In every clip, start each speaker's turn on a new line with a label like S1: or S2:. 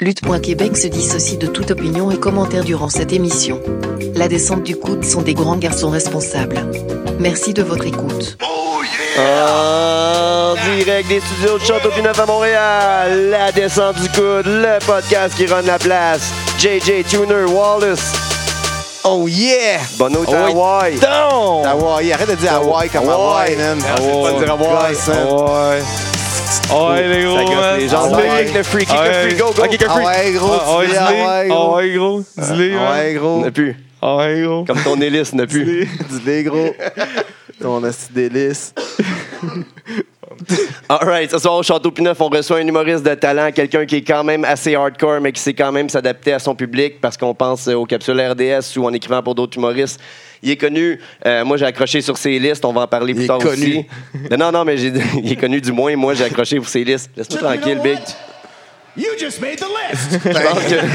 S1: Lutte.Québec se dissocie de toute opinion et commentaire durant cette émission. La descente du coude sont des grands garçons responsables. Merci de votre écoute.
S2: En direct des studios de Château-Pinot à Montréal, la descente du coude, le podcast qui rend la place, JJ Tuner Wallace.
S3: Oh yeah!
S2: Bono
S3: Oh, oui.
S2: Hawaï.
S3: Donc!
S2: Ah
S4: Hawaii, arrête de dire
S2: Oh,
S4: Hawaii comme Hawaii, man. Oh,
S3: Ah,
S4: Arrête pas de dire Hawaii,
S3: gosse, hein.
S5: Ah
S3: Hawaï. Hawaï, les gros,
S2: Ça
S3: man.
S2: gosse les gens.
S4: Hawaï.
S2: Kick le free, kick le
S3: Hawaï.
S2: free, go, go.
S3: Ah, kick le free.
S4: Hawaï, gros,
S3: Ah, Hawaï,
S4: tu dis
S3: dis-les.
S4: Hawaï, gros.
S3: Hawaï, gros. Dis-les, man.
S4: Hawaï, gros.
S2: N'a plus.
S5: Ah
S3: Hawaï, gros.
S2: Comme ton hélice n'a plus.
S4: Dis-les, gros. Ton asti délice.
S2: Alright, ce soir au Château Pineuf, on reçoit un humoriste de talent, quelqu'un qui est quand même assez hardcore, mais qui sait quand même s'adapter à son public parce qu'on pense euh, aux capsules RDS ou en écrivant pour d'autres humoristes. Il est connu. Euh, moi, j'ai accroché sur ses listes. On va en parler plus
S4: est
S2: tard
S4: connu.
S2: aussi. Mais non, non, mais j'ai- il est connu du moins. Moi, j'ai accroché pour ses listes. Laisse-moi tranquille, Big.
S6: You just made the list.
S2: Je pense que-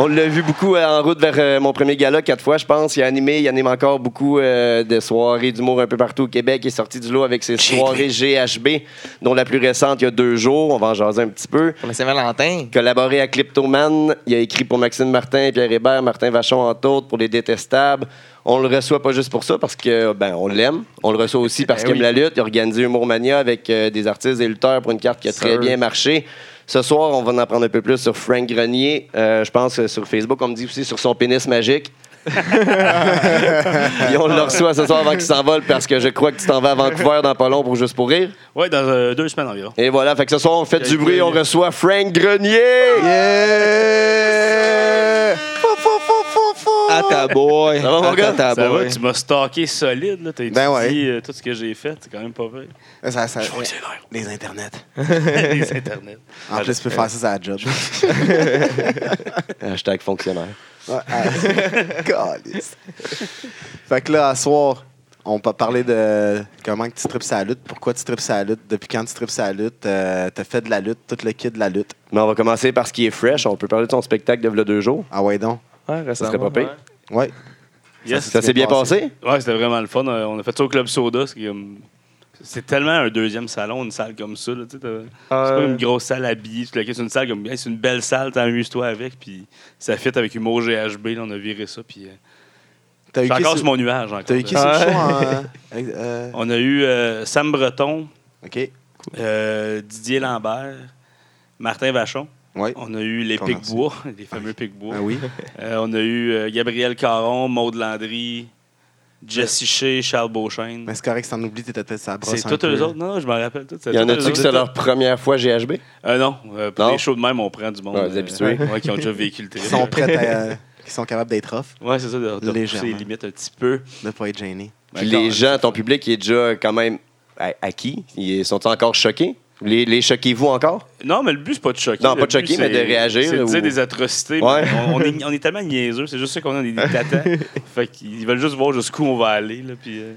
S2: on l'a vu beaucoup euh, en route vers euh, mon premier gala, quatre fois, je pense. Il a animé, il anime encore beaucoup euh, de soirées d'humour un peu partout au Québec. Il est sorti du lot avec ses soirées GHB, dont la plus récente il y a deux jours. On va en jaser un petit peu.
S5: Mais c'est Valentin.
S2: Collaboré à Cryptoman, il a écrit pour Maxime Martin, Pierre Hébert, Martin Vachon, entre autres, pour Les Détestables. On le reçoit pas juste pour ça, parce que ben, on l'aime. On le reçoit aussi parce qu'il aime la lutte. Il a organisé Humour Mania avec euh, des artistes et lutteurs pour une carte qui a très
S3: Sir.
S2: bien marché. Ce soir, on va en apprendre un peu plus sur Frank Grenier. Euh, je pense que sur Facebook, on me dit aussi sur son pénis magique. et on le reçoit ce soir avant qu'il s'envole parce que je crois que tu t'en vas à Vancouver dans pas long pour juste pour rire.
S6: Ouais, dans euh, deux semaines environ.
S2: Et voilà, fait que ce soir, on fait du bruit, on reçoit Frank Grenier!
S4: Yeah! Fou, fou, fou, fou, fou.
S5: Ah, ta boy.
S2: Ça va, mon
S5: Ah,
S2: gars?
S5: ta
S6: Ça
S5: boy.
S6: va, tu m'as stocké solide, là. T'as
S4: bah Ben ouais.
S6: étudié euh, tout ce que j'ai fait. C'est quand même pas vrai.
S4: Ça, ça-
S6: Ouais, c'est l'air.
S4: les internets.
S6: Les internets.
S4: En plus,
S6: euh,
S4: tu peux faire ça, ça job.
S2: Hashtag fonctionnaire.
S4: Ouais, ah, câlisse. fait que là, à soir, on peut parler de comment que tu tripes à la lutte, pourquoi tu tripes à la lutte, depuis quand tu tripes à la lutte, euh, t'as fait de la lutte, tout le kit de la lutte.
S2: Mais on va commencer par ce qui est fresh. On peut parler de ton spectacle de v'là deux jours.
S4: Ah ouais donc.
S5: Ouais,
S2: Ça
S5: récemment,
S2: serait pas pire.
S5: ouais.
S4: Ouais.
S6: Yes.
S2: Ça s'est bien passé?
S6: Ouais, c'était vraiment le fun. Euh, On a fait ça au Club Soda. C'est comme- c'est tellement un deuxième salon, une salle comme ça. là, tu sais, t'as-
S5: Euh,
S6: C'est
S4: Euh.
S6: pas une grosse salle habillée. tout le kit. C'est une salle comme. hey, C'est une belle salle, t'amuses-toi avec. Puis ça fit avec Humour GHB. Là, on a viré ça. Puis. euh,
S4: T'as eu
S6: j'ai
S4: qui
S6: encore
S4: sur-
S6: sur mon nuage. encore,
S4: T'as eu
S6: là.
S4: qui sur le
S5: Ouais.
S4: show en- avec- euh,
S6: On a eu euh, Sam Breton,
S4: OK.
S6: euh, Didier Lambert, Martin Vachon.
S4: Ouais.
S6: On a eu les
S4: Qu'on
S6: pics
S4: en sait.
S6: bois, les fameux pics bois.
S4: Ah oui.
S6: Euh, on a eu euh, Gabriel Caron, Maude Landry, Jesse Shea, Charles Beauchesne.
S4: Mais c'est correct, si t'en oublies, t'étais peut-être sa brosse.
S6: C'est
S4: un
S6: tous
S4: peu.
S6: eux autres. Non, non, je me rappelle tout.
S2: Il y en a-tu que
S6: c'est
S2: c'est leur première fois GHB?
S6: Euh, non, euh, pour
S2: Non?
S6: les shows de même, on prend du monde.
S2: Ouais, des
S6: euh,
S2: habitués.
S6: ouais, qui ont déjà vécu le
S4: Qui
S6: trip.
S4: sont prêts à. qui sont capables d'être off,
S6: Ouais, c'est ça, de, de pousser
S4: Légèrement.
S6: les limites un petit peu.
S4: de pas être gênés.
S2: Puis
S6: D'accord,
S2: les gens, ton public, il est déjà quand même a- acquis. Ils sont encore choqués? Les, les choquez-vous encore?
S6: Non, mais le but, c'est pas de choquer.
S2: Non,
S6: Le
S2: pas de
S6: but,
S2: choquer, mais de
S6: c'est-
S2: réagir,
S6: C'est de
S2: ou-
S6: dire des atrocités. mais
S2: Ouais.
S6: on, on est, on est tellement niaiseux, c'est juste ça qu'on a, on est des tatans. fait qu'ils veulent juste voir jusqu'où on va aller. Là, puis, euh,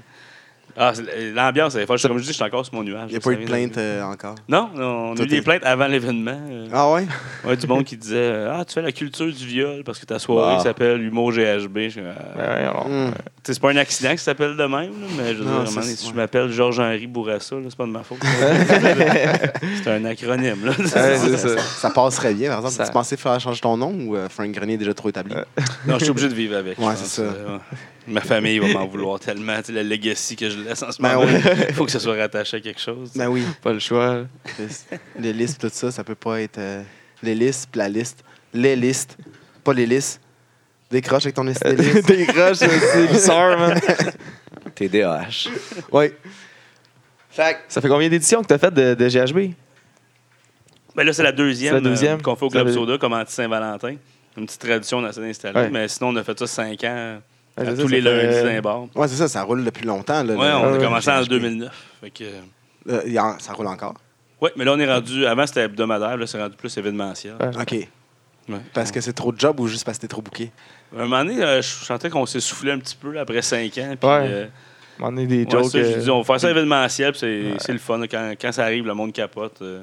S6: Ah, c'est- l'ambiance, elle est folle. Comme je dis, je suis encore sur mon nuage.
S4: Il n'y a
S6: Ça
S4: pas eu de
S6: vient
S4: plainte euh, encore.
S6: Non, non, on a
S4: Tout
S6: eu des
S4: est-
S6: plaintes avant l'événement. Euh,
S4: Ah ouais?
S6: ouais, du monde qui disait euh, Ah, tu fais la culture du viol parce que ta soirée
S4: Bah.
S2: Ah.
S6: s'appelle Humour GHB. Je suis comme, Ah,
S5: Ouais, alors.
S4: Hmm.
S6: tu sais, C'est pas un accident qui s'appelle de même, là, mais je veux
S4: Non,
S6: dire,
S4: ça,
S6: vraiment,
S4: c'est-
S6: si
S4: ouais.
S6: je m'appelle Georges-Henri Bourassa, là, c'est pas de ma faute. c'est un acronyme. Là.
S5: Ouais, c'est ça.
S4: Ça passerait bien, par exemple.
S5: Ça-
S4: Tu pensais faire changer ton nom ou euh, Frank Grenier est déjà trop établi?
S6: Non, je suis obligé de vivre avec. je
S4: Ouais,
S6: pense.
S4: c'est ça.
S6: Euh, Ma famille va m'en vouloir tellement. Tu sais, le legacy que je laisse en ce
S4: Ben
S6: moment. Il
S4: oui.
S6: faut que ça soit rattaché à quelque chose. tu sais.
S4: Ben oui.
S5: Pas le choix.
S4: Les listes, tout ça, ça peut pas être. euh, les listes, puis la liste. Les listes, pas les listes. Décroche avec ton liste.
S5: Des croches, c'est bizarre, man.
S2: TDAH.
S4: Oui.
S5: Ça fait combien d'éditions que t'as faites de, de GHB?
S6: Ben là, c'est la deuxième,
S5: C'est la deuxième.
S6: euh, qu'on fait au
S5: C'est la
S6: Club
S5: deuxième.
S6: Soda comme anti-Saint-Valentin. Une petite tradition dans cette installée.
S5: Ouais.
S6: Mais sinon, on a fait ça cinq ans, à
S5: Ouais, c'est ça,
S6: tous les
S5: ça fait- Ah
S6: lundis dans les bars. Ouais,
S4: Ouais, c'est ça, ça roule depuis longtemps. Là,
S6: on
S4: le-
S6: a
S5: ouais,
S6: commencé en
S4: GHB.
S6: 2009. Fait que...
S4: Euh, il y en- ça roule encore.
S6: Ouais, mais là, on est rendu. Avant, c'était hebdomadaire. Là, c'est rendu plus événementiel.
S5: Ouais.
S4: OK.
S6: Ouais.
S4: Parce que c'est trop de job ou juste parce que t'es trop bouqué?
S6: À un moment donné, euh, je sentais qu'on s'est soufflé un petit peu là, après cinq ans. Puis,
S5: Ouais.
S6: euh,
S5: M'en est des
S6: Ouais,
S5: jokes.
S6: ça, je
S5: euh,
S6: dis, on va faire ça événementiel, puis c'est c'est le fun. Quand, quand ça arrive, le monde capote. euh.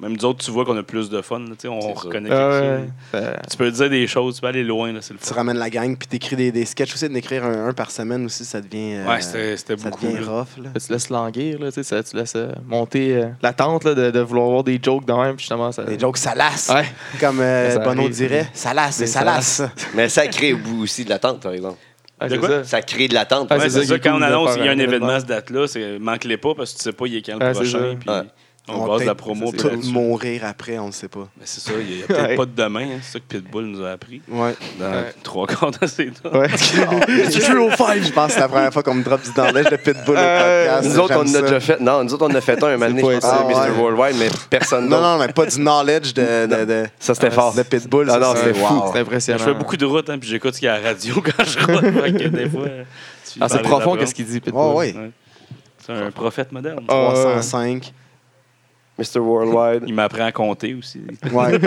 S6: Même nous autres, tu vois qu'on a plus de fun. là, tu sais, on
S2: C'est ça.
S6: reconnaît quelque
S3: Ah
S6: chose.
S3: ouais. Euh,
S6: Tu peux dire des choses, tu peux aller loin, là, c'est le
S4: Tu
S6: fun.
S4: ramènes la gang, puis t'écris des, des sketchs aussi. D'écrire un, un par semaine aussi, ça devient. euh,
S6: Ouais, c'était c'était
S4: ça
S6: beaucoup.
S4: devient
S6: là.
S4: rough, là.
S5: Tu laisses languir, là, tu sais, ça- tu laisses euh, monter euh, l'attente là, de, de vouloir voir des jokes de même, puis justement, ça.
S4: Des jokes salaces.
S5: Ouais.
S4: Comme
S5: Ça,
S4: euh,
S5: ça
S4: Bono
S5: arrive.
S4: dirait, salace, c'est
S5: Des
S4: salace.
S2: Mais ça crée au bout aussi de l'attente, par exemple.
S5: Ouais,
S6: De
S5: Ah, c'est
S6: quoi?
S5: ça.
S2: Ça crée de l'attente.
S5: Ouais,
S6: Ouais,
S5: Ah, c'est ça
S6: c'est
S5: qui est
S6: ça, quand
S5: cool
S6: on
S5: de
S6: annonce qu'il y a
S5: faire
S6: un
S5: un
S6: événement
S5: événement.
S6: à cette date-là, c'est- manque-les pas parce que tu sais pas il est quand le
S5: Ouais, c'est ça.
S6: prochain. Puis
S2: Ouais.
S6: On,
S4: va
S6: base la
S4: peut-être
S6: promo. puis
S4: tous
S6: là-dessus.
S4: mourir après, on le sait pas.
S6: Mais c'est ça, il n'y a peut-être
S5: Ouais.
S6: pas de demain. hein, C'est ça que Pitbull nous a appris.
S4: Ouais.
S6: Dans
S5: Ouais.
S6: trois quarts de ses dents.
S5: Ouais.
S4: True or five, je pense que c'est la première fois qu'on me drop du dandage de Pitbull au
S5: Euh,
S4: podcast.
S2: Nous autres, on
S4: J'aime
S2: en
S4: ça.
S2: a déjà fait. Non, nous autres, on en a fait un, un moment donné, je
S5: pas
S2: pense, à
S4: ça. Ah,
S2: Mr.
S4: ouais.
S2: Worldwide, mais personne
S4: Non,
S2: d'autre.
S4: non, mais pas du knowledge de, de, de, euh,
S2: Ça, c'était fort.
S4: de Pitbull.
S2: Ah
S4: ça,
S2: non,
S4: c'est-
S2: c'était fou,
S4: wow.
S5: C'est
S6: Je
S5: impressionnant.
S6: fais beaucoup de route, hein, puis j'écoute ce qu'il y a à la radio quand je route. fait que des fois, tu
S5: Ah, c'est
S6: parles
S5: profond,
S6: d'apprendre.
S5: qu'est-ce qu'il dit, Pitbull.
S4: Ouais, ouais.
S6: C'est un prophète moderne.
S5: Ah.
S4: 305.
S2: Mr. Worldwide.
S6: Il m'apprend à compter aussi.
S4: Ouais,
S5: Ouais,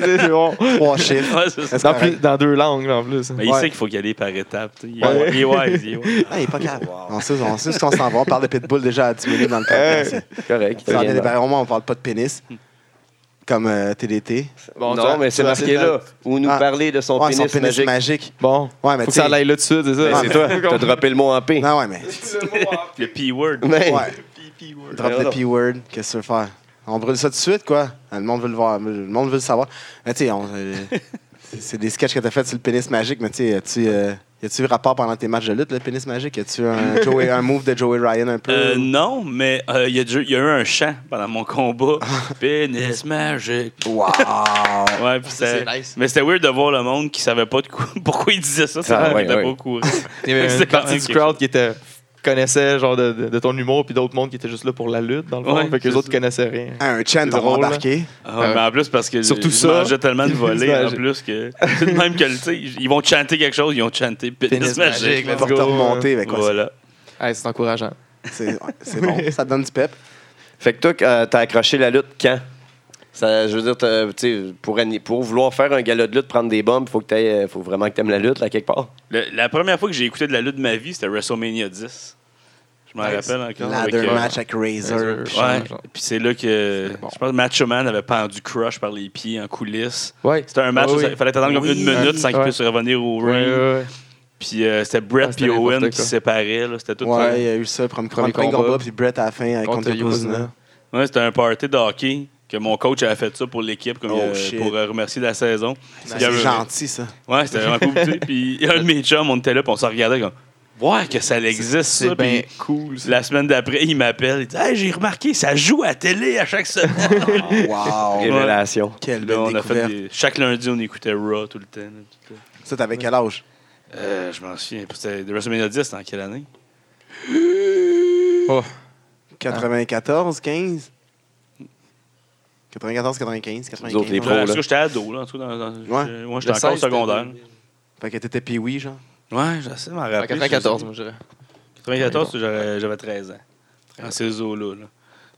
S5: c'est c'est bon.
S4: trois chiffres.
S6: Ouais, c'est ça.
S4: Est-ce
S5: Dans,
S4: correct?
S5: plus- dans deux langues, là, en plus.
S6: Mais il
S4: Ouais.
S6: sait qu'il faut y aller par étapes. tu sais. Il est,
S5: Ouais.
S6: il est wise. Il est wise.
S4: Ah, il est pas capable. On sait, on sait ce qu'on s'en va. On parle de Pitbull déjà à 10 minutes dans le podcast.
S2: Correct.
S4: Ça en est des barons, on parle pas de pénis. Comme euh, TDT.
S5: Bon, tu
S2: non,
S5: vois,
S2: mais
S5: tu
S2: c'est
S5: vois,
S2: marqué
S5: la-
S2: là. Où nous
S4: Ah.
S2: parler de son
S4: Ouais,
S2: pénis
S4: son pénis magique.
S2: magique.
S5: Bon.
S4: Ouais, mais
S5: Faut
S4: tu
S5: que ça
S4: sais.
S5: aille là-dessus, c'est
S2: Ben,
S5: ça?
S2: c'est toi. T'as droppé le mot en P.
S4: Non, ouais, mais.
S6: Le P-word.
S2: Mais-
S4: Ouais. Drop
S2: Voyons
S4: le
S2: donc.
S4: P-word. Qu'est-ce que tu veux faire? On brûle ça tout de suite, quoi. Ah, Le monde veut le voir. Le monde veut le savoir. Mais tu sais, on, euh, c'est c'est des sketchs que t'as fait sur le pénis magique, mais tu sais, as-tu. euh, Y a-tu eu rapport pendant tes matchs de lutte, le pénis magique? Y a-tu un, Joey- un move de Joey Ryan un peu?
S6: Euh, non, mais euh, il y, a déjà- il y a eu un chant pendant mon combat. Pénis magique.
S4: Wow! Ah,
S6: Ouais, puis ça-
S5: C'est nice.
S6: Mais c'était weird de voir le monde qui savait pas de quoi- pourquoi il disait ça. Ça
S2: Ah, ouais,
S6: n'était
S2: ouais.
S6: pas au courant.
S5: Il y avait une
S6: C'est quand
S5: partie
S6: même
S5: du
S6: quelque
S5: crowd qui était connaissait genre de, de- de ton humour puis d'autres mondes qui étaient juste là pour la lutte dans le fond
S6: Ouais,
S5: fait que les
S6: c'est
S5: autres
S6: ça.
S5: connaissaient rien
S4: Un chant,
S5: C'est
S4: on va
S5: drôle, là.
S4: embarquer.
S6: Ah ouais, mais en plus, parce que
S5: Surtout
S6: je
S5: ça.
S6: mangeais tellement de volets en
S5: Pénis
S6: plus que. C'est de même que le. tu sais, Ils vont chanter quelque chose, ils ont chanté pénis,
S5: Pénis magique,
S6: magique.
S5: let's
S4: Pour te
S5: go.
S4: remonter, ben, quoi,
S6: Voilà.
S5: Hey, c'est encourageant
S4: C'est ouais, c'est bon, ça te donne du pep.
S2: Fait que toi, euh, t'as accroché la lutte quand? Ça, je veux dire, t'as- tu sais, pour, ani- pour vouloir faire un galop de lutte, prendre des bombes, faut que t'ailles- faut vraiment que t'aimes la lutte, là, quelque part.
S6: Le- la première fois que j'ai écouté de la lutte de ma vie, c'était WrestleMania 10. Je m'en
S5: Nice.
S6: rappelle encore.
S4: Ladder
S6: avec, euh,
S4: match avec Razor.
S5: Razor.
S6: Ouais.
S5: Genre.
S6: Puis c'est là que
S5: C'est bon.
S6: je pense que Macho Man avait pendu Crush par les pieds en coulisses.
S5: ouais
S6: C'était un match
S5: Ouais,
S6: où
S5: Ah oui.
S6: il fallait attendre comme
S4: Oui.
S6: une minute sans qu'il
S5: Ouais.
S6: puisse revenir au
S5: Ouais,
S6: ring.
S5: ouais, ouais.
S6: Puis euh, c'était
S5: Ah,
S6: Brett
S5: c'était
S6: et
S5: n'importe
S6: Owen qui se
S5: quoi.
S6: séparaient. là. C'était tout
S4: Ouais, il y a eu ça, premier,
S5: Premier
S4: premier combat,
S5: combat,
S4: puis Brett à la fin euh, contre
S5: contre
S4: Yokozuna.
S5: Yokozuna
S6: un- ouais, c'était un party de hockey que mon coach avait fait ça pour l'équipe comme,
S4: Oh,
S6: euh,
S4: shit.
S6: pour euh, remercier la saison. Il y
S4: C'est
S6: avait-
S4: gentil, ça.
S6: Ouais, c'était vraiment cool. tu sais. Puis un de mes chums, on était là, puis on se regardait comme. Ouais, que ça existe, ça.
S5: c'est bien
S6: Puis
S5: cool
S6: la semaine d'après, il m'appelle. Il dit Hey, j'ai remarqué, ça joue à télé à chaque semaine.
S4: Wow!
S2: Révélation.
S4: Quelle
S6: Là,
S4: belle
S6: on a fait
S4: découverte.
S6: des- Chaque lundi, on écoutait Raw tout le temps. là, tout le temps.
S4: Ça, t'avais quel âge?
S6: Euh, je m'en souviens. pas. C'était de WrestleMania 10, c'était en quelle année
S4: 94, 15? 94, 95,
S2: Nous autres, les
S4: 95.
S2: pros,
S6: Là,
S2: là.
S6: En tout cas, j'étais ado. Là, en tout cas, dans, dans-
S4: Ouais.
S6: j'étais- Moi, j'étais
S5: Le
S6: encore au
S5: 16,
S6: secondaire.
S4: Fait que t'étais pee genre.
S6: Ouais, j'essaie de m'en rappeler.
S5: en 94 moi je dirais
S6: 94, j'aurais- j'avais 13 ans. Dans ces eaux-là. là.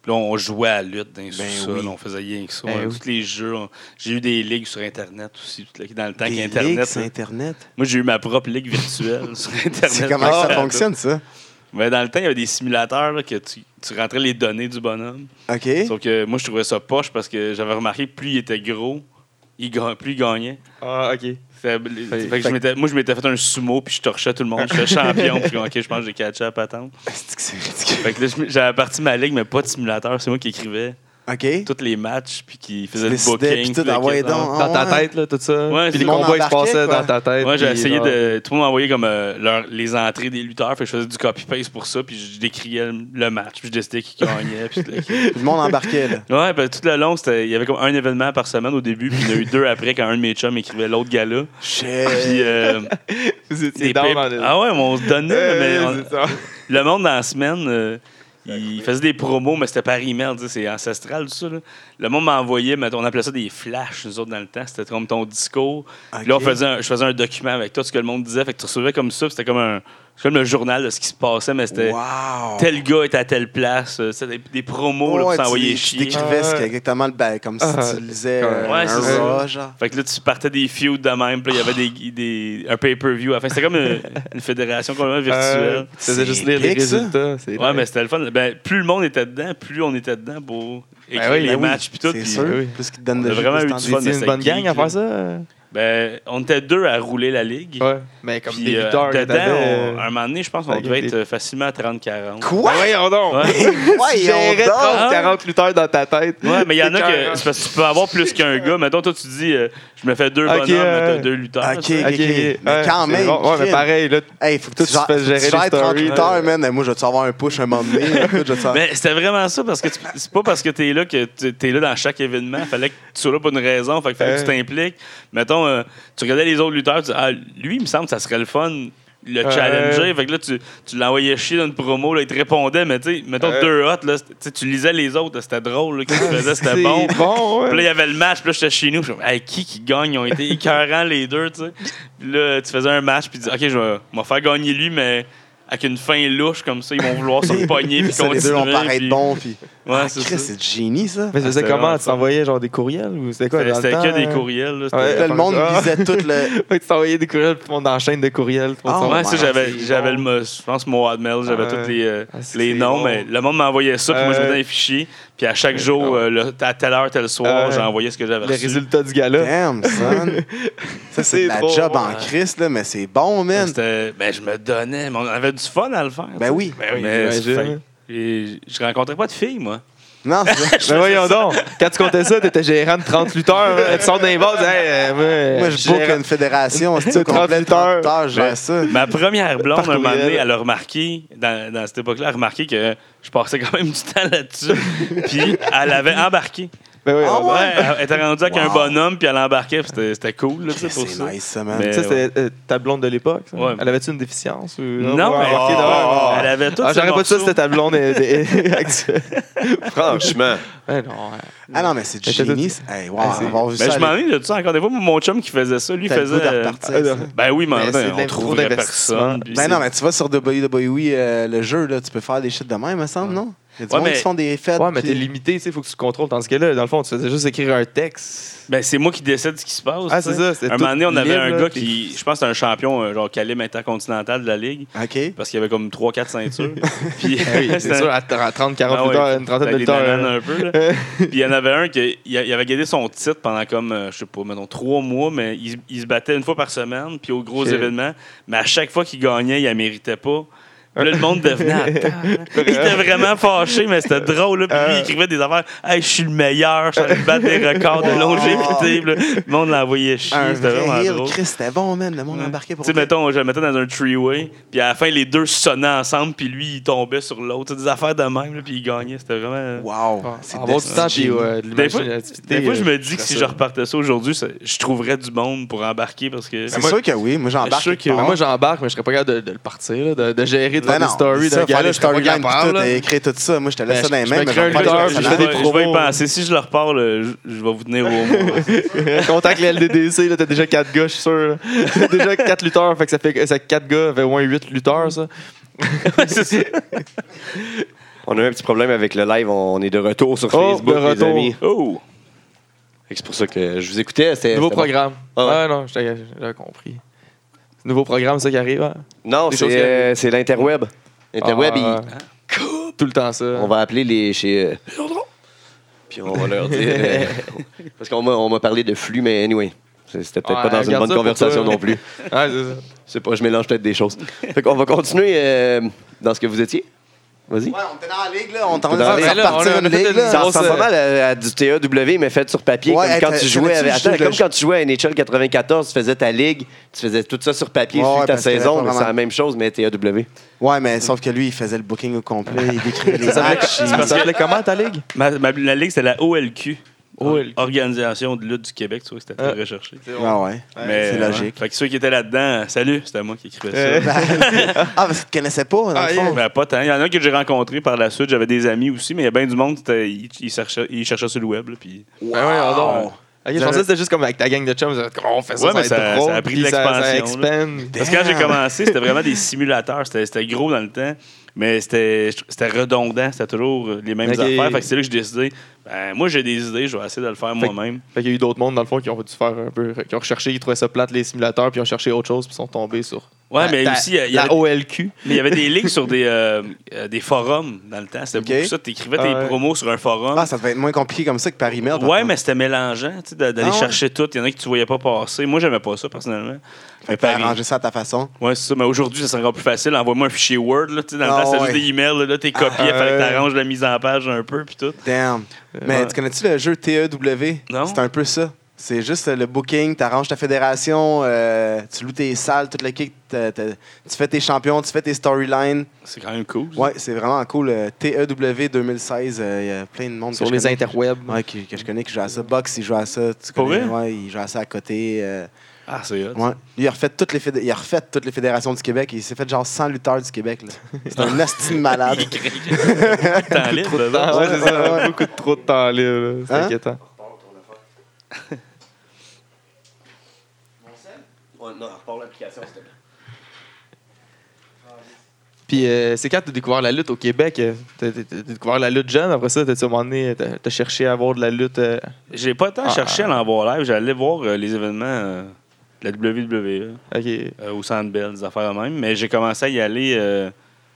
S6: Puis là, on jouait à la lutte dans les
S4: Ben
S6: sous-sols,
S4: oui.
S6: on faisait rien que ça.
S5: Ben
S6: on-
S5: oui.
S6: Tous les jeux. on- J'ai eu des ligues sur Internet aussi, tout le- dans le temps
S4: Des
S6: qu'Internet.
S4: ligues,
S6: là.
S4: c'est Internet.
S6: Moi, j'ai eu ma propre ligue virtuelle sur Internet.
S4: C'est comment
S6: Ah,
S4: que ça
S6: ouais.
S4: fonctionne, ça?
S6: Mais dans le temps, il y avait des simulateurs là, que tu, tu rentrais les données du bonhomme.
S4: OK.
S6: Sauf que moi, je trouvais ça poche parce que j'avais remarqué que plus il était gros, il ga- plus il gagnait.
S5: ah ok
S6: Fait- fait que
S5: fait-
S6: je m'étais- moi, je m'étais fait un sumo, puis je torchais tout le monde. J'étais champion, puis je OK, je pense que j'ai catché à la patente.
S4: C'est que c'est ridicule.
S6: Fait que là, je m- j'avais parti ma ligue, mais pas de simulateur. C'est moi qui écrivais
S4: OK.
S6: tous les matchs, puis qui faisait le
S4: Décidais,
S6: booking.
S4: puis
S6: puis
S4: tout, ah
S6: le
S4: ouais,
S6: kit.
S4: donc.
S5: dans ta
S4: Ah ouais.
S5: tête là tout ça
S6: Ouais,
S5: puis
S6: c'est-
S5: les combats ils se
S4: Embarqué,
S5: passaient
S4: quoi.
S5: dans ta tête
S6: Moi, j'ai
S5: puis
S6: essayé
S5: genre-
S6: de. Tout le monde m'envoyait comme euh, leur- les entrées des lutteurs, fait que je faisais du copy-paste pour ça, puis je décriais le, le match, puis je décidais qui gagnait. puis tout le kit.
S4: Tout le monde embarquait, là.
S6: Ouais, ben, tout le long, c'était- il y avait comme un événement par semaine au début, puis il y en a eu deux après quand un de mes chums écrivait l'autre gala. Puis. euh,
S5: vous étiez
S6: Des
S5: down
S6: pipes.
S5: dans le-
S6: Ah ouais, mais on se donnait. là, mais
S5: Ouais,
S6: on-
S5: c'est ça.
S6: Le monde dans la semaine, euh, il faisait des promos, mais c'était par email, tu sais, c'est ancestral tout ça. là. Le monde m'envoyait, mais on appelait ça des flashs, nous autres, dans le temps. C'était comme ton discours. Puis Là, on
S4: OK.
S6: faisait un- je faisais un document avec toi, ce que le monde disait. Fait que tu recevais comme ça, puis c'était comme un, C'est comme le journal de ce qui se passait, mais c'était
S4: Wow!
S6: tel gars est à telle place. euh, C'était des, des promos là, pour
S4: Ouais, tu-
S6: s'envoyer
S4: Tu
S6: chier.
S4: décrivais ce
S3: Ah,
S4: que-
S3: ouais.
S4: exactement le ba- comme si
S3: Ah,
S4: tu lisais euh,
S6: ouais, c'est ça.
S4: un raw, genre.
S6: Fait que là, tu partais des feuds de même, puis là, il y avait des, des, un pay-per-view. Enfin, c'était comme une, une fédération
S4: Euh,
S6: complètement virtuelle.
S5: Tu faisais juste lire les
S4: épique, ça.
S5: résultats. c'est
S6: Ouais,
S5: nice.
S6: mais c'était le fun. Ben, plus le monde était dedans, plus on était dedans pour écrire
S5: Ben oui,
S6: les
S5: ben oui,
S6: matchs puis tout.
S4: C'est
S6: puis,
S4: sûr.
S5: oui.
S4: Plus qu'ils te donnent
S6: On
S4: de
S6: a
S4: jus,
S6: vraiment
S4: plus
S6: eu
S4: t'en
S6: du
S4: dis.
S6: fun.
S5: C'est une
S6: c'était
S5: bonne gang
S6: geek,
S5: à
S6: là.
S5: faire ça. euh?
S6: Ben, on était deux à rouler la ligue.
S5: Ouais. Mais comme
S6: Puis,
S5: des
S6: euh,
S5: lutteurs.
S6: dedans,
S5: t'avais,
S6: on-
S5: euh,
S6: à un moment donné, je pense
S5: ça
S6: qu'on
S5: y
S6: devait
S5: était.
S6: être euh, facilement à 30-40.
S4: Quoi?
S5: Ben voyons donc!
S6: Ouais.
S5: Tu
S4: Voyons
S5: gérais
S4: donc!
S5: 30, 40 lutteurs dans ta tête.
S6: Ouais, mais il y en a
S5: Écœurant.
S6: que. C'est parce que tu peux avoir plus qu'un gars. Mettons, toi, tu dis, euh, je me fais deux
S5: Ok,
S6: bonhommes, mais t'as
S5: ouais.
S6: deux lutteurs.
S4: Ok.
S6: tu sais.
S5: Ok, ok.
S4: Mais
S5: Ouais,
S4: quand
S5: c'est
S4: même,
S5: bon. Ouais, mais
S4: Chris.
S5: pareil, là.
S4: Hey, faut que
S5: Toi,
S4: tu
S5: tu
S4: gères-
S5: fais gérer
S4: tu gères
S5: les stories,
S4: 38
S5: là.
S4: heures, man. Hey, Moi, je vais-tu avoir un push un moment donné? Écoute, je vais-tu avoir-
S6: Mais Ben, c'était vraiment ça, parce que tu- c'est pas parce que t'es là que tu- t'es là dans chaque événement. Fallait que tu sois là pour une raison. Fait que fallait que tu t'impliques. Mettons, euh, tu regardais les autres lutteurs, tu dis, ah, lui, il me semble que ça serait le fun. Le
S5: Ouais.
S6: challenger, fait que là, tu, tu l'envoyais chier dans une promo, là, il te répondait, mais tu sais, mettons
S5: Ouais.
S6: deux hot, là, c'était- tu sais, tu lisais les autres, là, c'était drôle, là, qu'est-ce qu'il faisait, c'était bon.
S5: bon, ouais.
S6: Puis là, il y avait le match, puis là, j'étais chez nous. Je me hey, qui qui gagne Ils ont été écœurants, les deux, tu sais. Puis là, tu faisais un match, puis tu dis, OK, je vais m'en faire gagner lui, mais avec une fin louche, comme ça, ils vont vouloir se pogner, puis
S4: Ça,
S6: continuer.
S4: les deux vont paraître
S6: puis-
S4: bons. Puis...
S6: Ouais,
S4: Ah,
S6: c'est
S4: Chris,
S6: ça.
S4: c'est du génie, ça.
S5: Mais tu faisais
S6: Ah,
S5: comment?
S6: c'était
S5: Tu t'envoyais genre des courriels ou c'était quoi?
S6: C'était
S5: dans le
S6: c'était
S5: temps,
S6: que des
S5: euh?
S6: courriels, là. c'était-
S5: Ouais.
S4: Là, le monde
S5: Ah.
S4: lisait tout le.
S5: Ouais, tu t'envoyais des courriels, puis on enchaîne de courriels. puis on
S4: Ah,
S5: s'en-
S6: ouais, ça,
S4: ouais,
S6: j'avais,
S5: c'est
S6: j'avais
S5: bon.
S6: le, je pense, mon Admail, j'avais
S5: Ouais.
S6: tous les, euh,
S5: Ah, c'est
S6: les
S5: que
S6: noms,
S5: c'est
S6: mais le monde m'envoyait ça, puis moi, je
S5: Ouais.
S6: mettais des fichiers, puis à chaque jour,
S5: Ouais. Ah,
S6: euh, le- à telle heure, tel soir,
S5: Ouais.
S6: j'envoyais ce que j'avais
S5: Les
S6: reçu.
S5: résultats du gala.
S4: Damn, son. Ça, c'est de la
S5: trop
S4: job
S5: bon,
S4: en
S6: ouais.
S4: Chris, là, mais c'est bon, man.
S6: C'était- Ben, je me donnais, mais on avait du fun à le faire. tu sais.
S4: Ben oui.
S6: Mais
S5: j'imagine.
S6: fait- et je rencontrais pas de filles, moi.
S4: Non, c'est-
S5: Mais Ben voyons donc, quand tu comptais ça, t'étais gérant de 30 lutteurs, hein, tu sors d'un vase, hey, euh, moi,
S4: moi, je book
S5: gérant-
S4: une fédération. C'est au
S5: 30
S4: complet 30 heures, je gère ça.
S6: Ma première blonde,
S5: Par
S6: un moment donné,
S5: courriel.
S6: elle a remarqué, dans, dans cette époque-là, elle a remarqué que je passais quand même du temps là-dessus. puis elle avait embarqué.
S5: Ben oui,
S4: Ah
S5: on-
S4: ouais?
S6: elle était rendue avec un
S4: Wow.
S6: bonhomme, puis elle embarquait, puis c'était c'était cool, là, tu sais, pour
S4: C'est
S6: ça.
S4: nice, ça, man.
S6: Mais-
S5: Ça, c'était euh, ta blonde de l'époque. ça?
S6: Ouais.
S5: Elle avait-tu une déficience? Ou...
S6: Non, mais
S5: ok, non, ouais, ouais.
S6: elle avait tout
S5: Ah, J'aurais pas dit ça, c'était ta blonde euh, de- actuelle.
S2: Franchement.
S5: Ouais, non, ouais.
S4: Ah non, mais c'est du
S5: Mais t'as tout
S4: génie.
S5: dit.
S4: ça. Hey, wow,
S5: Ah, c'est-
S4: avoir vu
S6: Mais
S4: ça.
S6: Ben, je m'en ai de ça encore. Des fois, mon chum qui faisait ça, lui
S4: T'as le goût
S6: faisait.
S4: de
S6: euh,
S4: repartir,
S5: euh,
S4: ça.
S6: Ben oui, mais en
S5: Mais
S6: même
S5: c'est de
S6: temps, on
S5: l'impro
S6: trouverait
S5: d'investissement.
S6: personne. puis
S4: Ben
S6: c'est-
S4: non, mais tu vas sur WWE, euh, le jeu, là, tu peux faire des shit de même, me semble, non? Il y a du
S6: Ouais,
S4: monde
S6: mais-
S4: qui se font des fêtes.
S5: Ouais, mais t'es
S4: puis-
S5: limité, tu sais, faut que tu te contrôles. Tandis que là, dans le fond, tu faisais juste écrire un texte.
S6: Ben, c'est moi qui décide ce qui se passe.
S5: Ah,
S6: tu sais.
S5: c'est ça, c'est
S6: un
S5: tout
S6: moment donné, on avait
S5: libre,
S6: un
S5: là,
S6: gars
S5: t'es-
S6: qui, je pense, que c'était un champion, euh, genre calibre intercontinental de la ligue,
S4: OK.
S6: parce qu'il y avait comme 3-4 ceintures. Puis
S5: Eh oui, c'est
S6: c'était-
S5: sûr, à 30, 40
S6: Ah ouais,
S5: lutteurs, une trentaine de
S6: c'était des
S5: lutteurs.
S6: bananes
S5: euh,
S6: un peu, là. Puis il y en avait un qui il a- il avait gagné son titre pendant comme, euh, je sais pas, mettons, trois mois, mais il, se- il se battait une fois par semaine, puis aux gros
S5: Shit.
S6: événements. Mais à chaque fois qu'il gagnait, il ne méritait pas. Puis là, le monde devenait
S5: Ah,
S6: à terre, là. Il était vraiment fâché, mais c'était drôle. là. Puis
S5: Ah.
S6: lui, il écrivait des affaires. Hey, je suis le meilleur, je suis allé battre des records de
S5: Ah.
S4: Wow.
S6: longévité. Puis là, le monde l'envoyait chier.
S4: Un
S6: C'était
S4: vrai
S6: vraiment
S4: heel,
S6: drôle.
S4: Chris, c'était bon, man. Le monde
S6: Ouais.
S4: embarquait pour
S6: Tu sais,
S4: vrai.
S6: mettons, je le mettais dans un three-way, puis à la fin, les deux sonnaient ensemble, puis lui, il tombait sur l'autre. Tu sais, Des affaires de même, là, puis il gagnait. C'était vraiment. euh,
S4: Wow.
S5: C'est
S4: C'est
S5: Ah, avoir
S4: de-
S5: du temps,
S4: c'est
S5: puis
S4: génie.
S5: ouais, de euh,
S6: Des fois,
S5: l'imagination.
S6: des fois, je me dis que
S5: ferais
S6: si
S5: ça.
S6: je repartais ça aujourd'hui, ça- je trouverais du monde pour embarquer parce que.
S4: C'est
S5: moi-
S4: sûr que oui. Moi, j'embarque.
S6: Je suis sûr
S4: quelque
S6: que-
S5: Mais
S4: part.
S5: moi, j'embarque, mais je serais pas capable de, de le partir, là, de, de gérer
S4: Ben
S5: toute une
S4: non,
S5: story
S4: ça,
S5: d'un
S4: faire
S5: gars.
S4: les
S5: Je serais pas
S4: storylines,
S5: capable.
S4: puis tout,
S5: là.
S4: et écrire tout ça. Moi, je te laisse
S5: Ben,
S4: ça dans les
S5: je-
S4: mains.
S5: je
S4: mais
S5: me crée un
S4: j'en parle
S5: lutteur, puis
S4: avec
S6: je,
S5: je fais
S4: Alexandre.
S6: vais,
S5: des
S6: je vais y
S5: promos.
S6: penser. Si je le repars, là, je, je vais vous tenir au mot.
S5: Contact le LDDC, là, t'as déjà 4 gars, je suis sûr. là. T'as déjà 4 lutteurs, fait que ça fait ça, 4 gars, fait au moins 8 lutteurs, ça.
S6: C'est ça.
S2: On a eu un petit problème avec le live. On est de retour sur
S5: Oh,
S2: Facebook,
S5: de
S2: les
S5: retour.
S2: amis.
S6: Oh!
S2: Fait que C'est pour ça que je vous écoutais. c'était-
S5: Nouveau
S2: c'était bon.
S5: programme.
S2: Ah ouais.
S5: Ah non, j'étais- j'avais compris. Nouveau programme, ça qui arrive, hein?
S2: Non,
S5: Des choses
S2: c'est
S5: qui
S2: euh, c'est l'interweb. L'interweb,
S5: Ah,
S2: il-
S5: ouais. Tout le temps, ça.
S2: on va appeler les chez. euh, Puis on va leur dire. euh, parce qu'on m'a- on m'a parlé de flux, mais anyway. c'est- C'était peut-être
S5: Ouais,
S2: pas dans une
S5: garde
S2: bonne
S5: ça pour
S2: conversation
S5: toi.
S2: non plus.
S5: Ouais, c'est ça.
S2: Je sais pas, je mélange peut-être des choses. Fait qu'on va continuer euh, dans ce que vous étiez. Vas-y.
S4: Ouais, on était dans la ligue, là. On t'en
S2: Dans la
S4: va
S2: ligue,
S5: là, on
S4: repartir
S5: a-
S4: une
S5: on a fait
S4: ligue,
S5: une-
S4: là.
S2: Ça
S5: on
S2: ressemble pas
S5: se-
S2: mal à, à du TAW, mais fait sur papier.
S4: Ouais,
S2: comme quand
S4: t'as-
S2: tu jouais,
S4: t'avais-tu
S2: avec-
S4: juste
S2: attends,
S4: le-
S2: comme quand tu jouais à NHL 94, tu faisais ta ligue, tu faisais tout ça sur papier,
S4: Ouais,
S2: suivre ta
S4: parce qu'il y avait
S2: saison,
S4: pas
S2: mais c'est
S4: vraiment-
S2: la même chose, mais TAW.
S4: Ouais, mais sauf que lui, il faisait le booking au complet. Il décrivait les
S5: Ça s'appelait-
S4: matchs. il-
S5: ça s'appelait comment ta ligue?
S6: Ma, ma- la ligue, c'était la OLQ.
S5: OLQ.
S6: Organisation de lutte du Québec, tu vois, c'était très
S5: Ah.
S6: recherché.
S4: Ah ouais.
S6: Mais,
S4: c'est
S6: euh,
S4: logique.
S6: Fait que ceux qui étaient là-dedans, salut, c'était moi qui écrivais ça.
S5: Euh,
S4: Ah, parce que tu connaissais pas, dans
S5: Ah,
S4: le
S5: yeah.
S4: fond.
S6: Ben, pas tant. Il y en a que j'ai rencontré par la suite. J'avais des amis aussi, mais il y a bien du monde. c'était- Ils ils cherchaient, ils cherchaient sur le web. là, puis
S5: Ben ouais, on dort.
S4: Wow.
S5: Ok, je pensais que c'était juste comme avec ta gang de chums, vous êtes comme, on fait ça,
S6: Ouais,
S5: ça,
S6: mais
S5: va
S6: ça-
S5: être drôle,
S6: ça a pris de
S5: puis Ça
S6: l'expansion, là.
S5: expand.
S6: Parce que quand j'ai commencé, c'était vraiment des simulateurs. C'était c'était gros dans le temps, mais c'était c'était redondant. C'était toujours les mêmes
S5: Ok.
S6: affaires. Fait que c'est là que j'ai décidé, ben, moi, j'ai des idées, je vais essayer de le faire
S5: Fait que-
S6: moi-même.
S5: Fait qu'il y a eu d'autres mondes, dans le fond, qui ont dû faire un peu. qui ont recherché, qui trouvaient ça plate, les simulateurs, puis ont cherché autre chose, puis sont tombés sur.
S6: Ouais,
S5: la-
S6: mais
S5: ta-
S6: aussi, il y a- il y
S5: la
S6: avait-
S5: OLQ.
S6: mais il y avait des ligues sur des, euh, euh, des forums dans le temps. C'était
S4: Ok.
S6: beaucoup ça. Tu écrivais tes
S5: Ah ouais.
S6: promos sur un forum.
S4: Ah, ça devait être moins compliqué comme ça que par email.
S6: Ouais, mais c'était mélangeant, tu sais, d'a- d'aller
S4: Ah ouais.
S6: chercher tout. Il y en a que tu voyais pas passer. Moi, j'aimais pas ça, personnellement. Mais
S4: T'as
S6: Paris-
S4: arrangé ça à ta façon.
S6: Ouais, c'est ça. Mais aujourd'hui, ça serait encore plus facile. Envoie-moi un fichier Word, là, tu sais, dans
S4: Ah
S6: le temps, c'était
S4: ouais.
S6: juste des emails, là, là t'es copié,
S5: Ah,
S6: il fallait que t'arranges la mise en page un peu, puis tout.
S4: Damn. Mais
S6: Euh, ouais.
S4: tu connais-tu le jeu TEW?
S6: Non.
S4: C'est un peu ça. C'est juste euh, le booking, tu arranges ta fédération, euh, tu loues tes salles, tout le kick, t'as- t'as- tu fais tes champions, tu fais tes storylines.
S6: C'est quand même cool. ça.
S4: Ouais, c'est vraiment cool. euh, TEW 2016, euh, il y a plein de monde
S5: Sur
S4: que
S5: les
S4: je connais.
S5: interwebs.
S4: Ouais, que, que je connais qui joue à ça. Box, il joue à ça. Tu
S6: Pour
S4: connais?
S6: vrai?
S4: Ouais, il joue à ça à côté. euh,
S6: Ah, c'est hot.
S4: ouais. Lui, il a, refait toutes les fédé- il a refait toutes les fédérations du Québec. Il s'est fait genre 100 lutteurs du Québec. là. C'est un asti de malade.
S6: Temps libre, là-bas.
S5: Ah, ouais, c'est ça,
S4: Ouais, ouais.
S5: beaucoup de trop de temps libre, là. c'est
S4: Hein?
S5: inquiétant.
S2: Ouais, non, repars l'application, s'il te plaît.
S5: Puis euh, c'est quand t'as découvert la lutte au Québec, euh, t'as t'as- t'as découvert la lutte jeune, après ça, t'as-tu à un moment donné, euh, t'as t'as cherché à avoir de la lutte. euh,
S6: J'ai pas tant
S5: Ah.
S6: cherché à l'en voir live. J'allais voir euh, les événements euh, de la WWE
S5: ok.
S6: euh, au Centre Bell, des affaires de même. Mais j'ai commencé à y aller. euh,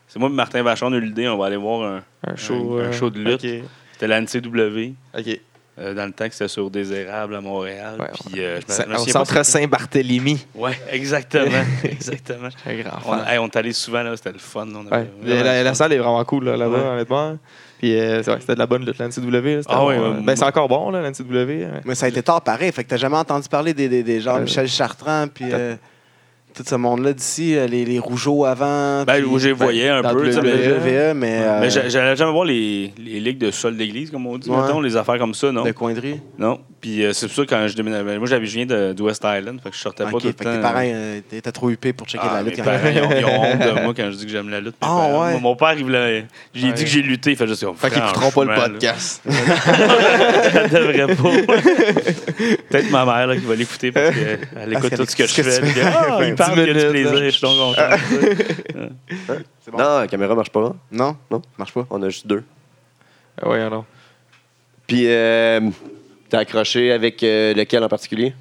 S6: c'est moi et Martin Vachon, on a eu l'idée, on va aller voir un.
S5: Un show,
S6: Un- un
S5: euh,
S6: show de lutte.
S5: ok.
S6: C'était la NCW.
S5: Ok.
S6: euh, dans le temps que c'était sur des érables à Montréal.
S5: Ouais,
S6: puis, euh, je me- je
S5: Ça-
S6: me
S5: Au
S6: souviens pas
S5: centre Saint-Barthélemy.
S6: c'était- Ouais, exactement. exactement.
S5: Un grand
S6: On,
S5: fan.
S6: hey, on est allé souvent là, c'était le fun. on avait-
S5: Ouais.
S6: on avait
S5: La, la- la
S6: du fun.
S5: salle est vraiment cool là, là-bas,
S6: Ouais.
S5: honnêtement. Puis euh, c'est vrai, c'était de la bonne lutte, la NCW. là, c'était
S6: Ah
S5: bon,
S6: ouais,
S5: euh,
S6: ouais.
S5: ben, c'est encore bon, là, la NCW. ouais.
S4: Mais ça a été tard pareil. Fait que t'as jamais entendu parler des, des, des gens
S5: Euh,
S4: Michel Chartrand, puis euh, tout ce monde-là d'ici, euh, les, les Rougeaux avant.
S6: Ben,
S4: puis-
S6: je les voyais un
S5: dans
S6: peu. tu sais,
S5: WWE.
S6: mais-
S4: WWE, mais. euh,
S6: Mais j'a- j'allais jamais voir les, les ligues de sol d'église, comme on dit,
S4: Ouais.
S6: mettons, les affaires comme ça, non.
S4: de Coindry.
S6: Non. Puis euh, c'est pour ça quand je déménageais. Moi, j'avais, je viens de, de West Island, fait que je sortais pas
S4: Ok, fait
S6: tout le
S4: que
S6: temps.
S4: tes parents euh, étaient trop huppés pour checker
S6: Ah,
S4: la
S6: mes
S4: lutte. quand
S6: parents,
S4: même.
S6: ils, ont, ils ont honte de moi quand je dis que j'aime la lutte. Mes
S4: Ah,
S6: parents-
S4: ouais.
S6: Mon père, il voulait. J'ai
S5: Ouais.
S6: dit que j'ai lutté. Il fait juste comme.
S5: Fait qu'ils écouteront pas le
S6: Franchement, là.
S5: podcast.
S6: Elle devrait pas. Peut-être ma mère là, qui va l'écouter parce qu'elle écoute
S4: qu'elle
S6: tout ce que
S4: écoute ce
S6: je
S4: que
S6: fais.
S4: tu
S6: puis,
S4: fais.
S6: Ah,
S4: Fait
S6: il
S4: dix
S6: parle qu'il y a du
S5: minutes,
S6: plaisir,
S5: là.
S6: je suis donc content.
S4: C'est bon?
S2: Non, la caméra marche pas. hein?
S4: Non?
S2: Non.
S4: Marche pas.
S2: On a juste deux.
S5: Ah ouais, non.
S2: Puis, euh, t'as accroché avec euh, lequel en particulier?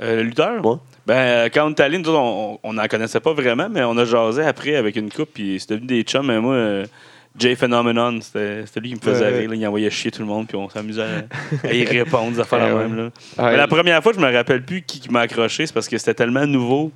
S6: Euh, le lutteur?
S2: Ouais.
S6: Ben, euh, quand on est allé, nous autres, on- on n'en connaissait pas vraiment, mais on a jasé après avec une coupe, puis c'est devenu des chums. Mais moi, euh, Jay Phenomenon, c'était c'était lui qui me faisait
S5: Ouais.
S6: rire. là. il envoyait chier tout le monde, puis on s'amusait à, à y répondre, des affaires la
S5: Ouais,
S6: même. là.
S5: Ah,
S6: Mais la première fois, je me rappelle plus qui, qui m'a accroché, c'est parce que c'était tellement nouveau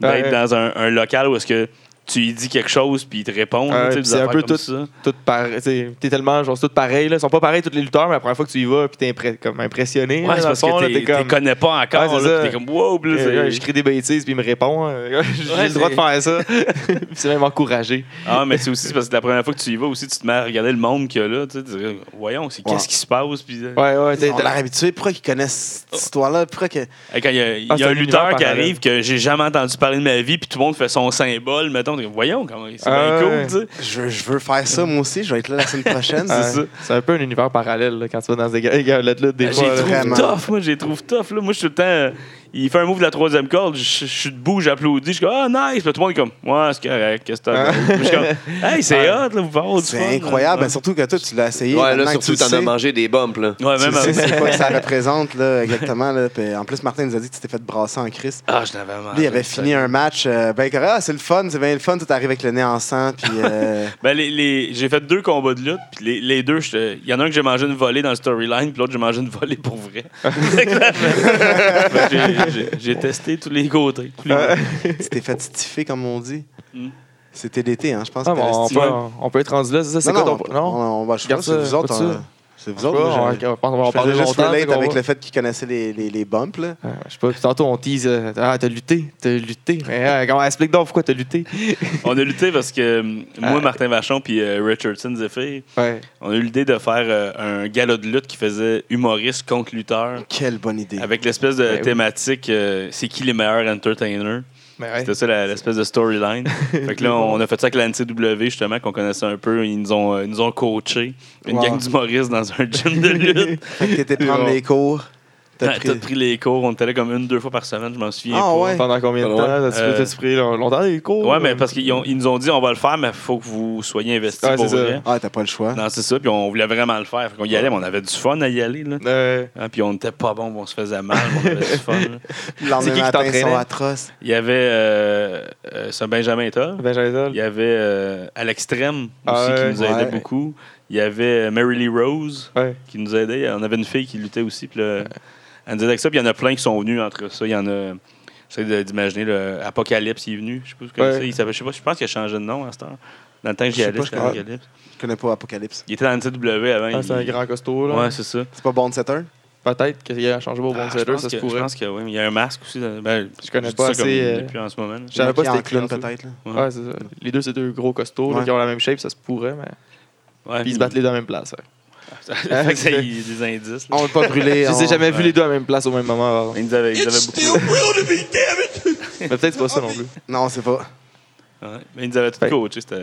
S6: d'être
S5: Ouais.
S6: dans un, un local où est-ce que tu lui dis quelque chose, puis il te
S5: Ouais,
S6: répond. tu sais,
S5: puis
S6: des
S5: c'est un
S6: affaires
S5: peu
S6: comme
S5: tout-
S6: ça.
S5: tout pareil. T'es tellement, genre, c'est tout pareil. Là. Ils sont pas pareils tous les lutteurs, mais la première fois que tu y vas, puis t'es impré- comme impressionné.
S6: Ouais,
S5: là,
S6: c'est
S5: dans le
S6: parce
S5: fond,
S6: que
S5: là,
S6: t'es-
S5: t'es
S6: t'es
S5: comme.
S6: connais pas encore,
S5: Ouais, c'est
S6: là,
S5: ça.
S6: puis t'es comme wow, puis là, c'est-
S5: euh, je crie des bêtises, puis il me répond. euh, J'ai
S6: Ouais,
S5: le droit
S6: c'est-
S5: de faire ça. Puis c'est même encouragé.
S6: Ah, mais c'est aussi c'est parce que la première fois que tu y vas aussi, tu te mets à regarder le monde qu'il y a là. Tu sais, tu dis, voyons, c'est
S4: Ouais.
S6: qu'est-ce qui se passe. Puis, euh,
S5: Ouais, ouais. t'es-
S4: On l'a habitué. Pourquoi qu'ils connaissent
S6: Oh.
S4: cette histoire-là? Pourquoi que.
S6: hey, quand il y a, il y a
S5: Ah, c'est
S6: un
S5: un univers
S6: lutteur qui
S5: parallèle.
S6: arrive que j'ai jamais entendu parler de ma vie, puis tout le monde fait son symbole, mettons, tu dis, voyons, comment c'est
S5: Ah,
S6: bien
S5: ouais.
S6: cool. tu sais.
S4: Je, veux- je veux faire ça, moi aussi. Je vais être là la semaine prochaine.
S6: Ah.
S5: Ouais.
S4: C'est ça.
S5: C'est un peu un univers parallèle là, quand tu vas dans des gars là, là, des
S6: J'ai
S5: fois. là.
S6: trouve
S4: vraiment.
S6: tough, moi, j'ai trouve tough. Là. Moi, je suis tout le temps. euh, il fait un move de la troisième corde, je, je suis debout, j'applaudis, je suis comme, ah, nice. Puis tout le monde est comme, ouais, c'est correct, qu'est-ce que t'as.
S5: Ah.
S6: Puis je suis comme, hey, c'est
S5: Ouais.
S6: hot, là, vous pouvez avoir du fun, là.
S4: C'est incroyable. Ben, surtout que toi, tu l'as essayé.
S2: ouais, là,
S4: maintenant que
S2: surtout, t'en
S4: tu
S2: as
S4: le sais.
S2: mangé des bumps, là.
S6: Ouais, Ah, même
S4: Tu sais,
S6: avec-
S4: c'est quoi que ça représente, là, exactement. Là. Puis, en plus, Martin nous a dit que tu t'es fait brasser en crise.
S6: Ah, je l'avais marre.
S4: Lui, il avait fini un match. euh, ben, correct, ah, c'est le fun, c'est bien le fun. Tout arrive avec le nez en sang. Puis, euh,
S6: Ben, les, les- j'ai fait deux combats de lutte, puis les, les deux, j'étais- il y en a un que j'ai mangé une volée dans le storyline, puis l'autre, j'ai mangé une volée pour vrai. Ben, j'ai- j'ai- j'ai testé tous les côtés. tous les côtés.
S4: tu t'es fait stiffé, comme on dit.
S6: Mm.
S4: C'était l'été, hein, je pense.
S5: Ah,
S4: que
S5: mais
S4: t'avais
S5: on,
S4: stiffé.
S5: peut, on peut être rendu là, c'est ça? C'est
S4: non,
S5: quoi ton.
S4: non, on, on- bah, je
S5: Garde
S4: pense que c'est
S5: ça,
S4: vous autres.
S5: pas de ça.
S4: hein. C'est vous
S5: Je sais
S4: autres.
S5: pas,
S4: moi, je-
S5: on, on va en
S4: je faisais
S5: parler
S4: juste
S5: longtemps.
S4: relate
S5: là, qu'on
S4: avec
S5: va-
S4: le fait qu'ils connaissaient les, les, les bumps. Là.
S5: Ouais, je sais pas, puis tantôt on tease, euh, ah, t'as lutté, t'as lutté. Mais euh, comment explique donc pourquoi t'as lutté?
S6: On a lutté parce que euh, moi,
S5: Ah.
S6: Martin Vachon, puis euh, Richardson Zephyr,
S5: Ouais.
S6: on a eu l'idée de faire euh, un gala de lutte qui faisait humoriste contre lutteur,
S4: Ah, Quelle bonne idée.
S6: avec l'espèce de
S5: Ben oui.
S6: thématique euh, c'est qui les meilleurs entertainers.
S5: Mais ouais.
S6: C'était ça la- l'espèce de storyline. fait que là, on a fait ça avec la NCW, justement, qu'on connaissait un peu. Ils nous ont, euh, ils nous ont coachés. Une
S4: Wow.
S6: gang d'humoristes dans un gym de lutte.
S4: Fait que t'étais
S5: C'est
S4: prendre
S5: bon.
S4: les cours. T'as
S6: T'as
S4: pris-
S6: Ah, t'as pris les cours, on était allé comme une, deux fois par semaine, je m'en souviens
S4: Ah
S6: pas.
S4: ouais?
S5: Pendant combien de temps?
S2: Ouais.
S5: T'as-tu
S6: Euh,
S5: t'as-tu pris long- longtemps les cours? euh,
S6: Ouais, mais parce qu'ils ont- ils nous ont dit on va le faire, mais il faut que vous soyez investis
S5: Ouais,
S6: pour
S5: c'est ça.
S6: vrai.
S4: Ah, t'as pas le choix.
S6: Non, c'est ça, puis on voulait vraiment le faire. Fait qu'on y allait, mais on avait du fun à y aller. Là.
S5: Euh,
S6: Hein, puis on était pas bon, mais on se faisait mal, mais on avait du fun. là.
S4: Le lendemain
S5: qui qui
S4: matin, ils sont
S5: t'entraînait?
S4: atroces.
S6: Il y avait euh, euh, Sir Benjamin Toll.
S5: Benjamin Zoll.
S6: Il y avait euh, Alex Trem aussi
S5: Ah ouais,
S6: qui nous aidait
S4: ouais.
S6: beaucoup. Il y avait euh, Mary Lee Rose
S5: Ouais.
S6: qui nous aidait. On avait une fille qui luttait aussi. Puis là, elle nous aidait avec ça. Puis il y en a plein qui sont venus entre ça. Il y en a. J'essaie de- d'imaginer le Apocalypse, il est venu. Je sais pas si vous connaissez.
S5: Ouais.
S6: Il s'appelle- je sais pas, je pense qu'il a changé de nom à ce temps. Dans le temps que
S4: Je
S6: j'y
S4: sais
S6: allais,
S4: pas,
S6: c'était
S4: je connais.
S6: Apocalypse.
S4: Je connais pas Apocalypse.
S6: Il était dans le TW avant.
S5: Ah, c'est un
S6: il-
S5: grand costaud, là.
S6: Ouais, c'est ça.
S4: C'est pas Bond Setter?
S5: Peut-être qu'il a changé au bon
S6: Ah, je
S5: setter,
S6: pense
S5: ça se
S6: que-
S5: pourrait.
S6: Je pense que oui. mais Il y a un masque aussi. dans- ben,
S5: Je connais
S6: dis
S5: pas
S6: ça comme
S5: assez, euh,
S6: Depuis en ce moment. là.
S5: Je savais pas
S4: Qui en
S5: c'était
S4: clown,
S5: qui, en tout.
S4: peut-être. là.
S6: Ouais.
S5: Ouais, c'est ça. Les deux, c'est deux gros costauds là,
S4: Ouais.
S5: qui ont la même shape, ça se pourrait, mais.
S6: Ouais,
S5: Puis ils se battent les deux à la même place. ouais.
S6: Ça fait que ça, il y a des indices. là.
S4: On veut pas brûler.
S5: Je
S4: on-
S5: les ai jamais vus
S6: ouais.
S5: les deux à la même place au même moment avant.
S6: Ils nous avaient, ils nous avaient beaucoup.
S5: Mais peut-être c'est pas ça non plus.
S4: Non, c'est pas.
S6: Ouais, mais ils nous avaient tout
S5: Fait-
S6: coaché, c'était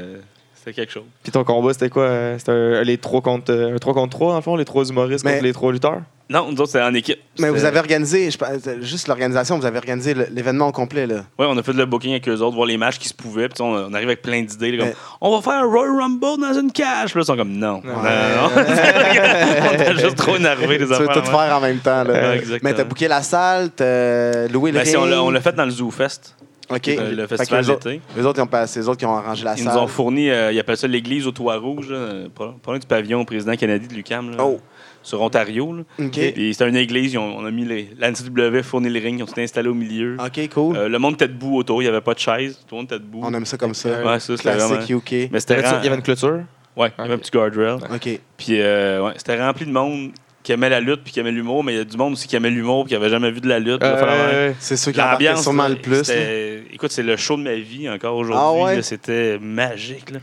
S6: c'était quelque chose.
S5: Puis ton combat, c'était quoi euh, C'était un- les 3 contre euh, un 3 contre 3 dans le fond, les 3 humoristes
S4: Mais-
S5: contre les 3 lutteurs
S6: Non, nous autres, c'était en équipe.
S4: Mais
S6: C'était-
S4: vous avez organisé, je pense- euh, juste l'organisation, vous avez organisé le- l'événement au complet, là.
S6: Ouais, on a fait le booking avec eux autres, voir les matchs qui se pouvaient. Puis tu sais, on, on arrive avec plein d'idées. là, comme,
S4: Mais-
S6: On va faire un Royal Rumble dans une cage. Puis là, ils sont comme non.
S5: Ouais.
S6: Non, non, non. on était juste trop énervés, les
S4: tu veux
S6: affaires.
S4: tout
S6: ouais.
S4: faire en même temps, là.
S6: Ouais, exactement.
S4: Mais t'as booké la salle, t'as loué le
S6: Ben, si, on l'a- on
S4: ring.
S6: l'a fait dans le Zoo Fest,
S4: OK.
S6: euh, le
S4: Fait
S6: festival
S4: qu'eux autres-
S6: d'été.
S4: Eux autres, ils ont pas- c'est eux autres qui ont arrangé la
S6: Ils nous
S4: salle.
S6: ont fourni, euh, ils appellent ça l'église au toit rouge, là, euh, pas pas loin du pavillon au président canadien de l'UCAM,
S4: Oh.
S6: sur Ontario. là.
S4: OK.
S6: Puis c'était une église, ils ont- on a mis les. L'ANCW fourni les rings, ils ont tout installé au milieu.
S4: OK, cool.
S6: Euh, le monde était debout autour, il n'y avait pas de chaise, tout le monde était debout.
S4: on aime ça comme ça.
S6: Ouais, ça, c'était vraiment-
S4: Classique UK.
S6: Mais
S5: Il y
S6: c'était
S5: avait
S6: rem-
S5: il y avait une clôture.
S6: Ouais, il y avait un petit guardrail.
S4: OK.
S6: Puis euh, ouais, c'était rempli de monde qui aimait la lutte puis qui aimait l'humour, mais il y a du monde aussi qui aimait l'humour puis qui avait jamais vu de la lutte.
S5: Euh,
S6: là, fallait avoir-
S4: C'est ceux qui embarquaient
S6: L'ambiance,
S4: sûrement
S6: là,
S4: le plus. là.
S6: c'était- écoute, c'est le show de ma vie encore
S4: Ah
S6: aujourd'hui.
S4: ouais?
S6: là, C'était magique. Là.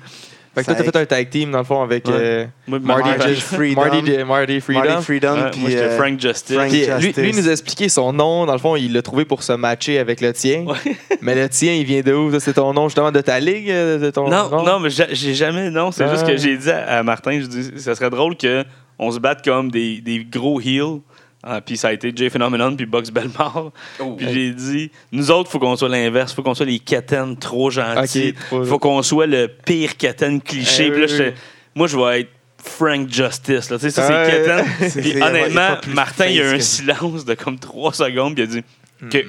S5: Fait que toi,
S4: Ça
S5: t'as fait un tag team dans le fond avec
S4: Ouais.
S5: euh,
S6: Moi,
S5: Marty
S6: ma-
S4: Marty
S5: Freedom.
S4: Freedom.
S5: Marty, Marty Freedom.
S4: Marty Freedom,
S6: Ouais,
S4: puis,
S6: moi, j'étais
S4: euh,
S6: Frank Justice.
S4: Frank-
S5: Puis, euh, lui,
S4: Justice.
S5: lui nous a expliqué son nom. Dans le fond, il l'a trouvé pour se matcher avec le tien.
S6: Ouais.
S5: Mais le tien, il vient de où Ça, C'est ton nom justement de ta ligue euh, de ton
S6: Non,
S5: nom?
S6: non, mais j'a- j'ai jamais. Non, c'est
S5: Ah.
S6: juste
S4: Euh.
S6: que j'ai dit à, à Martin, je dis, ça serait drôle que on se batte comme des, des gros heels. Ah, puis ça a été Jay Phenomenon puis Box Belmore. Puis j'ai dit, nous autres, faut qu'on soit l'inverse. Faut qu'on soit les catènes trop gentils.
S5: Ok, trop-
S6: Faut qu'on soit le pire catène cliché.
S5: Eh
S6: Puis là,
S5: oui,
S6: j'étais-
S5: oui.
S6: moi, je vais être Frank Justice. Là. Tu sais, ça,
S5: Ouais.
S6: c'est catène.
S4: C'est-
S6: Puis
S4: c'est- il est
S6: honnêtement,
S4: pas plus
S6: Martin, il y a eu
S4: face
S6: un
S4: que-
S6: silence de comme trois secondes. Puis il a dit, OK,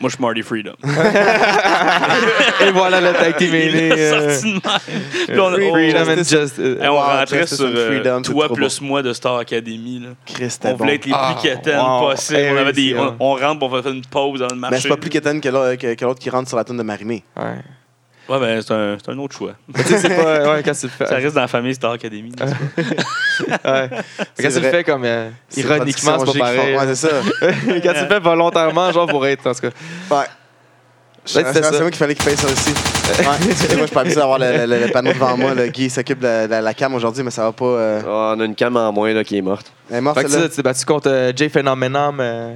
S6: moi, je suis Marty Freedom.
S5: Et voilà le tag team est
S6: Il
S5: né.
S6: l'a
S5: euh,
S6: sorti de même. Puis on- Oh, on-
S5: Freedom and
S4: Justice.
S5: Justice.
S6: Hey, on
S4: Wow,
S6: rentrait
S4: Justice
S6: sur
S4: and
S6: euh,
S4: Freedom, c'est
S6: toi
S4: trop
S6: plus moi de Star Academy. Là.
S4: Christ, c'était
S6: On
S4: bon.
S6: voulait être les
S5: Ah,
S6: plus quétaines
S5: wow.
S6: possible.
S5: Eh
S6: on,
S5: oui,
S6: avait des,
S5: c'est
S6: on,
S5: vrai.
S6: on rentre pour faire une pause dans le marché.
S4: Mais c'est pas plus quétaine que l'autre que- que l'autre qui rentre sur la toune de Marimé.
S5: Ouais.
S6: Ouais, ben, c'est un, c'est un autre choix.
S5: Mais tu sais, c'est pas. Ouais, quand tu le fais.
S6: Ça reste dans la famille Star Academy. n'est-ce pas?
S5: Ouais. Quand tu le
S4: vrai.
S5: fais comme. euh, ironiquement, c'est pas pareil.
S4: Ouais, c'est ça.
S5: quand tu le fais volontairement, genre pour être. En tout cas.
S4: Ouais. C'est
S5: c'était ça.
S4: moi qu'il fallait qu'il paye ça aussi. Ouais, excusez-moi, je suis pas habitué d'avoir le, le- le panneau devant moi. Là. Guy s'occupe de la, la- la cam aujourd'hui, mais ça va pas. euh,
S2: Ah, on a une cam en moins là, qui est morte.
S4: Elle est morte,
S5: Fait que
S4: là
S5: ça, tu t'es battu contre euh, Jay Phenomenon. euh,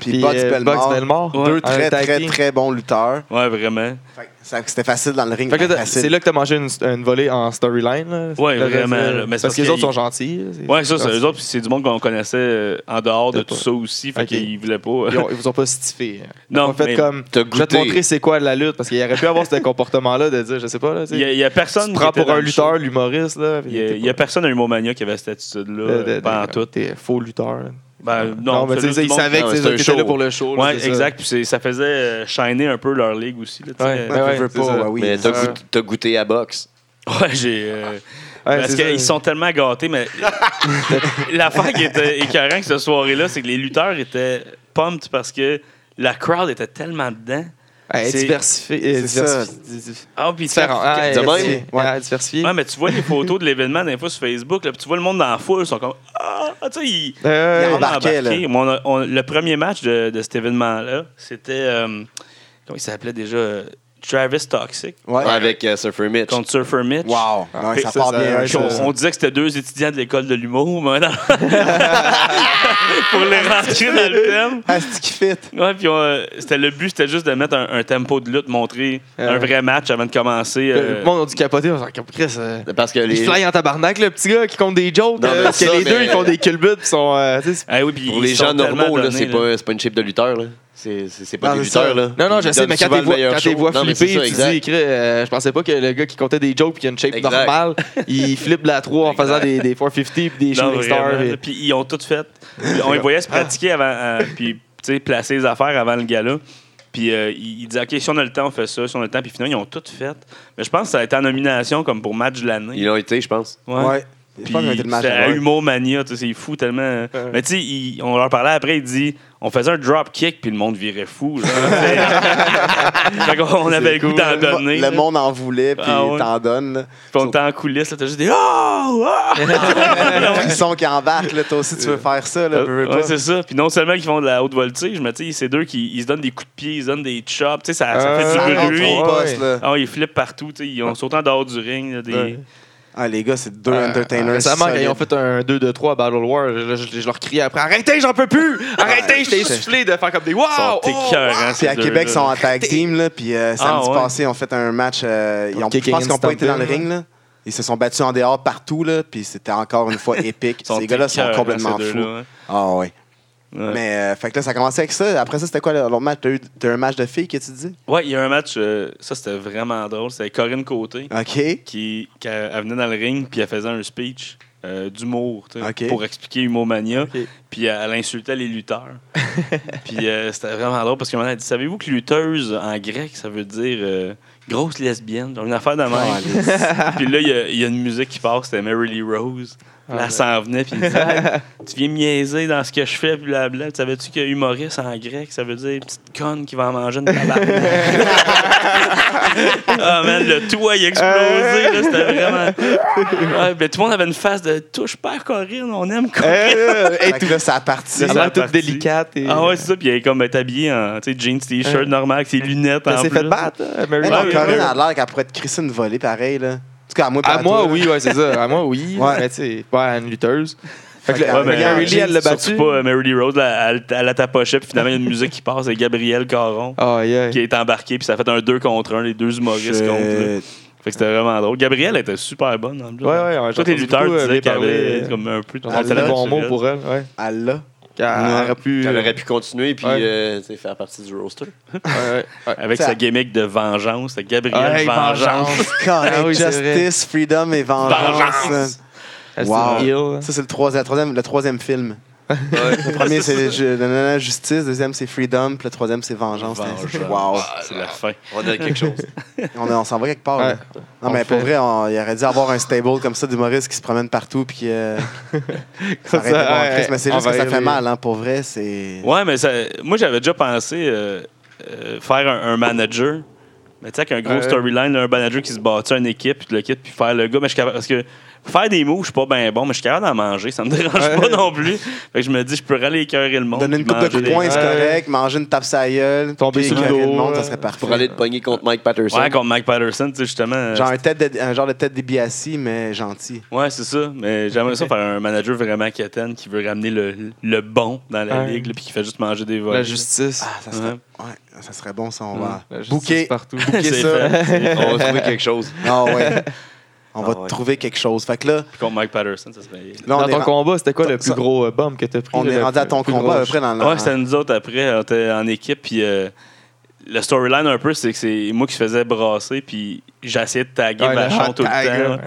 S4: Puis Bugs
S5: euh,
S4: Belmore.
S5: Bugs Belmore.
S6: Ouais.
S4: Deux
S5: en
S4: très,
S5: tag
S4: très,
S5: team.
S4: très bons lutteurs.
S6: Ouais, vraiment.
S4: Fait que ça- C'était facile dans le ring.
S5: Fait que là, t'as-
S4: facile.
S5: c'est là que t'as mangé une, une volée en storyline. là.
S6: Ouais,
S5: Le reste,
S6: vraiment,
S5: euh,
S6: là. Mais
S5: parce
S6: c'est parce
S5: que les
S6: que
S5: autres
S6: il-
S5: sont gentils. c'est-
S6: Ouais, ça, c'est, eux autres, c'est du monde qu'on connaissait euh, en dehors de
S5: Peut-être
S6: tout
S5: pas.
S6: ça aussi. Fait
S5: Ok.
S6: qu'ils voulaient pas.
S5: Ils, ont- ils vous ont pas stiffé. hein.
S6: Non,
S5: Ils ont fait
S6: mais
S5: comme.
S2: t'as
S5: Je vais te
S2: goûté.
S5: montrer c'est quoi la lutte. Parce qu'il aurait pu avoir ce comportement-là de dire, je sais pas, là. tu sais,
S6: Il y a, il y a
S5: tu te
S6: personne. qui
S5: prends
S6: était
S5: pour
S6: dans
S5: un
S6: le show.
S5: lutteur, l'humoriste, là. puis
S6: Il y a,
S5: t'es
S6: il y a
S5: pas-
S6: personne à Humomania qui avait cette attitude-là.
S5: de- de-
S6: euh, Pas en
S5: de-
S6: tout.
S5: T'es faux lutteur. là.
S6: Ben,
S5: Non,
S6: non,
S5: mais tu
S6: celui-là,
S5: sais, ils
S6: tout le monde-
S5: savaient
S2: Ah,
S5: que
S2: ouais,
S5: c'était
S2: c'est un
S5: là
S2: show.
S5: pour le show. là,
S6: Ouais,
S5: c'est ça.
S6: exact. Puis c'est- ça faisait euh, shiner un peu leur ligue aussi. Là, tu sais.
S5: Ouais.
S4: Ouais, je veux
S5: c'est ça.
S4: pas, ouais, oui.
S2: mais t'as
S5: ça.
S2: goûté, t'as goûté à boxe.
S6: Ouais, j'ai. euh,
S5: Ouais,
S6: parce
S5: c'est ça.
S6: qu'ils sont tellement gâtés, mais l'affaire qui était écœurante que cette soirée-là, c'est que les lutteurs étaient pumped parce que la crowd était tellement dedans.
S5: Ouais,
S6: c'est-
S5: diversifié. euh,
S4: c'est ça.
S5: diversifi- di- di-
S6: Ah, puis
S5: Différent.
S6: quand-
S5: Ah,
S2: De même?
S5: diversifié.
S4: Ouais.
S5: Ouais, diversifié.
S6: Ouais, mais tu vois les photos de l'événement des fois sur Facebook, là, puis tu vois le monde dans la foule, ils sont comme ah, tu sais, ils,
S5: Euh,
S6: ils en ont
S4: embarquaient,
S6: embarqué. Mais on a- on- le premier match de, de cet événement-là, c'était euh, comment il s'appelait déjà euh, Travis Toxic
S4: Ouais.
S2: Avec euh, Surfer Mitch.
S6: contre Surfer Mitch.
S4: Wow. Ouais, ça
S6: Ça,
S4: part
S5: ça,
S4: bien. hein,
S5: ouais,
S4: ça.
S6: Qu'on- on, disait que c'était deux étudiants de l'école de l'humour, mais non. pour les rentrer dans le thème.
S4: Ah, c'est qui fit.
S6: Ouais, puis on- c'était le but, c'était juste de mettre un, un tempo de lutte, montrer
S5: Euh.
S6: un vrai match avant de commencer. euh,
S5: Le monde a dû capoter. On s'en Chris. euh,
S2: Parce que
S5: Il
S2: les.
S5: fly en tabarnak, le petit gars qui compte des jokes.
S2: Non,
S5: euh,
S2: mais
S5: parce que
S2: ça,
S5: les deux,
S2: mais-
S5: ils font des culbutes. Ils sont. euh, tu sais,
S6: ah oui, puis
S2: Pour
S6: ils
S2: les
S6: sont
S2: gens
S6: tellement
S2: normaux, là,
S6: donnés,
S2: c'est
S6: là.
S2: pas, c'est pas une chip de lutteur. là. C'est c'est- c'est pas
S4: Non,
S2: des
S4: c'est ça.
S2: lutteurs. Là.
S5: non, non, je
S2: Ils
S5: sais,
S2: donnent
S5: mais quand
S2: souvent
S5: t'es
S2: le
S5: vois,
S2: meilleur
S5: quand t'es
S2: show.
S5: vois
S2: Non, mais
S5: flipper,
S2: c'est ça,
S5: tu
S2: exact.
S5: dis, Chris, euh, je pensais pas que le gars qui comptait des jokes puis qui a une shape
S2: Exact.
S5: normale, il flippe de la 3 en faisant des, des 450 puis des
S6: Non,
S5: shooting stars.
S6: vraiment,
S5: puis-
S6: là. Puis ils ont tout fait. Puis on les voyait
S4: Ah.
S6: se pratiquer avant, euh, puis tu sais, placer les affaires avant le gala. Puis euh, ils ils disaient, OK, si on a le temps, on fait ça, si on a le temps. Puis finalement, ils ont tout fait. Mais je pense que ça a été en nomination comme pour match de l'année.
S2: Ils l'ont été, je pense.
S6: Ouais.
S4: Ouais. Je
S6: Puis
S4: pense qu'on a été le match.
S6: c'est à
S4: ouais.
S6: Humour Mania, tu sais, c'est fou tellement. Mais tu sais, il- on leur parlait après, il dit on faisait un drop kick, puis le monde virait fou. là. fait qu'on avait le goût d'en donner.
S4: Le
S6: là.
S4: monde en voulait, puis
S6: Ah ouais.
S4: t'en donnes. là.
S6: Puis on était en coulisses, là, t'as juste des Oh! Ah!
S4: Ils sont qui embarquent, là, toi aussi, tu veux faire ça, là, veux, veux
S6: Euh, Ouais,
S4: pas.
S6: c'est ça. Puis non seulement ils font de la haute voltige, mais tu sais, c'est deux qui ils se donnent des coups de pied, ils se donnent des chops, tu sais, ça, ça
S5: Ah,
S6: fait
S4: Ça
S6: du
S5: ouais.
S4: rentre
S6: bruit.
S4: au poste, là.
S6: Ah, ils flippent partout, tu sais, ils ont sauté en dehors du ring. là, des...
S5: Ouais.
S4: Ah, les gars, c'est deux
S5: Euh,
S4: entertainers.
S5: Récemment, quand ils ont
S4: solides.
S5: fait un 2 de 3 Battle War, je, je- je leur criais après Arrêtez, j'en peux plus Arrêtez, j'étais essoufflé de faire comme des Wow!
S6: Ils sont
S5: oh,
S6: écœurants, ces
S4: Puis à
S6: deux-là.
S4: Québec, ils sont en tag team, là, puis euh, samedi
S6: ouais.
S4: passé, ils ont fait un match. euh, ils ont, je
S5: Kicking
S4: pense qu'ils n'ont
S5: and
S4: pas été dans le
S5: stomping,
S4: ring, là. Ils se sont battus en dehors partout, là, puis c'était encore une fois épique.
S6: Ils sont
S4: Ces gars-là sont
S6: écœurants,
S4: complètement
S6: ces
S4: fous.
S6: deux-là, ouais.
S4: Ah, ouais.
S6: Ouais.
S4: Mais, euh, fait que là, ça commençait avec ça. Après ça, c'était quoi leur match? T'as eu t'as eu un match de filles que tu dis?
S6: Ouais, il y a un match, euh, ça c'était vraiment drôle, c'était Corinne Côté
S4: OK.
S6: qui, qui- elle venait dans le ring puis elle faisait un speech euh, d'humour tu sais,
S4: Ok.
S6: pour expliquer Humormania. Puis elle, elle insultait les lutteurs. puis euh, c'était vraiment drôle parce qu'à un moment, elle dit Savez-vous que lutteuse en grec, ça veut dire euh, grosse lesbienne Genre une affaire de même. puis là, il y a- il y, a une musique qui passe, c'était Mary Lee Rose. Puis là,
S5: Ah,
S6: elle s'en venait, puis elle disait Hey, Tu viens me niaiser dans ce que je fais, puis blabla. Tu Savais-tu que humoriste en grec, ça veut dire petite conne qui va en manger une tabarnak Ah, man, le toit, il a explosé, là, c'était vraiment. Ouais, ben, tout le monde avait une face de touche pas à Corinne, on aime Corinne.
S5: Euh,
S4: Fait
S5: hey,
S4: que
S5: tout-
S4: là, ça a parti.
S5: Ça a l'air tout
S6: parti.
S5: délicate. Et...
S6: Ah ouais, c'est ça. Puis elle est comme ben, habillée en tu sais, jeans, t-shirt
S5: Ouais.
S6: normal, avec ses lunettes.
S5: Ben, Elle
S6: en
S5: s'est
S6: plus.
S5: fait battre, hein, Mary
S4: Mais
S6: Ouais,
S4: non,
S6: ouais,
S4: Corinne
S6: ouais.
S4: a l'air qu'elle pourrait être crissée une volée, pareil, là. En tout cas, à moi, pas
S5: À moi,
S4: toi, là.
S5: oui, ouais, c'est ça. À moi, oui.
S4: Ouais.
S5: Mais tu sais, pas à une lutteuse. Fait que
S4: Fait que,
S5: le-
S6: Ouais, mais-
S5: Mary Lee, elle l'a
S6: Surtout
S5: battu.
S6: pas euh, Mary Lee Rose, là, elle, elle la tapochait, puis finalement, il y a une musique qui passe, c'est Gabriel Caron
S5: Oh, yeah.
S6: qui est embarqué, puis ça fait un 2 contre 1, les deux humoristes
S4: Je-
S6: contre. là. Fait que c'était vraiment drôle. Gabriel était super bonne dans le jeu.
S5: Ouais, ouais, ouais, j'ai
S6: Tous les
S5: entendu
S6: lutteurs
S5: beaucoup, euh,
S6: disaient
S5: les
S6: qu'elle
S5: parler,
S6: avait
S5: euh,
S6: comme un peu de
S5: On a
S4: Elle
S5: le
S4: l'a,
S5: bon
S6: naturel.
S5: mot pour elle, ouais.
S4: Elle l'a.
S5: Elle aurait pu.
S2: Elle
S5: euh,
S2: aurait pu continuer puis
S5: Ouais.
S2: euh, tu sais, faire partie du roster.
S5: ouais, ouais, ouais.
S6: Avec
S4: Ça-
S6: sa gimmick de vengeance, c'était Gabriel
S5: Ouais,
S6: Vengeance.
S5: Ah oui, c'est vrai.
S4: Justice, Freedom et Vengeance.
S6: Vengeance.
S5: Elle, c'est
S4: Wow.
S5: une heel.
S4: Ça, c'est le troisième, la troisième- le troisième film. Le premier, c'est ju- la- la- la Justice. Le deuxième, c'est Freedom. Puis le troisième, c'est Vengeance.
S6: Vengeance.
S4: Wow.
S6: Ah, C'est la fin.
S2: On a quelque chose.
S4: On, est- on s'en va quelque part.
S5: Ouais.
S4: là.
S5: On
S4: Non, mais
S5: le
S4: pour
S5: fait.
S4: vrai, on- il aurait dû avoir un stable comme ça d'humoristes qui se promènent partout. Puis euh, ça Ah, aurait été
S5: Ça,
S4: bon,
S5: ouais,
S4: Chris, Mais c'est juste que ça
S5: envahir
S4: fait
S5: les-
S4: mal. Hein, pour vrai, c'est.
S6: Ouais, mais ça, moi, j'avais déjà pensé euh, euh, faire un, un manager. Mais tu sais, avec un gros
S5: Ouais.
S6: storyline, là, un manager qui se battait une équipe, puis le kit, puis faire le gars. Mais je suis capable- parce que faire des moves, je suis pas bien bon, mais je suis capable d'en manger. Ça me dérange
S5: Ouais.
S6: pas non plus. Fait que je me dis, je peux aller écœurer le monde.
S4: Donner une
S6: puis
S4: coupe de
S6: manger
S4: coups de
S6: des-
S4: poing, c'est
S5: Ouais.
S4: correct. Manger une tape sa gueule.
S5: Tomber
S4: puis
S5: sur le
S4: écœurer
S5: dos,
S4: monde,
S5: ouais.
S4: ça serait parfait.
S2: Pour aller te pogner contre Mike Patterson.
S6: Ouais, contre Mike Patterson, tu sais, justement.
S4: Genre
S6: euh,
S4: un, tête de- un genre de tête DiBiase, mais gentil.
S6: Ouais, c'est ça. Mais j'aimerais ça faire un manager vraiment quétaine qui veut ramener le, le bon dans la
S5: Ouais.
S6: ligue, là, puis qui fait juste manger des vols.
S5: La justice.
S4: Ah, ça serait, ouais, ça serait bon
S2: Mm.
S4: ça, on va
S5: La justice
S4: bouquer.
S5: partout.
S4: bouquer
S6: C'est
S4: ça.
S6: fait. C'est fait.
S2: On va trouver quelque chose.
S4: Ah ouais. On va
S2: Ah ouais.
S4: trouver quelque chose. Fait que là,
S6: Puis contre Mike Patterson, ça serait.
S4: là, on,
S5: Dans
S4: est,
S5: ton
S4: ren-
S5: combat, c'était quoi le
S4: Ça-
S5: plus gros euh, bomb que t'as pris?
S4: on
S5: le
S4: est rendu à
S5: plus-
S4: ton
S5: plus
S4: combat
S5: gros-
S4: à peu près dans le.
S6: Ah Ouais, c'était nous autres après, on était en équipe, puis euh, le storyline un peu, c'est que c'est moi qui se faisais brasser, puis j'essayais de taguer
S5: Ouais, le
S6: Vachon
S5: hot
S6: tout le
S5: tag,
S6: temps.
S5: là.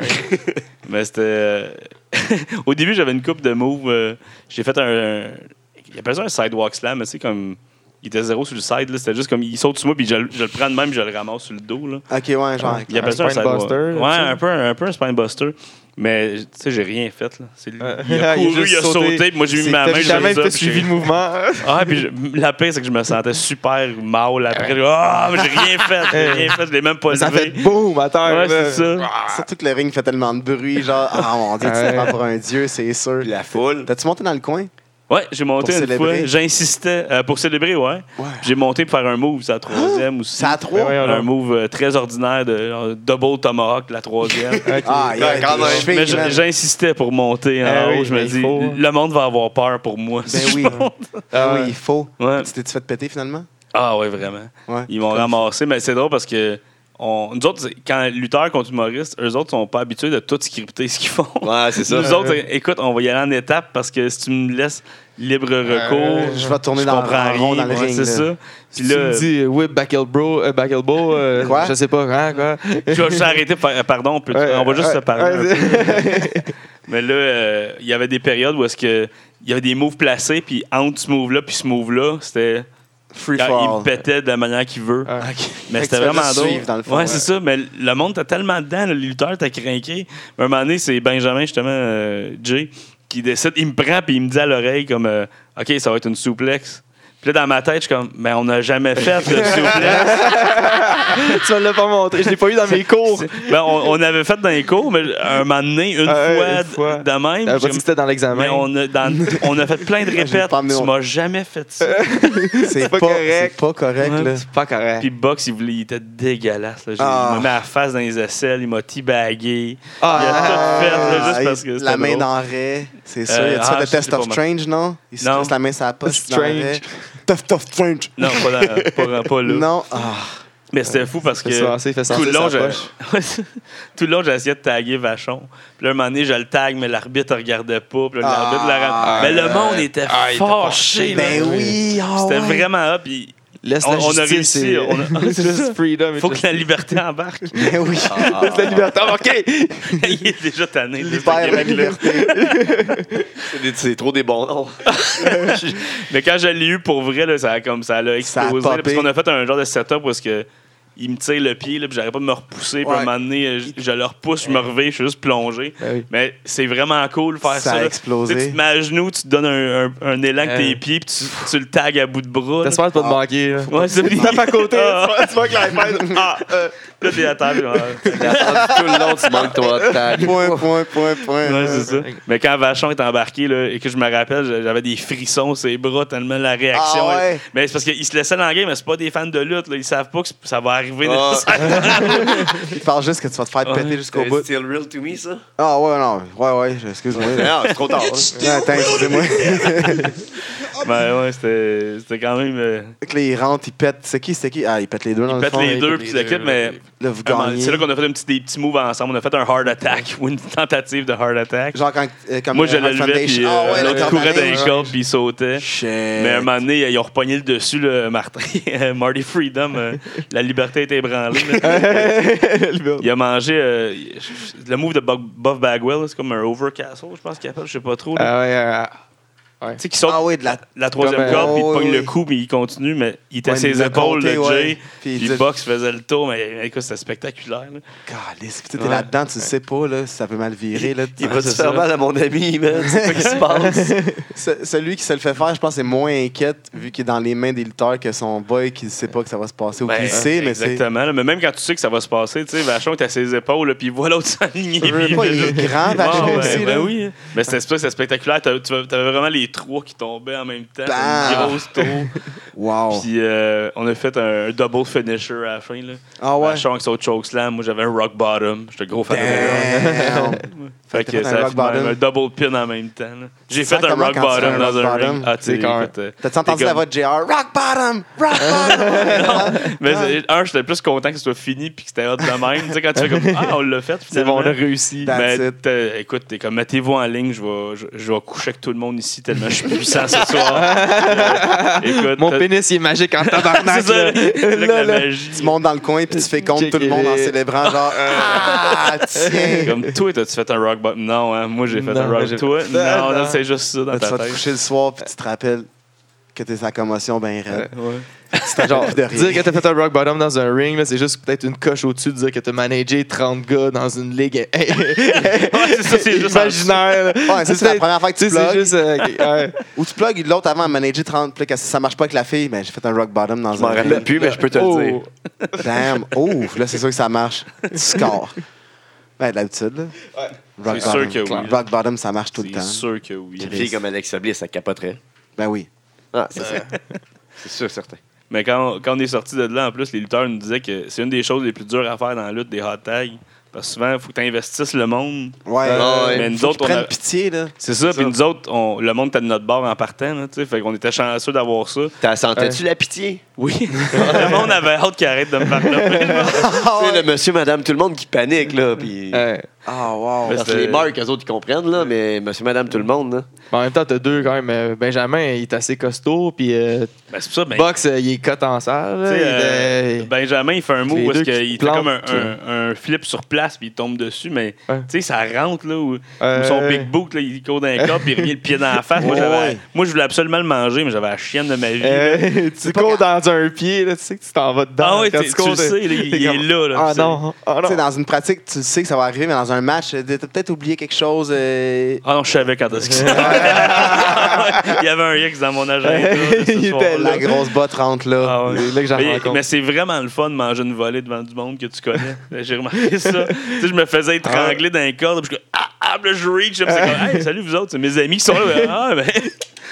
S6: Mais c'était. euh, Au début, j'avais une coupe de moves. euh, J'ai fait un. Il appelle ça un sidewalk slam, mais c'est comme. Il était zéro sur le side, là, c'était juste comme il saute sur moi, puis je, le- je le prends de même, je le ramasse sur le dos. Là.
S4: Ok, ouais, genre.
S6: Il appelle ça un
S5: spinebuster,
S6: sidewalk.
S5: là,
S6: Ouais,
S5: tu sais.
S6: un peu, un peu un spinebuster. Mais tu sais, j'ai rien fait. Là. C'est lui. Il a
S5: Ouais. Il a
S6: couru,
S5: juste
S6: il a sauté,
S5: sauté.
S6: puis moi j'ai mis
S5: C'est-
S6: ma main,
S5: t'as
S6: j'ai
S5: jamais
S6: fait ça,
S5: fait
S6: puis
S5: suivi
S6: j'ai-
S5: le mouvement.
S6: ah, puis je- la pire, c'est que je me sentais super mal après. Ah, mais j'ai rien fait, j'ai rien fait, je l'ai même pas
S5: Ça fait
S6: levé.
S5: boum à terre. là.
S6: Ouais, c'est ça.
S4: Surtout que le ring ah, fait tellement de bruit, genre, ah mon dieu, tu te prends pour un dieu, c'est sûr.
S2: La foule.
S4: T'as-tu monté dans le coin?
S6: Ouais, j'ai monté
S4: Pour
S6: une
S4: célébrer.
S6: fois. J'insistais euh, pour célébrer, ouais.
S4: Ouais.
S6: J'ai monté pour faire un move, c'est la troisième aussi.
S4: C'est à trois?
S5: Ben ouais.
S6: un move euh, très ordinaire de genre, double tomahawk, la troisième.
S4: Ah, il y
S2: Ouais,
S4: a
S2: quand
S4: des
S2: même.
S4: chevilles,
S6: Mais je-
S4: man.
S6: j'insistais pour monter en
S5: Eh oui,
S6: haut. Je me
S5: mais il
S6: dis,
S5: faut.
S6: le monde va avoir peur pour moi. si
S4: Ben
S6: je
S4: oui.
S6: monte.
S4: Ah oui,
S5: ouais.
S4: il faut.
S6: Ouais.
S4: Tu t'es-tu fait péter finalement?
S6: Ah ouais, vraiment.
S4: Ouais.
S6: Ils m'ont ramassé, mais c'est drôle parce que on, nous autres, c'est- quand lutteur contre humoriste, eux autres sont pas habitués de tout scripter ce qu'ils font.
S2: Ouais, c'est ça.
S6: Nous autres, écoute, on va y aller en étape parce que si tu me laisses libre recours,
S4: Euh, Je vais tourner
S6: je
S4: dans,
S6: comprends
S4: en rond dans
S6: rien.
S4: le
S6: ouais,
S4: ring.
S6: c'est
S4: là.
S6: ça.
S5: Si
S6: Puis là,
S5: tu me dis euh, whip back elbow, euh, back elbow euh,
S4: Quoi?
S5: je sais pas, hein, quoi.
S6: tu vas juste arrêter. de faire- Pardon, on, peut-
S5: Ouais,
S6: on va juste
S5: ouais,
S6: se parler.
S5: ouais,
S6: un peu. Mais là, euh, il y avait des périodes où est-ce que il y avait des moves placés, puis entre ce move-là puis ce move-là, c'était
S4: Free
S6: il me
S4: fall.
S6: pétait de la manière qu'il veut.
S5: Ah.
S6: Mais
S4: Fait que
S6: c'était
S4: tu fais
S6: vraiment
S4: juste
S6: drôle.
S4: suivre, dans le fond,
S6: ouais,
S4: ouais.
S6: c'est ça. Mais le monde t'a tellement dedans, là, le lutteur t'a craqué. Mais À un moment donné, c'est Benjamin, justement, euh, Jay, qui décide, il me prend puis il me dit à l'oreille comme euh, OK, ça va être une souplex. Puis là, dans ma tête, je suis comme Mais on n'a jamais fait de souplex.
S5: tu me l'as pas montré, je l'ai pas eu dans mes cours.
S6: Ben, on, on avait fait dans les cours, mais à un moment donné, une,
S5: Ah,
S6: fois,
S5: ouais, une fois.
S6: de même.
S5: T'avais pas
S6: j'ai
S5: dit
S6: comme,
S5: que c'était dans l'examen.
S6: mais on a, dans- on a fait plein de répètes.
S4: pas amené
S6: Tu
S4: mon-
S6: m'as jamais fait ça.
S4: C'est pas,
S5: correct.
S4: c'est pas correct.
S6: Ouais.
S4: là.
S5: C'est pas correct.
S6: Puis Box, il, voulait- il était dégueulasse. là. J'ai-
S4: Ah.
S6: Il m'a mis la face dans les aisselles, il m'a tibagué.
S5: Ah,
S6: il a tout fait, là, juste
S4: Ah,
S6: parce que
S4: il-
S6: c'était
S4: La main
S6: drôle.
S4: dans Ray, c'est sûr.
S6: Euh,
S4: Il y a-tu
S6: ah,
S4: le
S6: je
S4: Test
S6: sais
S4: of
S6: pas,
S4: Strange, non? Il se
S6: Non.
S4: laisse la main sur la poche.
S5: Strange.
S4: Tough, tough, Strange.
S6: Non, pas, dans- pas, dans- pas là.
S4: Non. Ah,
S6: Mais c'était fou parce que
S5: Fait se lancer, fait se
S6: tout le
S5: lancer
S6: long,
S5: sa
S6: je-
S5: poche.
S6: tout le long, j'essayais de taguer Vachon. Puis là, un moment donné, je le tag, mais l'arbitre ne regardait pas. Puis là,
S4: Ah.
S6: l'arbitre la ra- Mais le monde était
S5: Ah, il était
S6: fâché. là.
S4: ben oui. ah
S6: C'était
S4: ouais.
S6: vraiment hop. Il
S5: Laisse
S6: on-
S5: la
S6: on a
S5: justice
S6: réussi,
S5: et-
S6: on a-
S5: C'est ça. freedom et
S6: faut
S5: tout.
S6: que la liberté embarque.
S4: Ben oui.
S5: Laisse la liberté. Ah, OK!
S6: il est déjà tanné. de ce
S4: Libère la
S6: Québec-là.
S4: liberté.
S2: C'est des- C'est trop des bons noms.
S6: Mais quand je l'ai eu pour vrai, là, ça a comme ça l'a
S4: Ça a
S6: explosé. là,
S4: popé.
S6: parce qu'on a fait un genre de setup où est-ce que il me tire le pied, là, puis j'arrête pas de me repousser. Puis à un
S4: Ouais.
S6: moment donné, euh, je, je le repousse, je me reviens, je suis juste plongé.
S5: Ben oui.
S6: Mais c'est vraiment cool faire ça.
S4: Ça a
S6: là.
S4: explosé.
S6: Tu sais, tu te mets à genoux, tu te donnes un, un- un élan avec
S5: Ouais.
S6: tes pieds, puis tu, tu le tags à bout de bras. là.
S5: T'espères pas te manquer. là.
S6: Ouais, c'est
S5: Tape à côté.
S6: Ah,
S5: tu vois que l'iPad.
S6: ah, euh, là, t'es à table. ouais.
S2: Tout le long, tu manques toi. Tag.
S4: Point, point, point, point.
S6: Ouais, c'est ça. Mais quand Vachon est embarqué là, et que je me rappelle, j'avais des frissons sur les bras tellement la réaction.
S4: Ah ouais.
S6: elle- Mais c'est parce qu'ils se laissaient languer, mais c'est pas des fans de lutte. Là. Ils savent pas que c'est- ça va arriver
S2: Ah.
S6: nécessairement.
S4: Il parle juste que tu vas te faire péter jusqu'au bout.
S2: still real to me, ça?
S4: Ah ouais, non. Ouais, ouais, je- excuse-moi.
S2: Non, c'est trop tard. hein.
S4: Non, attends, excusez-moi.
S6: Ben ouais, c'était c'était quand même. euh,
S4: Fait que là, il rentre, il pète. C'est qui, c'est qui? Ah, il pète les deux dans le
S6: ils pètent
S4: fond.
S6: les deux,
S5: les
S6: puis le
S5: deux,
S6: kit, mais
S4: Là, vous
S6: à un moment donné,
S4: gagnez.
S6: c'est là qu'on a fait un petit- des petits moves ensemble. On a fait un hard attack ou une tentative de hard attack.
S4: Genre quand, euh, comme
S6: Moi,
S4: euh,
S6: je le
S4: Hard
S6: levais,
S4: Foundation.
S6: puis euh,
S4: Ah ouais,
S6: l'autre
S4: le Hard
S6: courait dans les
S4: Foundation.
S6: cordes, puis il sautait.
S4: Oh, Shit.
S6: Mais à un moment donné, ils ont repogné le dessus, le Martin. Marty Freedom, euh, la liberté a été ébranlée. là. il a mangé euh, le move de Bob- Buff Bagwell, c'est comme un overcastle, je pense qu'il appelle, je sais pas trop. là.
S5: Ah, ouais, euh,
S6: tu sais, qui saute
S4: Ah oui, de la.
S6: la troisième
S5: Comme, euh,
S6: corde, puis il
S4: oh,
S6: pogne
S4: oui.
S6: le coup, puis il continue, mais il était à
S4: Ouais,
S6: ses
S4: il l'a
S6: épaules,
S4: compté,
S6: le
S4: ouais.
S6: Jay.
S4: Puis il
S6: Puis
S4: dit-
S6: Box faisait le tour, mais écoute, c'était spectaculaire. là.
S4: Calice. Puis t'es
S6: Ouais.
S4: là-dedans, tu le sais pas, là, ça peut mal virer. Là.
S2: Il va te
S6: c'est
S2: faire
S6: ça.
S2: mal à mon ami, man. C'est quoi qui se passe?
S4: Ce- celui qui se le fait faire, je pense, c'est moins inquiète, vu qu'il est dans les mains des lutteurs que son boy qui ne sait pas que ça va se passer. Ou qui le
S6: Ben,
S4: sait, mais c'est.
S6: Exactement. là. Mais même quand tu sais que ça va se passer, tu sais, Vachon est à ses épaules, là, puis il voit l'autre s'aligner.
S4: Je veux
S6: puis
S4: pas,
S6: fait
S4: il est
S6: juste-
S4: grand, Vachon,
S6: Bon, ben,
S4: aussi,
S6: ben
S4: là.
S6: oui. hein. Mais c'était ça, c'était spectaculaire. T'avais tu avais vraiment les trois qui tombaient en même temps.
S4: Bam!
S6: Une grosse tour.
S4: Wow.
S6: Puis euh, on a fait un, un double finisher à la fin. Là.
S4: Ah ouais.
S6: Vachon avec son chokeslam. Moi, j'avais un rock bottom. J'étais gros fan de
S4: Damn.
S6: Fait
S4: T'as
S6: que
S4: fait
S6: ça
S4: un
S6: a
S4: rock
S6: fini même
S4: bottom.
S6: un double pin en même temps. là. J'ai fait un
S4: Exactement
S6: rock
S4: quand tu fais
S6: bottom
S4: un
S6: dans
S4: rock
S6: un ring.
S4: bottom.
S6: Ah, tu sais,
S5: C'est quand-
S6: écoute, euh,
S4: T'as-tu entendu
S6: t'es
S4: la
S6: comme-
S4: voix de JR? Rock bottom! Rock bottom!
S6: Mais c'est- un, j'étais plus content que ce soit fini puis que c'était hot de même. tu sais, quand tu fais comme Ah, on l'a fait.
S5: C'est bon, on a
S6: finalement.
S5: réussi.
S4: That's
S6: Mais
S4: it.
S6: t'es- écoute, t'es comme mettez-vous en ligne, je vais, je, je vais coucher avec tout le monde ici tellement je suis puissant ce soir. écoute,
S5: Mon
S6: t'as-
S5: pénis, il est magique en
S6: c'est
S5: tabarnak.
S6: ça,
S5: là.
S6: c'est là que
S5: Là,
S6: la
S5: là.
S6: magie.
S4: tu montes dans le coin puis tu fais compte tout le monde en célébrant, genre Ah, tiens!
S6: Comme toi, t'as-tu fait un rock bottom? Non, hein, moi j'ai fait
S5: Non,
S6: un rock
S5: j'ai-
S6: toi. Non,
S5: Non.
S6: non, c'est juste ça
S4: Là,
S6: dans
S4: tu
S6: ta
S4: vas te
S6: tête.
S4: coucher le soir puis tu te rappelles que t'es sa commotion ben raide.
S5: C'est genre,
S4: plus de rien.
S5: dire que t'as fait un rock bottom dans un ring, là, c'est juste peut-être une coche au-dessus de dire que t'as managé 30 gars dans une ligue
S6: Ouais, c'est ça, c'est juste en dessous.
S5: imaginaire. là.
S4: Ouais, ça, c'est la première fois que tu
S5: Tu sais, c'est
S4: plugues.
S5: juste. euh, ok, ouais.
S4: Ou tu plugues l'autre avant à manager 30 puis là, que ça marche pas avec la fille, ben j'ai fait un rock bottom dans
S2: Je m'en
S4: un
S2: rappelle
S4: ring.
S2: plus, mais je peux te
S5: Oh.
S2: le dire.
S4: Damn! Ouf! Là, c'est sûr que ça marche. Tu scores. Ben, d'habitude, là.
S5: Ouais.
S4: Rock
S6: C'est sûr
S4: bottom.
S6: que oui.
S4: Rock bottom, ça marche tout le
S6: C'est
S4: temps.
S6: sûr que oui.
S2: Une fille comme Alexa Bliss, ça capoterait.
S4: Ben oui.
S2: Ah, c'est sûr. C'est sûr, certain.
S6: Mais quand, quand on est sorti de là, en plus, les lutteurs nous disaient que c'est une des choses les plus dures à faire dans la lutte des hot tags. Parce que souvent, il faut que tu investisses le monde.
S4: Ouais.
S2: Ah, ouais.
S6: Mais nous
S4: Faut
S6: autres,
S4: qu'ils
S6: on
S4: prennent
S6: a-
S4: pitié, là.
S6: C'est ça, puis nous autres, on- le monde était de notre bord en partant. Là, tu sais. fait qu'on était chanceux d'avoir ça.
S2: T'as sentais-tu la pitié?
S6: Oui. le monde avait hâte qu'il arrête de me parler.
S4: Ah,
S2: Tu sais,
S4: ouais.
S2: le monsieur, madame, tout le monde qui panique, là. Puis.
S5: Ouais.
S4: Ah, wow.
S6: Mais
S2: Parce que
S6: c'est-
S2: les marques, eux autres, ils comprennent, là, mais monsieur, madame, tout le monde, là.
S5: Mais en même temps, t'as deux quand même. Euh, Benjamin, il est assez costaud, puis euh,
S6: Ben, c'est pour ça, ben,
S5: Box, euh, il est cote en salle. là.
S6: tu sais, euh,
S5: Il est-
S6: Benjamin, il fait un mot
S5: les
S6: où est-ce
S5: deux qui se
S6: qu'il fait
S5: plantent,
S6: comme un,
S5: euh.
S6: un- un flip sur place, puis il tombe dessus, mais
S5: Ouais.
S6: tu sais, ça rentre, là, où, où
S5: Euh,
S6: son big boot, là, il court dans les corps, puis il remet le pied dans la face. Moi, j'avais-
S4: Ouais.
S6: moi, je voulais absolument le manger, mais j'avais la chienne de ma vie. là.
S5: Euh, tu cours dans un pied, là, tu sais que tu t'en vas dedans.
S6: Ah ouais,
S5: quand
S6: tu tu le
S5: cours, t'es-
S6: sais, là, il
S5: t'es
S6: il est
S5: comme,
S6: là. là
S5: Ah
S6: tu sais.
S5: non, ah
S4: Tu sais,
S5: non.
S4: dans une pratique, tu le sais que ça va arriver, mais dans un match, euh, t'as peut-être oublié quelque chose. euh,
S6: Ah non, je savais quand est-ce que ça. Il y avait un X dans mon agenda. là, ce
S5: Il était
S6: soir-là.
S4: La grosse botte rentre, là.
S6: Ah ouais.
S5: C'est là que j'en
S6: Mais,
S5: rencontre.
S6: mais c'est vraiment le fun de manger une volée devant du monde que tu connais. J'ai remarqué ça. tu sais, je me faisais étrangler dans les cordes. Puis je suis comme, ah, ah, puis là, je reach. Puis c'est
S5: Ah.
S6: comme, hey, salut, vous autres, c'est mes amis qui sont là. Ben, ah, ben.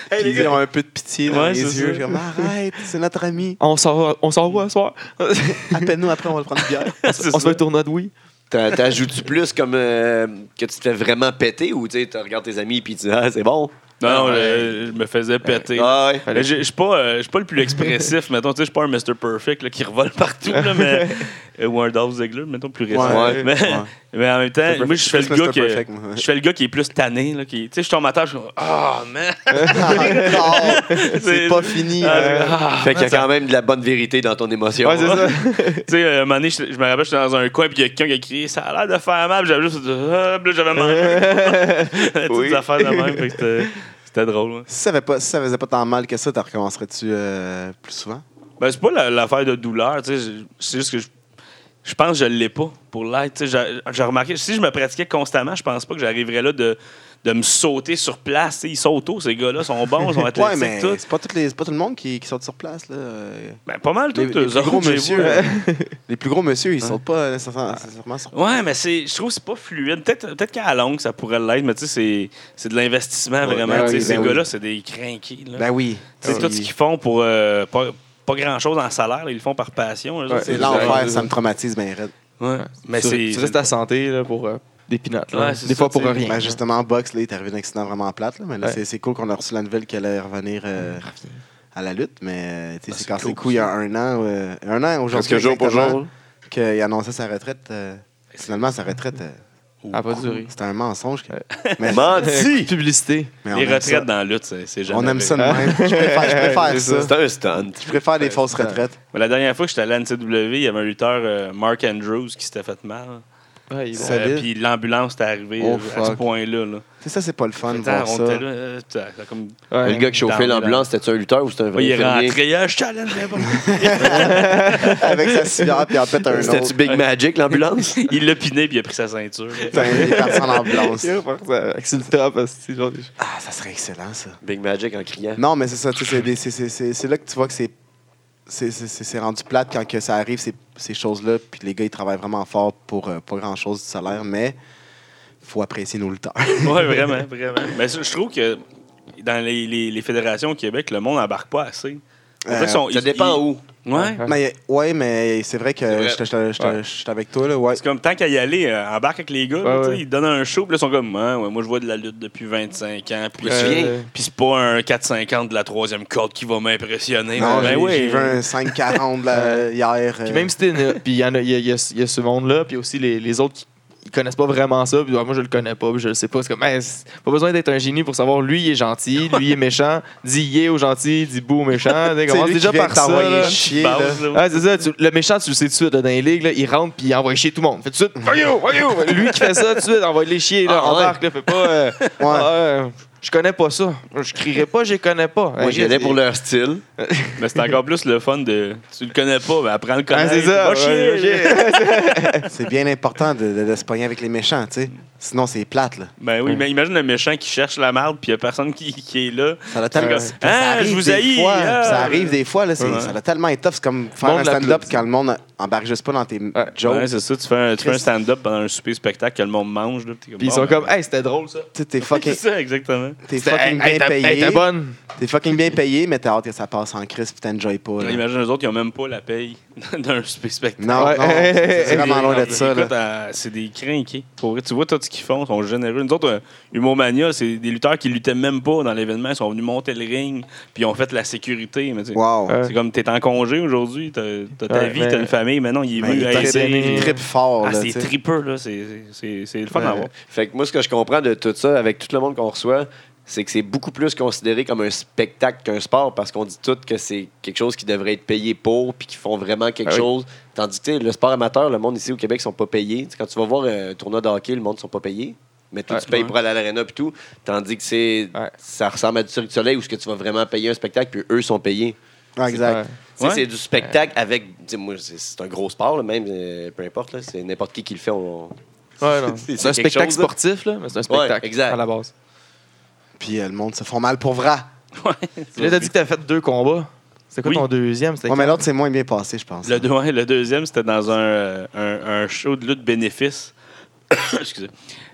S4: Puis ils ont un peu de pitié dans
S6: Ouais,
S4: les
S6: c'est
S4: yeux.
S6: ça.
S4: Comme, arrête, c'est notre ami.
S5: On s'en on s'en va ce soir.
S4: Appelle-nous après, on va le prendre une bière.
S6: C'est
S5: on
S6: ça.
S5: se fait un tournoi de oui.
S2: T'en- T'en joues-tu plus comme euh, que tu te fais vraiment péter ou tu sais, tu regardes tes amis puis tu dis ah c'est bon.
S6: Non, non,
S5: Ah.
S6: je, je me faisais péter.
S2: Ah ouais.
S6: Mais Je je suis pas, euh, je suis pas le plus expressif, mettons. Tu sais, je suis pas un Mr. Perfect là, qui revole partout, là, mais, euh, ou un Dolph Ziggler, mettons, plus récent.
S2: Ouais.
S6: Mais,
S4: Ouais.
S6: mais en même temps,
S4: Perfect.
S6: moi, je fais
S4: Plus
S6: le gars
S4: Mr.
S6: qui,
S4: Perfect, moi, ouais.
S6: je fais le gars qui est plus tanné, là, qui, tu sais, je tombe à terre, je suis comme, ah, man.
S4: Ah, non, c'est pas fini.
S6: Ah, c'est-
S4: euh.
S6: ah,
S2: Fait qu'il y a quand même de la bonne vérité dans ton émotion.
S5: Ouais, c'est ça.
S6: tu sais, euh, un moment donné, je je me rappelle, j'étais dans un coin, puis il y a quelqu'un qui a crié Ça a l'air de faire mal, Puis j'avais juste. Ah, puis là, j'avais mangé. Toutes
S5: Oui.
S6: les affaires de même, fait que c'était- c'était drôle. ouais.
S4: Si ça, fait pas, si ça faisait pas tant mal que ça, t'en recommencerais-tu euh, plus souvent?
S6: Ben, c'est pas la- l'affaire de douleur, tu sais, je- c'est juste que je. Je pense que je l'ai pas pour l'être. tu sais, J'ai j'ai remarqué, si je me pratiquais constamment, je pense pas que j'arriverais là de, de me sauter sur place. tu sais. Ils sautent haut, ces gars-là. Ils sont bons, ils sont athlétiques,
S4: Ouais, mais
S6: tout.
S4: c'est pas, toutes les- c'est pas tout le monde qui, qui saute sur place. Là. euh.
S6: Ben, pas mal, tout.
S4: Les, les plus gros
S6: monsieur.
S4: monsieur, les plus gros monsieur, ils sautent pas nécessairement, nécessairement sur
S6: Ouais, mais c'est, je trouve que c'est pas fluide. Peut-être peut qu'à la longue, ça pourrait l'être, mais tu sais, c'est, c'est de l'investissement
S4: Ouais,
S6: vraiment.
S4: ben
S6: tu sais,
S4: oui,
S6: ces
S4: ben
S6: gars-là,
S4: oui.
S6: c'est des crinqués. Là.
S4: Ben oui.
S6: Tu sais,
S4: Ah
S6: tout
S4: oui.
S6: ce qu'ils font pour euh, pas, pas grand-chose en salaire, là, ils le font par passion. eux
S5: Ouais,
S6: autres.
S4: C'est
S5: c'est
S4: l'enfer,
S5: vrai.
S4: ça me traumatise ben, bien raide.
S6: Ouais. Mais
S5: tu,
S6: c'est.
S5: tu restes à santé là, pour euh, des pinottes. là.
S6: Ouais,
S5: des
S6: c'est ça,
S5: fois pour
S6: tu sais.
S5: rien.
S4: Ben justement, Box, là, il est arrivé un accident vraiment plate. Là, mais là,
S5: Ouais.
S4: c'est- c'est cool qu'on a reçu la nouvelle qu'elle allait revenir euh, à la lutte. Mais euh, tu sais,
S6: Ah,
S4: c'est
S6: c'est
S4: cassé le
S6: cool,
S4: coup il y a un an, euh, un an
S2: Parce
S4: aujourd'hui.
S2: que jour pour
S4: exactement,
S2: jour.
S4: Qu'il annonçait sa retraite. euh, finalement, sa retraite, euh,
S5: Ça a pas duré.
S4: c'était un mensonge. que-
S5: Ouais.
S4: Mais,
S2: Menti!
S5: Publicité.
S4: mais on
S6: les
S4: aime
S6: retraites
S4: ça.
S6: dans la lutte, c'est, c'est jamais
S4: On aime
S6: vrai.
S4: ça de même. Je préfère, je préfère ça.
S2: C'est un stunt.
S4: Je préfère des fausses retraites.
S6: Mais la dernière fois que j'étais allé à NCW, il y avait un lutteur, euh, Mark Andrews, qui s'était fait mal.
S5: Ouais, ils vont-
S4: Salut.
S6: Euh, Puis l'ambulance était arrivée
S5: Oh,
S6: euh, à ce
S5: fuck.
S6: point-là. là.
S4: C'est ça, c'est pas le fun de
S6: Attends,
S4: voir
S6: on
S4: ça.
S6: était là, euh, putain, ça comme-
S5: Ouais.
S2: Le gars qui chauffait l'ambulance, c'était un lutteur ou c'était un vrai
S6: il est
S2: infirmier?
S6: rentré, euh, je challenge n'importe
S4: Avec sa civière, puis en fait, un
S2: C'était-tu
S4: autre.
S2: Big Magic, l'ambulance?
S6: Il l'a piné puis il a pris sa ceinture.
S4: Putain, il est parti en ambulance.
S5: Il part, euh, Avec sur le top, euh, c'est genre des-
S4: Ah, ça serait excellent, ça.
S2: Big Magic en criant.
S4: Non, mais c'est ça, tu sais, c'est des- c'est- c'est c'est- c'est là que tu vois que c'est. C'est c'est- c'est rendu plate quand que ça arrive, ces, ces choses-là. Puis les gars, ils travaillent vraiment fort pour euh, pas grand-chose du salaire, mais faut apprécier nos lutteurs.
S6: Oui, vraiment, vraiment. Mais ça, je trouve que dans les, les- les fédérations au Québec, le monde n'embarque pas assez. En fait,
S4: Euh,
S6: ils sont-
S2: Ça
S6: ils-
S2: dépend
S6: ils-
S2: où.
S6: Ouais.
S4: mais, ouais, mais c'est vrai que
S2: vrai.
S4: je te- je te- je te-
S5: Ouais.
S4: je suis avec toi, là. Ouais.
S6: C'est comme tant qu'à y aller, euh, embarque avec les gars. là,
S5: Ouais,
S6: tu sais,
S5: ouais.
S6: Ils donnent un show, puis là, ils sont comme, Ah, ouais, moi, je vois de la lutte depuis 25 ans. Puis
S2: Je me souviens.
S5: Euh,
S6: puis c'est pas un 4,50 de la troisième corde qui va m'impressionner.
S4: Non,
S6: Ben
S4: j'ai
S6: oui.
S4: j'ai vu un 5,40 là, hier.
S5: Puis
S4: euh,
S5: même si t'es né- puis il y, en a- il y a- il y a- il y a ce monde-là, puis aussi les, les autres qui ils connaissent pas vraiment ça, puis ouais, moi je le connais pas, puis je le sais pas. C'est comme, Hey, c'est pas besoin d'être un génie pour savoir lui il est gentil, lui il est méchant, dis yé au gentil, dis bou au méchant. Tu sais,
S4: tu sais,
S5: commence
S4: lui
S5: déjà
S4: qui vient
S5: par ça.
S4: t'envoyer
S5: là.
S4: chier, là.
S6: Base, là.
S5: Ah, c'est ça, tu- le méchant, tu le sais tout de suite, là, dans les ligues, là, il rentre puis il envoie chier tout le monde. Fait tout de suite, voyons, voyons! Lui qui fait ça, tout de suite, envoie les chier, là,
S2: Ah, ouais.
S5: embarque, là, fais pas. euh, Ah,
S4: Ouais.
S5: euh, je connais pas ça. Je crierai pas, je les connais pas.
S2: Moi, j'y allais pour leur style.
S6: Mais c'est encore plus le fun de. Tu le connais pas, mais apprends à
S5: Ah,
S6: le connaître.
S5: c'est ça.
S6: Va
S5: ouais,
S6: chier,
S5: ouais,
S6: là.
S5: ouais.
S4: C'est bien important de, de, de se pogner avec les méchants, tu sais. Sinon, c'est plate, là.
S6: Ben oui, mais imagine le méchant qui cherche la marde, puis il y a personne qui, qui est là.
S4: Ça l'a tellement.
S6: comme,
S4: ça
S6: Ah,
S4: arrive
S6: je vous
S4: des
S6: haïs,
S4: fois,
S6: ah.
S4: Ça arrive des fois, là, c'est-
S6: Ouais.
S4: ça l'a tellement étoffé. C'est comme faire
S5: Monde
S4: un stand-up
S5: l'applaudit.
S4: quand le monde embarque juste pas dans tes jokes.
S6: Ouais, c'est ça, tu fais un, tu fais un
S4: Chris.
S6: stand-up pendant un souper spectacle que le monde mange. Là, puis t'es
S5: Puis ils
S6: bon,
S5: sont
S6: ben,
S5: comme, hey, c'était drôle ça.
S4: Tu sais, T'es
S6: C'est
S4: fucking,
S6: ça, exactement.
S4: t'es
S5: C'était-
S4: fucking
S5: hey, hey,
S4: bien
S5: t'as- hey,
S4: payé.
S5: t'es bonne.
S4: T'es fucking bien payé, mais t'as hâte que ça passe en crise puis t'enjoy pas. là.
S6: Imagine, eux autres, ils n'ont même pas la paye d'un souper spectacle.
S4: Non,
S5: Ouais.
S4: non, c'est c'est vraiment loin de
S6: Écoute,
S4: ça. là.
S6: euh, c'est des crinqués. Pour vrai, tu vois tout ce qu'ils font, ils sont généreux. Nous autres, euh, Humormania, c'est des lutteurs qui luttaient même pas dans l'événement. Ils sont venus monter le ring, puis ils ont fait la sécurité. Mais tu sais,
S4: Wow.
S5: Ouais.
S6: C'est comme t'es en congé aujourd'hui, t'as t'as ta
S5: Ouais,
S6: vie,
S5: mais-
S6: t'as une famille, mais non, il est
S4: Mais
S6: venu
S4: Ben, il
S6: hey,
S4: trippe-
S6: c'est-
S4: il trippe fort.
S6: Ah,
S4: là,
S6: c'est
S4: tu sais.
S6: trippeux, là. C'est- C'est c'est le fun
S4: Ouais.
S6: à voir.
S2: Fait que moi, ce que je comprends de tout ça, avec tout le monde qu'on reçoit, c'est que c'est beaucoup plus considéré comme un spectacle qu'un sport parce qu'on dit tout que c'est quelque chose qui devrait être payé pour puis qu'ils font vraiment quelque
S5: Ah oui.
S2: chose. Tandis que tu sais, le sport amateur, le monde ici au Québec, sont pas payés. Tu sais, quand tu vas voir un tournoi de hockey, le monde sont pas payés. Mais toi,
S5: Ouais.
S2: tu payes pour aller à l'aréna et tout. Tandis que c'est
S5: Ouais.
S2: ça ressemble à du Cirque du Soleil où ce que tu vas vraiment payer un spectacle puis eux sont payés.
S4: Ouais, exact.
S2: Tu sais,
S6: Ouais.
S2: C'est du spectacle avec. tu sais, moi, C'est c'est un gros sport, là, même, euh, peu importe. là, C'est n'importe qui qui le fait. on-
S5: Ouais, ouais, non.
S2: C'est-
S5: C'est un
S2: c'est quelque
S5: spectacle
S2: chose, là.
S5: sportif, là, mais c'est un spectacle
S2: exact.
S5: à la base.
S4: Puis euh, le monde se font mal pour vrai.
S5: Puis là, t'as dit que t'as fait deux combats. C'était quoi
S6: Oui.
S5: ton deuxième? C'était
S4: Ouais,
S5: quand?
S4: mais l'autre, c'est moins bien passé, je pense.
S6: Le, deux- ouais, le deuxième, c'était dans un, euh, un, un show de lutte bénéfice. Excusez.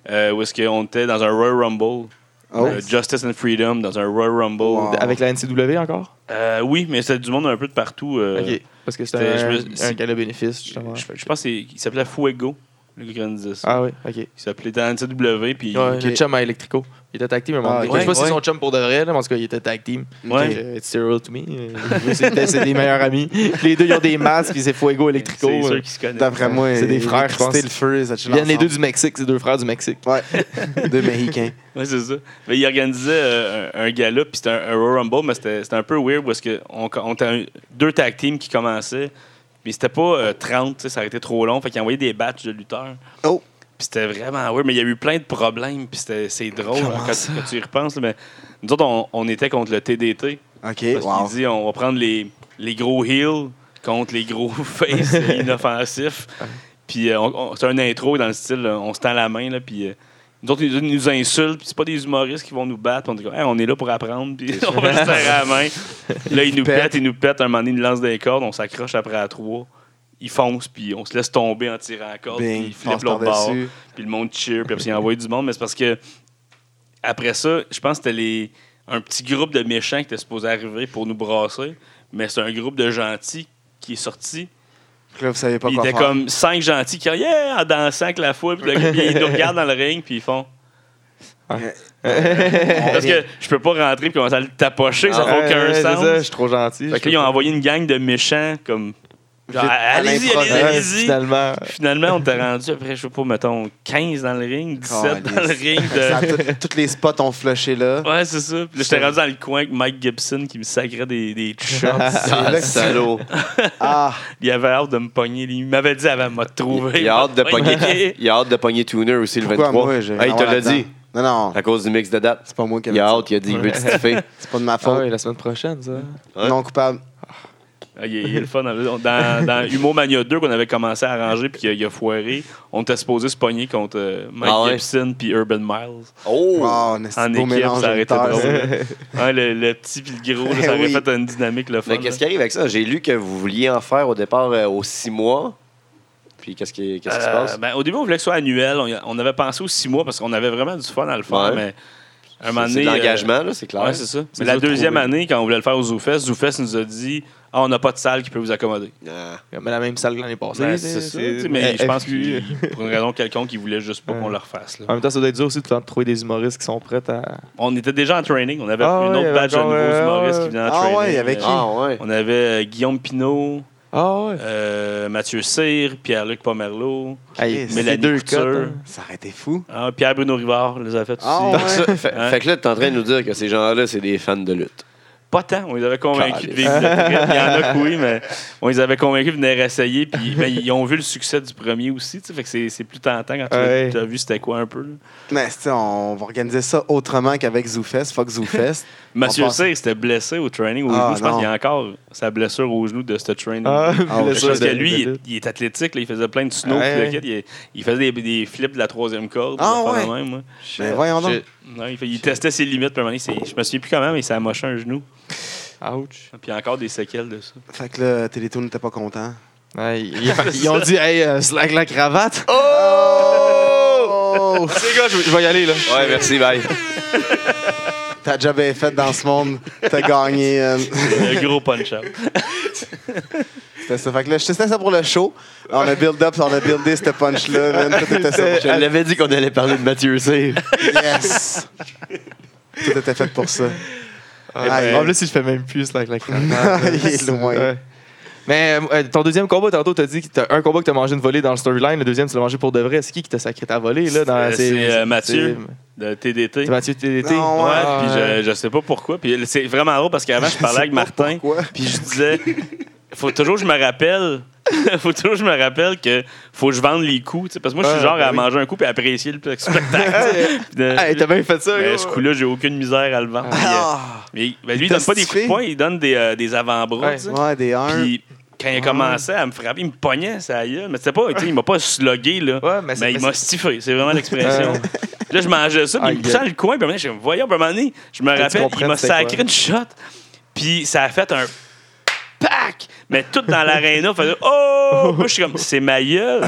S6: Euh, où est-ce qu'on était dans un Royal Rumble.
S4: Oh.
S6: Euh, Justice and Freedom, dans un Royal Rumble.
S4: Wow.
S5: Avec la NCW encore?
S6: Euh, oui, mais c'était du monde un peu de partout. euh,
S5: OK. Parce que c'était
S6: c'était- je
S5: un,
S6: me- c'est-
S5: un gala bénéfice,
S6: je,
S5: justement.
S6: je- je pense qu'il s'appelait Fuego, le gars qui organisait ça.
S5: Ah oui, OK.
S6: Il s'appelait dans NCW, puis
S5: Ouais,
S6: ouais,
S5: Le chum à Electrico. Il était tag team à un moment
S4: Ah,
S5: donné.
S4: ok.
S5: Je sais pas si
S6: Ouais.
S5: c'est son chum pour de vrai, là, mais en tout cas, il était tag team. Fait que, It's serial to me. Euh, c'est c'est des meilleurs amis. Les deux, ils ont des masques, puis c'est Fuego Electrico.
S6: c'est sûr
S5: Euh,
S6: qu'ils se connaissent.
S4: D'après moi,
S5: C'est des
S4: ils-
S5: frères, je pense.
S4: C'était le feu, ça tue
S5: Ils viennent les deux
S4: l'ensemble.
S5: du Mexique, c'est deux frères du Mexique.
S4: Ouais, deux Mexicains.
S6: Ouais, c'est ça. Mais il organisait euh, un, un gala, puis c'était un, un Royal Rumble, mais c'était c'était un peu weird parce qu'on on était un- deux tag teams qui commençaient, mais c'était pas euh, 30, tu sais, ça aurait été trop long, fait qu'ils envoyaient des batchs de lutteurs.
S4: Oh.
S6: Puis c'était vraiment weird, mais il y a eu plein de problèmes, puis c'était- c'est drôle hein,
S4: Comment
S6: quand,
S4: ça?
S6: quand tu y repenses. là, mais nous autres, on, on était contre le TDT,
S4: OK,
S6: parce
S4: wow.
S6: qu'il dit on va prendre les, les gros heels contre les gros faces inoffensifs. Puis euh, on- on- c'est un intro dans le style, euh, on se tend la main, là, puis euh, nous autres, ils ils nous insultent, puis c'est pas des humoristes qui vont nous battre. puis On est comme, Hey, on est là pour apprendre, puis on va se serrer la main. Là, ils nous
S4: pètent.
S6: pètent, ils nous pètent, un moment donné, ils nous lancent des cordes, on s'accroche après à trois. Ils foncent, puis on se laisse tomber en tirant la corde, puis
S4: Bing,
S6: ils flippent
S4: passe
S6: l'autre bord
S4: par-dessus.
S6: puis le monde cheer, puis après, il envoie du monde. Mais c'est parce que après ça, je pense que c'était les, un petit groupe de méchants qui était supposé arriver pour nous brasser, mais c'est un groupe de gentils qui est sorti.
S4: Puis Là, vous savez pas
S6: Puis il
S4: quoi
S6: était
S4: faire.
S6: comme cinq gentils qui yeah! en dansant avec la foule, puis le gars, ils nous regardent dans le ring, puis ils font. Parce que je peux pas rentrer puis commencer à le tapocher,
S4: Ah,
S6: ça fait aucun
S5: Ouais, c'est
S6: sens.
S5: ça, je suis trop gentil.
S6: Fait
S5: je
S6: que là, ils
S5: peux
S6: ont
S5: pas.
S6: envoyé une gang de méchants comme. genre,
S4: Vite, à
S6: allez-y, allez-y,
S4: l'improviste.
S5: Ouais,
S6: allez-y.
S5: Finalement,
S6: Finalement, on t'a rendu après, je sais pas, mettons 15 dans le ring, 17 dans le
S4: Calice.
S6: ring. De...
S4: Ça a tout- Toutes les spots ont flushé là.
S6: Ouais, c'est ça. Puis là, j'étais rendu dans le coin avec Mike Gibson qui me sacrait des, des shots.
S4: là que
S2: Ah,
S4: tu-
S2: salaud!
S4: Ah,
S6: Il avait hâte de me pogner. Il m'avait dit avant de me trouver.
S2: Il a hâte de
S6: Ouais,
S2: pogner. Il a hâte de pogner Tuner aussi le
S4: pourquoi
S2: 23.
S4: moi, j'ai...
S2: Ah, il te
S4: Ah, ouais,
S2: l'a dit
S4: là-dedans. Non, non,
S2: à cause du mix de dates.
S4: c'est pas moi qui ai
S2: Il a
S4: dit
S2: hâte, il a dit il veut te stiffer.
S4: C'est pas de ma
S5: Ah
S4: faute.
S5: oui, la semaine prochaine, ça.
S2: ouais.
S4: Non coupable.
S6: Ah, il, est, il est le fun. Dans, dans Humo Mania 2 qu'on avait commencé à arranger puis qu'il a- il a foiré, on était supposé se pogner contre euh, Mike
S2: Ah ouais?
S6: Gibson puis Urban Miles.
S2: Oh!
S4: Wow, un esti
S6: En
S4: beau
S6: équipe,
S4: mélange
S6: ça aurait été
S4: d'acteurs.
S6: drôle. Ouais, le, le petit puis le gros, là, ça
S4: Eh
S6: aurait
S4: oui.
S6: fait une dynamique le fun.
S2: Mais qu'est-ce qui arrive avec ça? J'ai lu que vous vouliez en faire au départ euh, aux six mois. Puis qu'est-ce qui, qu'est-ce qui se
S6: Euh,
S2: passe?
S6: ben, au début, on voulait que ce soit annuel. On, on avait pensé aux six mois parce qu'on avait vraiment du fun à le faire.
S2: Ouais.
S6: Mais à un moment
S2: C'est
S6: donné.
S2: c'est de
S6: euh,
S2: l'engagement, là, c'est clair.
S6: Ouais, c'est ça.
S5: C'est
S6: Mais la
S5: dur de
S6: deuxième
S5: trouver.
S6: année, quand on voulait le faire au ZooFest, ZooFest nous a dit Ah, on n'a pas de salle qui peut vous accommoder.
S2: Ah.
S5: Mais la même salle que l'année passée.
S6: Ben, c'est ça. tu sais, Mais je
S5: FQ.
S6: pense que pour une raison quelconque, ils voulaient juste pas
S5: Ouais.
S6: qu'on le refasse. là.
S5: En même temps, ça doit être dur aussi de faire- de trouver des humoristes qui sont prêts à.
S6: On était déjà en training. On avait
S5: Ah
S6: une
S5: ouais,
S6: autre
S5: il y
S6: batch de
S5: avait
S6: nouveaux
S5: encore, euh,
S6: humoristes qui venaient en
S4: ah
S6: training.
S4: ouais, il y avait
S6: Euh,
S4: qui?
S2: Ah, ouais.
S6: On avait euh, Guillaume Pinot,
S5: Ah ouais.
S6: euh, Mathieu Cyr, Pierre-Luc Pomerleau,
S5: Hey, mais
S4: Chris.
S5: les
S6: Mélanie
S5: deux
S6: Couture.
S5: cotes. hein.
S4: Ça aurait été fou.
S6: Ah, Pierre-Bruno Rivard les a fait aussi.
S4: Ah ouais.
S2: Ça, fait,
S6: Hein?
S2: fait que là, t'es en train de nous dire que ces gens-là, c'est des fans de lutte.
S6: Pas tant, on les avait convaincus de vivre le trip. Il y en a que oui, mais on les avait convaincus de venir essayer. Puis ben, ils ont vu le succès du premier aussi. tu sais, Fait que c'est c'est plus tentant quand tu
S5: Ouais.
S6: as vu c'était quoi un peu. là.
S4: Mais tu sais, on va organiser ça autrement qu'avec Zoufest. Fuck Zoufest.
S6: Mathieu
S4: On pense-
S6: Cyr c'était blessé au training au
S4: Ah,
S6: genou. Je pense
S4: non.
S6: qu'il y a encore sa blessure au genou de ce training.
S5: Ah,
S4: Ah,
S5: le
S4: je
S5: seul
S6: Parce que
S5: de-
S6: lui,
S5: de-
S6: il, il est athlétique, là, il faisait plein de snow,
S5: Ouais.
S6: puis le kid, il, il faisait des, des flips de la troisième corde.
S4: Ah,
S6: des affaires de
S4: ouais.
S6: même, ouais.
S4: Mais Ben, voyons donc.
S5: Shit.
S6: Non, il, fait- il testait ses limites, puis à un moment donné, c'est- je me souviens plus comment, mais il s'est amoché un genou.
S5: Ouch.
S6: Puis encore des séquelles de ça.
S4: Fait que là, Télétoon n'était pas content.
S5: Ouais, ils, ils ont dit, hey, euh, slack la cravate.
S2: Oh!
S5: Les gars, je, je vais y aller, là.
S2: Ouais, merci, bye.
S4: Ta job est faite dans ce monde. T'as gagné. euh,
S6: Le gros punch-up.
S4: C'était ça. Fait que là, c'était ça pour le show. On a build-up, on a buildé ce punch-là. man. Tout était ça.
S2: Je l'avais dit qu'on allait parler de Mathieu Cyr.
S4: Yes! Tout était fait pour ça. Aïe.
S5: En plus, si je fais même plus slack la cravate.
S4: Il est loin.
S5: Ouais. Mais euh, ton deuxième combat, tantôt, t'as dit que t'as un combat que t'as mangé une volée dans le storyline, le deuxième, tu l'as mangé pour de vrai. C'est qui qui t'a sacré ta volée, là? dans-
S6: Euh, c'est, euh, Mathieu.
S5: c'est-
S6: De TDT.
S5: C'est Mathieu TDT.
S4: Non,
S6: Ouais,
S5: Ah,
S6: puis
S5: ouais.
S6: je, je sais pas pourquoi. Puis c'est vraiment drôle parce qu'avant, je parlais avec Martin.
S4: Quoi?
S6: Puis je disais, faut toujours que je me rappelle, faut toujours que je me rappelle que faut que je vende les coups. tu sais, Parce que moi, je suis
S5: Ouais,
S6: genre
S5: ben
S6: à
S5: oui.
S6: manger un coup et apprécier le spectacle. tu sais. Puis de-
S5: Hey, t'as bien fait ça,
S6: mais
S5: gros.
S6: ce coup-là, j'ai aucune misère à le vendre. Puis, euh,
S4: Ah!
S6: Mais, il- ben, lui, il donne pas des coups de
S4: Justifié.
S6: poing, il donne des, euh, des avant-bras.
S5: Ouais.
S6: tu sais.
S4: Ouais, des 1.
S6: Puis quand il a commencé à me frapper, il me pognait sa gueule. Mais c'était pas, tu sais, il m'a pas slogué, là.
S5: Ouais, mais
S6: mais
S5: c'est- mais
S6: Ben, il m'a
S5: c'est- Ah,
S6: stiffé, c'est vraiment l'expression.
S5: Ouais.
S6: Puis là, je mangeais ça, puis il me
S5: Aïe.
S6: poussait dans le coin, puis à un moment donné, je me voyons, puis à un moment donné, je me
S5: tu
S6: rappelle, il
S5: comprennes
S6: m'a
S5: c'est quoi.
S6: sacré une shot, puis ça a fait un pack, mais tout dans l'aréna, faisait oh, moi je suis comme c'est ma gueule.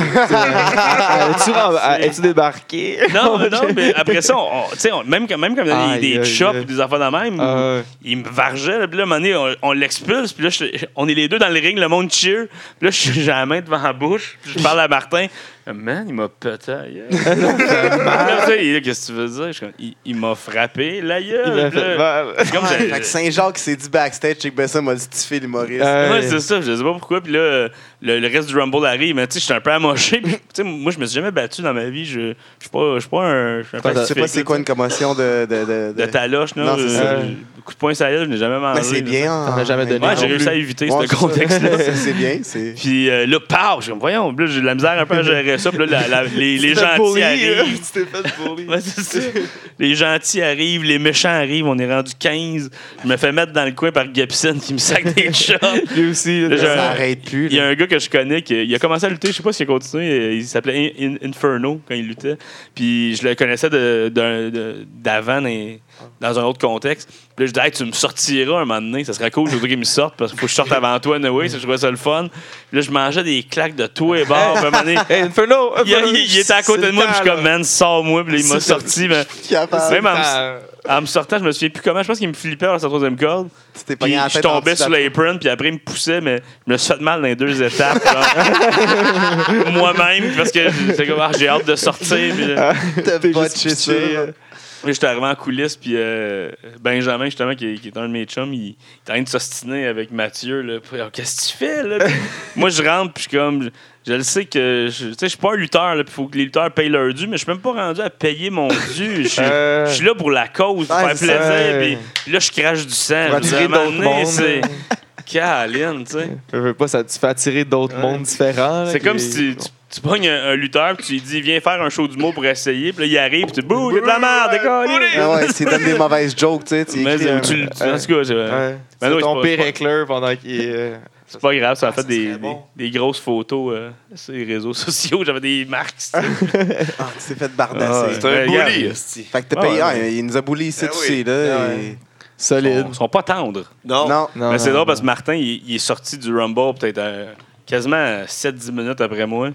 S5: Ah, Es-tu ram- ah, es-tu débarqué?
S6: Non, non, mais après ça, on- on- tu sais, on- même quand même quand il y a des,
S5: Aïe,
S6: des
S5: aïe,
S6: chops
S5: aïe.
S6: ou des affaires de même,
S5: Ah, ouais.
S6: il me vargeait, là, puis là, à un moment donné, on, on l'expulse, puis là, je- on est les deux dans le ring, le monde cheer, puis là, je suis j'ai la main devant la bouche, puis je parle à Martin, man, il m'a pété la gueule. Puis là, tu sais, il est là, qu'est-ce que tu veux dire? Je suis comme, il, il m'a frappé la gueule.
S5: Il m'a
S6: Puis
S5: fait
S6: là,
S5: mal.
S6: c'est comme, j'ai-
S4: Fait que Saint-Jacques s'est dit backstage, check ben ça, m'a dit Tiffé l'humoriste.
S5: Euh,
S6: Ouais, c'est ça, je sais pas pourquoi. Puis là, le, le reste du Rumble arrive, mais tu sais, je suis un peu amoché. Puis, tu sais, moi, je me suis jamais battu dans ma vie. Je je suis pas, je suis pas un. Je suis un
S4: Je sais
S6: pacifique,
S4: pas c'est
S6: là,
S4: quoi une commotion de. de, de,
S6: De taloche, là.
S4: Non, c'est ça.
S6: euh, Coup de poing, ça y est, je n'ai jamais mangé.
S4: Mais c'est
S6: là.
S4: bien. hein.
S5: T'en as jamais donné.
S6: Ouais, j'ai
S5: Non
S6: réussi
S5: plus.
S6: à éviter
S4: Ouais,
S6: ce
S4: c'est ça.
S6: contexte-là.
S4: C'est- c'est bien. c'est-
S6: Puis euh, là, paf, je suis comme, voyons, là, j'ai de la misère un peu à gérer ça. Puis là, la- la- les, les
S5: Tu t'es fait
S6: gentils
S5: bully, là.
S6: arrivent.
S5: Tu t'es fait bully.
S6: Ouais, c'est ça. Les gentils arrivent, les méchants arrivent, on est rendu 15. Je me fais mettre dans le coin par Gibson qui me sac des chops.
S5: Lui aussi, là,
S6: Là, j'ai
S4: Ça
S6: un-
S4: arrête plus.
S6: Il y
S4: là.
S6: a un gars que je connais qui il a commencé à lutter, je sais pas s'il a continué, il s'appelait In- In- Inferno quand il luttait. Puis je le connaissais de- d'un- de- d'avant dans, dans un autre contexte. Puis là, je dis, Hey, tu me sortiras un moment donné, ça serait cool, je voudrais qu'il me sorte parce qu'il faut que je sorte avant toi, Noé, je trouvais ça le fun. Puis là, je mangeais des claques de tous les bords. Puis à un moment donné,
S5: Hey, Inferno!
S6: il, il- il était à côté de moi, puis je suis comme, man, sors-moi, puis là, il m'a
S5: C'est le-
S6: sorti. Mais
S4: Capable.
S6: même en me, en me sortant, je me souviens plus comment, je pense qu'il me flippait vers sa troisième corde.
S4: Tu t'es
S6: Puis
S4: pogné la
S6: je
S4: tête en
S6: tombais
S4: dessous
S6: sur
S4: de la-
S6: l'apron, puis après, il me poussait, mais je me suis fait mal dans les deux étapes. genre. Moi-même, parce que j'étais comme, Ah, j'ai hâte de sortir. Puis, là,
S4: T'as botché
S5: pitché,
S4: ça.
S5: euh,
S6: j'étais arrivé en coulisses, puis euh, Benjamin, justement, qui, est- qui est un de mes chums, il, il est en train de s'ostiner avec Mathieu. là. Puis, Ah, Qu'est-ce que tu fais? Là? Puis moi, je rentre, puis je suis comme, je, je le sais que je tu sais, je suis pas un lutteur, là, puis faut que les lutteurs payent leur dû, mais je suis même pas rendu à payer mon dû. Je suis-
S5: Euh,
S6: je suis là pour la cause, pour
S4: Ouais,
S6: faire
S4: c'est
S6: plaisir.
S5: ça.
S6: Puis puis là, je crache du sang.
S5: Pour
S6: Je veux
S5: attirer
S6: dire, à un
S5: d'autres
S6: moment donné,
S5: mondes.
S6: c'est- Caroline, tu sais.
S5: je veux pas, ça te fait attirer d'autres mondes différents. là,
S6: C'est
S5: qui-
S6: comme si tu, tu, tu pognes un, un lutteur, puis tu lui dis, viens faire un show d'humour pour essayer, puis là, il arrive, puis tu bouh, il y a de la
S4: Ah
S6: merde, décolle.
S4: ouais, c'est donne des mauvaises jokes, tu sais. tu
S6: Mais
S4: écris un-
S6: tu, tu, en tout cas, c'est-
S5: hein. Ouais.
S6: Ben
S5: C'est
S6: non,
S5: ton
S6: c'est pas-
S5: pire éclair pendant qu'il est. euh,
S6: c'est pas grave, ça a fait
S5: ça
S6: des,
S5: serait bon.
S6: des, des grosses photos euh, sur les réseaux sociaux, j'avais des marques. tu sais.
S4: Ah, tu t'es fait
S6: Ah,
S4: bardasser.
S6: ouais. Ben, regarde,
S4: Fait que t'as
S6: Ah,
S4: payé.
S6: ouais.
S4: ah, il nous a bouli ici,
S2: Ah
S4: tu
S2: oui.
S4: sais, là.
S5: Ah,
S4: et-
S6: Ils
S5: Solide.
S6: sont- sont pas tendres.
S2: Non.
S4: Non.
S5: Non,
S6: Mais Ben, c'est
S5: non,
S6: drôle parce que Martin, il, il est sorti du Rumble peut-être euh, quasiment 7-10 minutes après moi.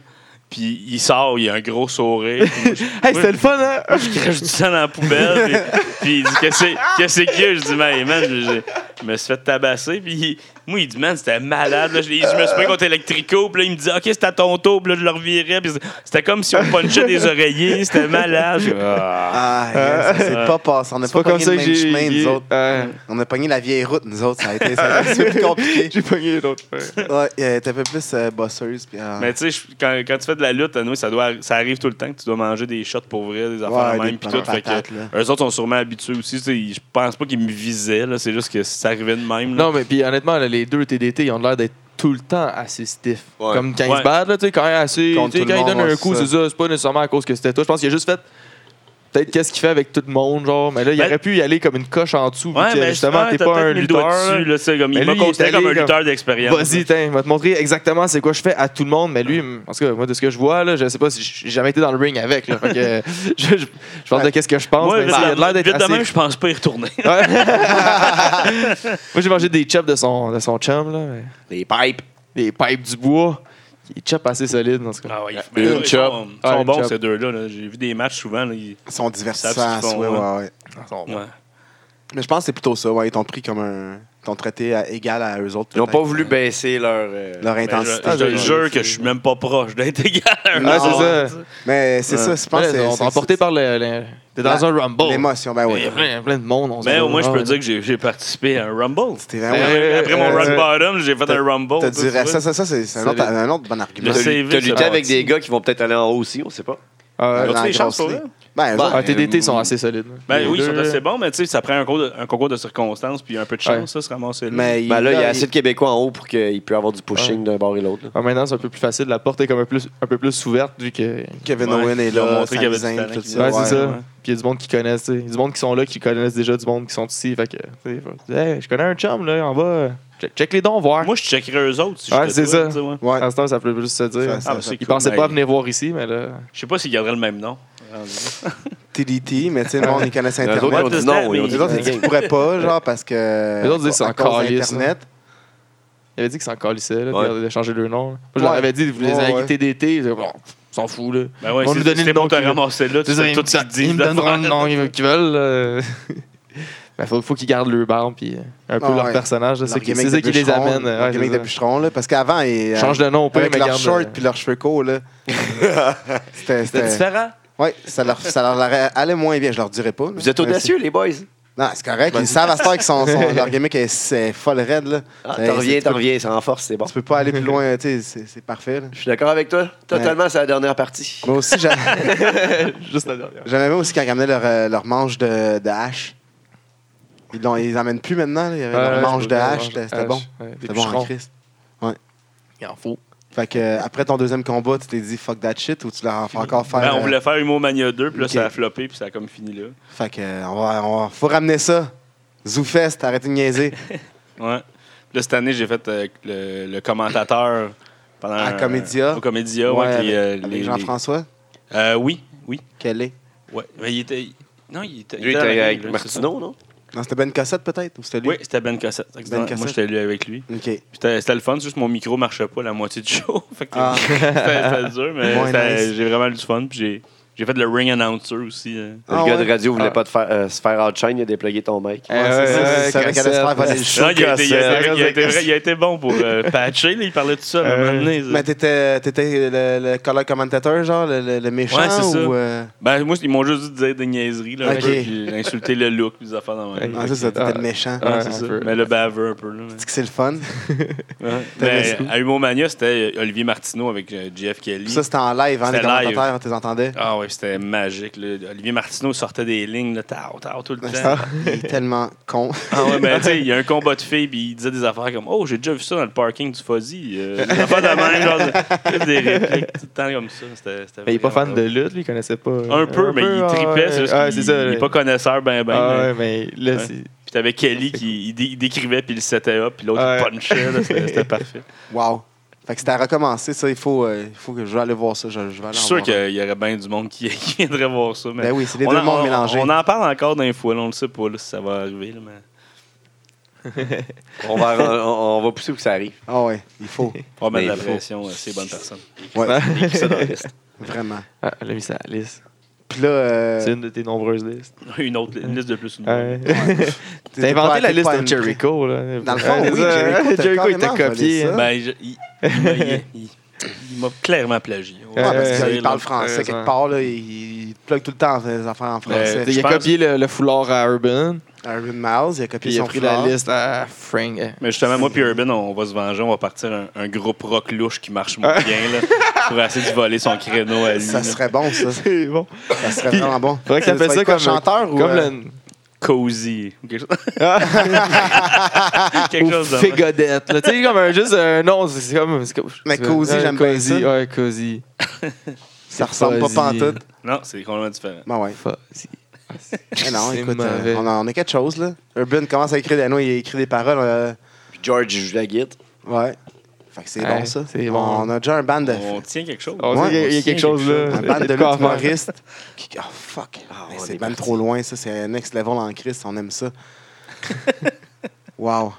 S6: Puis il sort, il a un gros sourire. Puis
S5: non. Hey, c'était le fun, hein?
S6: je crache du sang dans la poubelle. puis, puis il dit Qu'est-ce que c'est- qu'est-ce que c'est qu'il y a Je dis Man, man, je, je- je me suis fait tabasser. Puis il- moi, il dit Man, c'était malade. là. je, l'ai- je me suis pris contre Electrico. Puis là, il me dit Ok, c'était à ton tour. Puis là, je le revirais. Puis c'était comme si on punchait des oreillers. C'était malade. Je- Ah.
S4: Ah, yes, ça s'est
S6: Ouais.
S4: pas passé. On n'a
S5: C'est pas
S4: pas
S5: comme
S4: pogné
S5: ça
S4: le
S5: que
S4: même
S5: j'ai.
S4: chemin, nous
S5: j'ai-
S4: autres.
S5: Ouais.
S4: On a pogné la vieille route, nous autres. Ça a été, ça a été plus compliqué.
S5: J'ai pogné l'autre. ouais.
S4: Ouais, euh, t'es un peu plus euh, bosseuse. Puis, euh,
S6: Mais tu sais, je- quand, quand tu fais de la lutte, à nous, ça, doit, ça arrive tout le temps que tu dois manger des shots pour vrai, des affaires
S4: Ouais,
S6: de
S4: des
S6: même. Puis tout. Fait que,
S4: patates, là.
S6: Eux autres sont sûrement habitués aussi. tu sais, ils- Je pense pas qu'ils me visaient. là, C'est juste que ça arrivait de même. là.
S5: Non, mais puis honnêtement, là, les deux TDT, ils ont l'air d'être tout le temps assez stiff.
S2: Ouais.
S5: Comme quand ils
S6: Ouais.
S5: se battent, là, tu sais, quand ils, assez,
S4: Contre
S5: tu sais,
S4: tout le
S5: quand ils
S4: monde,
S5: donnent
S4: ouais,
S5: un coup,
S4: c'est
S5: c'est ça, c'est pas nécessairement à cause que c'était toi. Je pense qu'il a juste fait peut-être qu'est-ce qu'il fait avec tout le monde, genre. Mais là, il
S6: Ben-
S5: aurait pu y aller comme une coche en dessous. vu
S6: Ouais,
S5: que,
S6: mais
S5: justement,
S6: ouais,
S5: t'es
S6: t'as
S5: pas
S6: peut-être
S5: un
S6: mis le doigt
S5: lutteur.
S6: dessus, là, tu sais, comme,
S5: Mais
S6: il m'a
S5: lui, il est
S6: considéré
S5: allé
S6: comme un
S5: comme-
S6: lutteur d'expérience.
S5: Vas-y, tiens, il va te montrer exactement c'est quoi je fais à tout le monde. Mais lui, en tout cas, moi, de ce que je vois, là, je sais pas si j'ai jamais été dans le ring avec. Là, Fait que, je, je, je pense de qu'est-ce que je pense.
S6: Moi,
S5: mais
S6: vite
S5: il a
S6: de
S5: l'air d'être
S6: vite de
S5: assez
S6: même, je pense pas y retourner.
S5: Ouais. Moi, j'ai mangé des chops de son, de son chum, là. mais-
S2: Les pipes.
S5: Des pipes du bois. il chop assez solide, dans ce cas.
S6: Ah ouais,
S2: Une
S6: ils sont-
S2: chop.
S6: Ils
S5: Ah,
S6: sont
S5: une
S6: bons,
S5: chop.
S6: ces deux-là. là. J'ai vu des matchs souvent. là,
S4: Ils
S6: ils-
S4: sont
S6: savent
S4: divertissants.
S6: ce qu'ils font,
S4: ouais,
S6: ouais.
S4: ouais, ouais.
S6: Ouais.
S4: Mais je pense que c'est plutôt ça. Ouais, ils t'ont pris comme un. Ils t'ont traité à égal à eux autres.
S2: Ils n'ont
S4: peut-être.
S2: pas voulu baisser leur. euh,
S4: Leur
S6: Ben,
S4: intensité.
S6: je- Je
S5: Ah,
S6: te jure que je suis même pas proche d'être égal.
S4: Non,
S5: Ah, c'est ça.
S4: Mais c'est ça, je pense.
S5: Ouais,
S4: que c'est-
S5: on
S4: c'est-
S5: s'est emporté par le. le- T'es dans
S4: La-
S5: un rumble.
S4: L'émotion, ben
S5: Il y
S4: oui.
S5: a plein, plein de monde. On se
S6: Mais au
S5: dit,
S6: moins, je peux
S5: ah,
S6: dire que j'ai- j'ai participé à un Rumble.
S4: C'était
S6: Ouais,
S4: vraiment.
S5: ouais,
S6: Après
S5: ouais,
S6: mon
S5: ouais,
S6: rock
S5: ouais.
S6: bottom, j'ai fait
S4: T'as-
S6: un Rumble.
S4: T'as
S6: toi,
S4: du
S6: tu vois.
S4: ça, ça, ça, c'est c'est un, autre-
S5: Solide.
S4: un autre bon argument.
S6: Le
S2: T'as
S6: CV,
S2: t'as
S6: c'est
S2: lutté avec
S6: bâti.
S2: des gars qui vont peut-être aller en haut aussi, on sait pas.
S5: Ah,
S6: Ils ont-tu
S4: dans
S6: des
S4: la grosse
S6: chances pour
S4: ligue.
S6: eux?
S4: Ben, eux
S2: Bah,
S4: autres,
S5: Ah, TDT sont assez solides.
S6: Ben
S5: Les
S6: oui, ils sont
S5: deux,
S6: assez bons, mais tu sais, ça prend un concours, de, un concours de circonstances puis un peu de chance,
S5: Ouais.
S6: ça, se ramasser là.
S4: mais
S2: Ben là, il y a assez
S4: il-
S2: de Québécois en haut pour qu'il puisse avoir du pushing d'un bord et l'autre. là.
S5: Ah, maintenant, c'est un peu plus facile. La porte est comme un, plus, un peu plus ouverte vu que.
S4: Kevin
S6: Ouais,
S4: Owen est
S6: ils ont
S4: là,
S6: montré qu'il y avait du
S4: Samizane,
S6: talent
S4: tout
S6: qui-
S4: ça.
S5: Ouais, c'est ça.
S6: ouais.
S5: Puis il y a du monde qui connaissent, tu sais. Du monde qui sont là, qui connaissent déjà du monde qui sont ici. Fait que, tu sais, faut- Hey, je connais un chum, là, on va. euh, Check, check les dons, voir.
S6: Moi, je checkerais eux autres si
S5: Ouais,
S6: j'étais
S5: c'est
S6: toi,
S5: ça.
S6: tu sais, ouais.
S4: Ouais.
S5: À ce temps, ça peut plus se dire.
S4: Ça,
S6: Ah, ben, c'est
S5: Ils
S6: cool,
S5: pensaient
S6: mais
S5: pas à venir voir ici, mais là.
S6: Je sais pas s'ils garderaient le même nom.
S4: TDT, mais tu sais, le monde, ils connaissent
S2: Les autres, ils ont
S4: Internet.
S2: dit non. Ils ont dit
S4: Les autres, ils disent qu'ils pourraient pas, genre, parce que.
S5: Les autres disent que c'est
S4: à
S5: en
S4: cause
S5: calice,
S4: d'Internet.
S5: Il avait dit qu'ils s'en calissaient, là,
S2: Ouais.
S5: de- de changer leur nom. là. Moi, je
S4: Ouais.
S5: leur avais dit, vous les
S4: Ouais,
S5: avez
S4: ouais.
S5: TDT. Ils disaient, bon, on s'en fout, là.
S6: Ben ouais,
S5: Ils vont
S6: si
S5: nous donner
S6: si
S5: le
S6: t'es
S5: nom
S6: pas te
S5: qu'ils veulent.
S6: ramasser là, tu
S5: Tu sais,
S6: sais
S5: ils
S6: tout
S5: me
S6: ce qu'ils
S5: don-
S6: disent.
S5: ils me donneront le
S6: d'affaires.
S5: nom qu'ils qu'ils veulent. là. Ben, faut, faut qu'ils gardent leur barbe, puis euh, un peu
S4: Ah,
S5: leur
S4: ouais.
S5: personnage. là,
S4: Leur
S5: C'est qui-
S4: gimmick
S5: c'est ça
S4: de
S5: qui les
S4: bûcheron,
S5: amène.
S4: leur
S5: ouais,
S4: gimmick
S5: c'est
S4: de bûcheron, là. Parce qu'avant, ils.
S5: ça.
S4: euh,
S5: Change de nom, pas
S4: Avec leurs shorts puis leurs cheveux courts, là. C'était. c'était-
S6: différent.
S4: Ouais, ça leur, ça leur allait moins bien, je leur dirais pas. là.
S2: Vous êtes audacieux, les boys.
S4: Mais c'est- Non, c'est correct, ils savent à ce temps qu'ils sont. sont- Leur gimmick, est- c'est folle raide, là.
S2: Ah,
S4: Ben,
S2: t'en reviens,
S4: c'est-
S2: t'en reviens, ça renforce, c'est bon.
S4: Tu peux pas aller plus loin, tu sais, c'est c'est parfait, là.
S2: Je suis d'accord avec toi. Totalement, c'est la dernière partie.
S4: Moi aussi, j'a-
S5: Juste la dernière.
S4: j'en avais aussi quand ils ramenaient leur, euh, leur manche de, de hache. Ils, l'ont- ils les amènent plus maintenant, là. Il y avait leur manche de hache, c'était c'était bon. C'était bon en Christ.
S5: Il en faut.
S4: Fait que, euh, après ton deuxième combat, tu t'es dit fuck that shit ou tu leur as fait encore faire.
S6: Ben, on
S4: euh,
S6: voulait faire Humo Mania 2, puis là,
S4: ok.
S6: ça a floppé, puis ça a comme fini là.
S4: Fait que, euh, on va, on va- faut ramener ça. Zoufest, arrêtez de niaiser.
S6: Ouais. Puis Là, cette année, j'ai fait euh, le, le commentateur pendant.
S4: À
S6: un-
S4: Comédia.
S6: Au Comédia, ouais.
S4: avec,
S6: puis, euh,
S4: avec
S6: les-
S4: Jean-François,
S6: les- Euh, oui, oui.
S4: quel est
S6: Ouais. Mais il était. Non, il était.
S2: Lui,
S6: était
S2: t'es
S6: à la
S2: avec
S6: game, là, c'est ça.
S2: Martineau, non?
S4: Non, c'était Ben Cossette peut-être ou c'était lui
S6: Oui, c'était Ben Cassette. exactement.
S4: Ben
S6: Moi,
S4: Cassette.
S6: j'étais allé avec lui.
S4: Ok.
S6: Puis C'était c'était le fun, c'est juste que mon micro marchait pas la moitié du show. Fait que
S4: Ah.
S6: c'était- c'était dur, mais
S4: Moins
S6: c'était-
S4: nice.
S6: j'ai vraiment eu du fun. Puis j'ai- j'ai fait le ring announcer aussi. euh.
S2: Le
S4: Ah,
S2: gars
S4: ouais?
S2: de radio voulait
S5: Ah.
S2: pas te faire, euh, se faire outshine, il a déplogué ton mic.
S4: Ouais, c'est ça, c'est ça, qu'elle allait se faire voler le show.
S6: Non, il a, été, il a été-
S5: cassette.
S6: il a été vrai- il a été bon pour euh, patcher, là, il parlait tout ça à un
S5: Euh,
S6: moment donné, ça.
S4: Mais t'étais, t'étais le, le color commentateur, genre, le, le- le méchant
S6: Ouais, c'est ça.
S4: ou. euh,
S6: Ben, moi, ils m'ont juste dit de dire des niaiseries, là, un
S4: Ok.
S6: peu, puis insulter le look, les affaires dans ma
S5: Ouais.
S4: Non, c'est ça, t'étais le méchant.
S5: Ah,
S6: Ouais,
S5: un
S6: c'est ça.
S5: peu.
S6: Mais le baveux un peu. Là,
S4: Tu dis que c'est le fun.
S6: mais
S4: T'avais
S6: mais
S4: tout.
S6: à Humomania, c'était euh, Olivier Martineau avec euh, JF Kelly.
S4: Ça, c'était en live, hein, les
S6: C'était live.
S4: commentateurs, on les entendait.
S6: ah ouais, c'était magique. là. Olivier Martineau sortait des lignes, là, tao, tao, tout le
S4: Ouais,
S6: temps.
S4: c'était- Il est tellement con.
S6: Ah ouais, mais tu sais, il y a un combat de filles, puis il disait des affaires comme Oh, j'ai déjà vu ça dans le parking du Fuzzy. Euh, des affaires de même, genre, de- des répliques, tout le temps comme ça. C'était, c'était
S5: Mais il est pas fan
S6: vraiment
S5: de lutte, lui, il connaissait pas.
S6: drôle. Un peu, mais il
S5: ah,
S6: tripait, c'est juste
S5: ouais,
S6: qu'il
S5: c'est ça.
S6: il est pas connaisseur, ben, ben.
S5: Ah,
S6: mais-
S5: ouais, mais là,
S6: Ouais.
S5: c'est.
S6: Puis t'avais Kelly qui il dé- il décrivait, puis il setait up, puis l'autre il
S5: Ouais.
S6: punchait. là, C'était c'était parfait.
S4: Wow. Fait que c'était à recommencer, ça, il faut, euh, il faut que je vais aller voir ça. Je, je vais aller
S6: Je suis
S4: en
S6: sûr
S4: voir
S6: qu'il
S4: un.
S6: y aurait bien du monde qui, qui viendrait voir ça. Mais
S4: Ben oui, c'est les
S6: on
S4: deux
S6: en-
S4: mondes
S6: on-
S4: mélangés.
S6: On en parle encore d'un fois, là, on le sait pas là, si ça va arriver. là, mais...
S2: On va, on, on va pousser pour que ça arrive.
S4: Ah ouais, il faut.
S6: On va
S2: Mais
S6: mettre
S2: il faut.
S6: de oh, ben, la pression à ces bonnes personnes.
S4: Ouais,
S2: Écris ça dans la liste.
S4: vraiment.
S5: Ah, elle a mis ça à la liste.
S4: Puis là. euh,
S5: C'est une de tes nombreuses listes. Ah,
S6: Une autre une liste de plus. une
S5: Ouais.
S4: t'étais
S5: T'as
S4: pas-
S5: inventé la
S4: t'étais
S5: liste
S4: pas
S5: de
S4: une-
S5: Jericho, là.
S4: Dans le fond,
S5: Ouais,
S4: oui,
S5: c'est ça.
S4: Jericho, t'as
S5: Jericho, il t'a
S4: carrément volé
S5: copié.
S4: ça.
S5: hein.
S6: Ben, je- il, il m'a- il- il- il m'a clairement plagié.
S4: Ouais, parce qu'il
S5: Euh,
S4: parle
S6: là.
S4: français
S5: euh,
S4: quelque
S5: ouais.
S4: part, là, il, il plug tout le temps les affaires en français.
S6: Euh,
S5: Il
S6: Je
S5: a copié le, le foulard à Urban,
S4: Aaron Miles, il a copié
S5: puis il a
S4: son
S5: pris
S4: foulard.
S5: la liste à Frank. euh,
S6: Mais justement, moi puis Urban, on va se venger, on va partir un, un groupe rock louche qui marche moins bien là, pour essayer de voler son créneau à lui.
S4: Ah. Ça
S6: là.
S4: serait bon, ça.
S5: C'est bon.
S4: Ça serait vraiment bon.
S5: Faudrait que
S4: C'est-
S5: t'appelles
S4: c'est
S5: ça
S4: quoi,
S5: comme.
S4: chanteur ou.
S5: Comme
S4: euh,
S5: le.
S6: Cozy. ou Quelque chose,
S5: Ah.
S6: quelque
S4: Ah,
S5: ou
S6: chose de même.
S5: Fégodette. là. Tu sais, comme un, juste un nom, c'est c'est comme. c'est comme-
S4: Mais
S5: c'est-
S4: Cozy,
S5: ouais,
S4: j'aime bien
S5: Cozy,
S4: ça.
S5: Ouais, Cozy.
S4: Ça ressemble pas
S5: Fuzzy.
S4: pantoute.
S6: Non, c'est complètement différent.
S4: Ben ouais.
S5: Fuzzy.
S4: Eh non,
S5: C'est
S4: écoute, euh,
S5: mauvais.
S4: on, a, on a quelque chose, là. Urban commence à écrire des noms, il écrit des paroles. euh,
S2: Puis George joue la guitare.
S4: ouais. Fait que c'est
S5: Ouais,
S4: bon, ça.
S5: c'est bon.
S4: On a déjà un band de.
S6: On tient quelque chose.
S5: On sait qu'il y a- il y a quelque chose là.
S4: Un band
S5: Il y
S4: de
S5: a quoi Ah, à
S4: lutte
S5: faire.
S4: humoriste. qui- Oh fuck. Mais
S2: on est
S4: c'est même
S2: parti.
S4: trop loin, ça. C'est un next level en Christ. On aime ça. wow.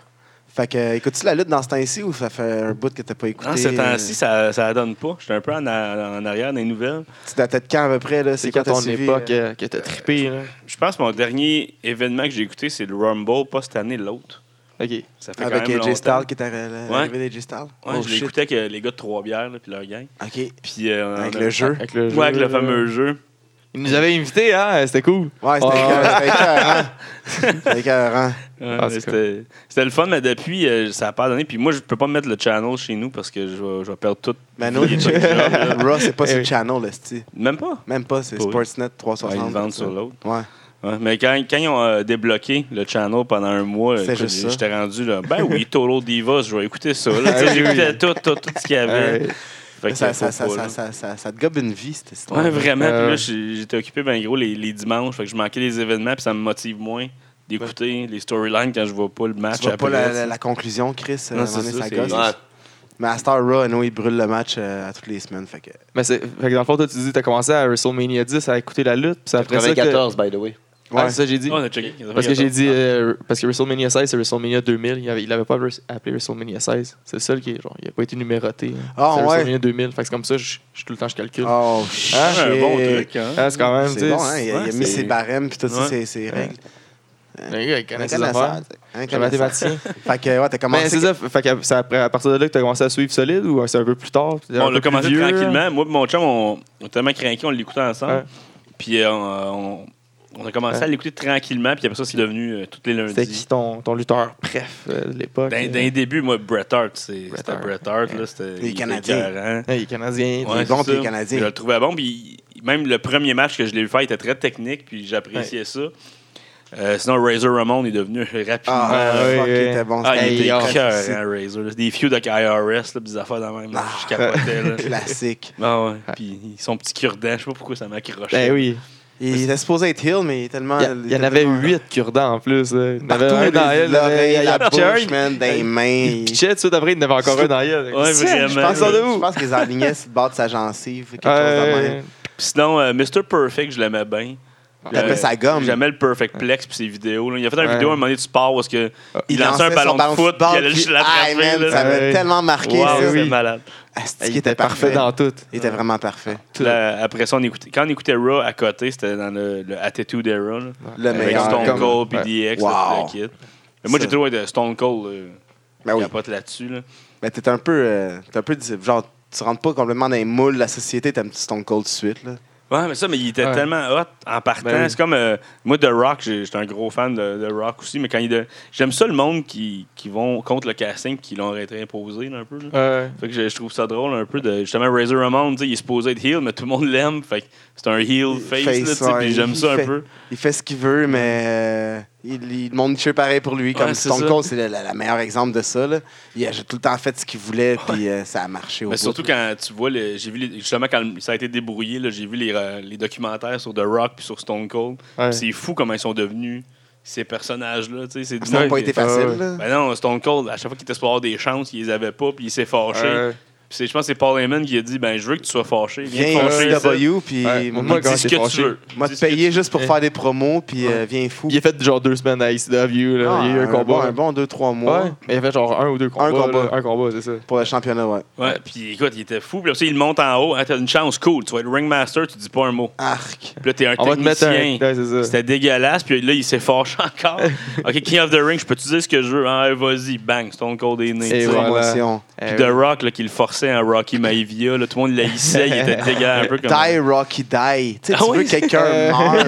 S4: Fait que, euh, écoutes-tu la lutte dans ce temps-ci ou ça fait un bout que t'as pas écouté?
S6: Non, Ah, ces temps-ci, ça, ça donne pas. J'étais un peu en, a- en arrière des nouvelles.
S4: Tu dois être quand à peu près, là?
S5: C'est
S4: C'est
S5: quand
S4: quoi
S5: ton
S4: ton
S5: époque euh, que t'as trippé, là.
S6: Je pense que mon dernier événement que j'ai écouté, c'est le Rumble, pas cette année, l'autre.
S5: OK.
S6: Ça fait
S4: Avec
S6: quand même
S4: AJ
S6: longtemps.
S4: Styles qui est arri-
S6: Ouais.
S4: arrivé d'AJ Styles?
S6: Ouais,
S4: Oh,
S6: je
S4: shit.
S6: l'écoutais avec euh, les gars de Trois-Bières, là, puis leur gang.
S4: OK.
S6: Puis, euh,
S4: Avec
S6: on a-
S4: le jeu.
S5: Avec le
S6: Ouais, avec le fameux jeu.
S5: Il nous avait invités, hein? C'était cool.
S6: Ah,
S4: Ouais,
S5: Ouais.
S4: c'était écœurant. C'était écœurant. C'était écœurant.
S6: Ouais,
S5: Ah,
S6: mais
S5: c'est
S6: C'était c'était le fun, mais depuis, euh, ça n'a pas donné. Puis moi, je peux pas mettre le channel chez nous parce que je vais, je vais perdre tout.
S4: Mais non,
S6: Il est pas le job, là.
S4: Raw, c'est pas
S5: Eh
S4: sur le
S5: oui.
S4: channel, là, c'ti.
S6: Même pas.
S4: Même pas, c'est
S6: Pas oui.
S4: Sportsnet
S6: Ouais, ils
S4: 360.
S6: le vendent sur l'autre.
S4: Ouais.
S6: Ouais, mais quand, quand ils ont euh, débloqué le channel pendant un mois,
S4: C'était
S6: écoute,
S4: juste ça. Ben
S6: j'étais rendu là. Ben oui, Tolo Divas, je vais écouter ça. là. Tu sais, J'écoutais tout, tout, tout ce qu'il y avait.
S5: Ouais.
S6: Fait que
S4: Ça,
S6: faut
S4: ça, ça,
S6: pas,
S4: ça,
S6: là.
S4: ça, ça, ça te gobe une vie, cette histoire.
S6: Ouais, vraiment.
S5: Euh.
S6: Puis là, j'ai- j'étais occupé, ben gros, les, les dimanches. Fait que je manquais les événements, puis ça me motive moins d'écouter les storylines quand je vois pas le match.
S4: Tu vois pas
S6: après,
S4: la,
S6: là,
S4: la- la conclusion, Chris.
S6: Non,
S4: euh,
S6: c'est
S4: Vanessa
S6: ça, c'est-
S4: Goss.
S2: Ouais.
S4: Mais à Star Raw, nous, il brûle le match euh, à toutes les semaines. Fait que...
S5: Mais c'est, fait que dans le fond, toi, tu dis, t'as commencé à WrestleMania 10 à écouter la lutte, puis c'est après ça. Que,
S2: 94, by the way.
S5: Ah,
S4: Ouais.
S5: c'est ça, j'ai dit.
S6: Oh, on a checké.
S5: Parce que j'ai dit,
S6: Ah.
S5: euh, parce que WrestleMania 16, c'est WrestleMania 2000. Il avait, il avait pas appelé WrestleMania 16. C'est le seul qui est, genre, il a pas été numéroté. hein.
S4: Ah,
S5: c'est
S4: ouais.
S5: WrestleMania 2000. Fait que c'est comme ça, je, je- tout le temps, je calcule.
S4: Oh, shit.
S5: Ah,
S6: Ah, un bon truc, hein?
S5: Ah, c'est quand même, tu
S4: C'est
S5: sais,
S4: bon, hein? Il, a- il a
S6: ouais,
S4: mis
S6: c'est-
S4: ses barèmes puis tout ça,
S6: Ouais.
S4: ses, ses règles.
S5: c'est- le gars, il connaît ses
S4: connaisseur,
S5: affaires.
S4: tu sais. Un
S5: C'est un
S4: connaisseur.
S5: mathématicien.
S4: Fait que, ouais, t'as
S5: Mais
S4: commencé.
S5: Ben, c'est ça, fait que c'est après, à partir de là que t'as commencé à suivre solide ou c'est un peu plus tard? t'es un
S6: On
S5: peu
S6: l'a
S5: plus
S6: commencé
S5: vieux?
S6: tranquillement. Moi et mon chum, on, on était tellement craqués, on l'écoutait ensemble.
S5: Ouais.
S6: Puis euh, on, on a commencé
S5: Ouais.
S6: à l'écouter tranquillement. Puis après ça, c'est devenu euh, tous les
S5: C'était qui
S6: lundis.
S5: ton, ton lutteur préf euh, de l'époque?
S6: D'un
S5: Euh,
S6: d'un début, moi, Bret Hart, c'est-
S5: Bret
S6: c'était
S5: Hart.
S6: Bret Hart. là, c'était- il était
S4: Canadiens.
S6: écœurant.
S5: Ouais, il est Euh, canadien.
S6: Ouais,
S4: bon, puis
S6: c'est
S4: il est
S6: ça.
S4: Canadien.
S6: Je le trouvais bon. Puis il- même le premier match que je l'ai vu faire, il était très technique. Puis j'appréciais ça. Euh, sinon, Razor Ramon est devenu rapidement.
S5: Ah,
S4: Ah, fuck,
S5: ouais,
S4: il
S5: ouais.
S4: était bon.
S6: Ah, il
S5: Hey,
S6: était
S5: yo.
S6: cœur,
S4: C'est-
S6: Razor. là. Des feuds avec IRS, là, pis des affaires dans même. là. Je capotais.
S5: hein.
S6: Là.
S4: Classique.
S6: Ah ouais. Puis son petit cure-dent, je sais pas pourquoi ça m'accrochait.
S5: Ben oui.
S4: Il était supposé être heel, mais il est tellement.
S5: Il y a- il y en avait huit cure-dents en plus. là. Il y en
S4: Partout,
S5: avait un dans
S4: les-
S5: elle, il y en avait-
S4: l'oreille,
S5: il y en
S4: la
S5: avait un,
S4: bouche,
S5: il-
S4: man, des
S5: il-
S4: mains.
S5: Il pitchait, tout de suite après, il y en avait encore un dans elle. Tiens,
S6: Ouais, vraiment.
S5: Je pense ça de
S4: Je
S5: où?
S4: pense qu'ils alignaient sur le bord de sa gencive, quelque chose de
S5: Ouais.
S4: même.
S6: Pis sinon, euh, Mr. Perfect, je l'aimais bien.
S4: T'appelais sa gomme.
S6: J'aimais le Perfect Plex puis ses vidéos. là. Il a fait une
S5: Ouais.
S6: vidéo à un moment donné du sport où est-ce que il, lançait un
S4: Ah, son
S6: ballon de foot puis il allait
S4: puis-
S6: juste
S4: Aïe, Ah, man,
S6: l'attraper.
S4: Ça
S6: là.
S4: m'a
S5: Ouais.
S4: tellement marqué.
S6: Wow,
S4: ça.
S6: c'est malade.
S4: Asti,
S5: Il était parfait dans tout.
S4: Il était vraiment parfait.
S5: Tout.
S6: Là, après ça, on écoutait, quand on écoutait Raw à côté, c'était dans le, le Attitude Era. là.
S4: Le
S6: Avec
S4: meilleur.
S6: Stone
S5: comme-
S6: Cold,
S5: ouais.
S6: puis DX,
S4: Wow.
S6: là, tout le kit. Mais moi,
S4: Ça.
S6: j'ai trouvé de Stone Cold, euh,
S4: Ben oui.
S6: capote là-dessus. Là.
S4: Mais t'es un peu. euh, t'es un peu. dis- Genre, tu rentres pas complètement dans les moules de la société, t'aimes Stone Cold tout de suite, là.
S6: Ouais, mais ça, mais il était
S5: Ouais.
S6: tellement hot en partant.
S5: Ben oui.
S6: C'est comme. euh, moi, The Rock, j'ai- j'étais un gros fan de, de Rock aussi, mais quand il. de- J'aime ça le monde qui, qui vont contre le casting, qui l'ont réimposé là, un peu. là.
S5: Ouais.
S6: Fait que je, je trouve ça drôle un peu de. Justement, Razor Ramon, tu sais, il est supposé être heel, mais tout le monde l'aime. Fait que c'est un heel face, là, tu sais,
S4: ouais,
S6: puis
S4: il-
S6: j'aime
S4: il
S6: ça un
S4: fait-
S6: peu.
S4: Il fait ce qu'il veut, mais euh, il, il, le monde cheer pareil pour lui. Comme
S6: Ouais, c'est
S4: Stone
S6: ça.
S4: Cold, c'est le, le- le meilleur exemple de ça. Là. Il a tout le temps fait ce qu'il voulait, puis euh, ça a marché au
S6: Mais
S4: bout.
S6: surtout quand tu vois, le- j'ai vu les- justement quand ça a été débrouillé, là, j'ai vu les, euh, les documentaires sur The Rock puis sur Stone Cold.
S5: Ouais.
S6: Puis C'est fou comment ils sont devenus ces personnages-là. tu sais, C'est du
S4: ça n'a
S6: monde
S4: pas
S6: qui-
S4: été facile.
S5: ouais.
S4: là.
S6: Ben non, Stone Cold, à chaque fois qu'il était supposé avoir des chances, il les avait pas, puis il s'est fâché.
S5: Ouais.
S6: Puis c'est- je pense que c'est Paul Heyman qui a dit ben, Je veux que tu sois fâché. Viens,
S4: Viens
S6: te fâcher.
S4: au CW,
S6: ici.
S5: Ouais,
S4: puis moi,
S5: euh, moi,
S4: moi,
S5: quand
S6: Dis ce
S5: t'es
S6: que
S5: fâché.
S6: tu veux. Dis
S4: te
S6: ce que
S4: payer
S6: tu-
S4: juste pour
S5: Eh.
S4: faire des promos, puis euh, viens fou.
S5: Il a fait genre deux semaines à ICW. là.
S4: Ah,
S5: Il y a eu un combat. hein.
S4: Bon, un bon 2-3 mois
S5: Ouais. Mais il a fait genre un ou deux combats. là.
S4: combat.
S5: Un combat, c'est ça.
S4: pour le championnat. Ouais.
S6: Ouais, puis écoute, il était fou. Puis là, tu sais, il monte en haut. Ah, t'as une chance, cool. Tu vas être ringmaster, tu dis pas un mot.
S4: Arc.
S6: Puis là, t'es un
S5: On va te mettre un.
S6: technicien.
S5: Ouais, c'est ça.
S6: C'était dégueulasse. Puis là, il s'est fâché encore. OK, King of the Ring, je peux-tu dire ce que je veux? Ah, vas-y, bang, Stone Cold est né.
S5: Et
S6: tu sais.
S5: voilà.
S4: Promotion.
S5: Eh
S6: Puis
S5: oui.
S6: The Rock, là, qui le forçait à Rocky Maivia, là, tout le monde l'haïssait, il était dégueulasse un peu comme...
S4: Die, Rocky, die. Tu sais,
S6: Ah
S4: tu veux
S6: oui.
S4: que quelqu'un
S5: Euh.
S4: meure, là.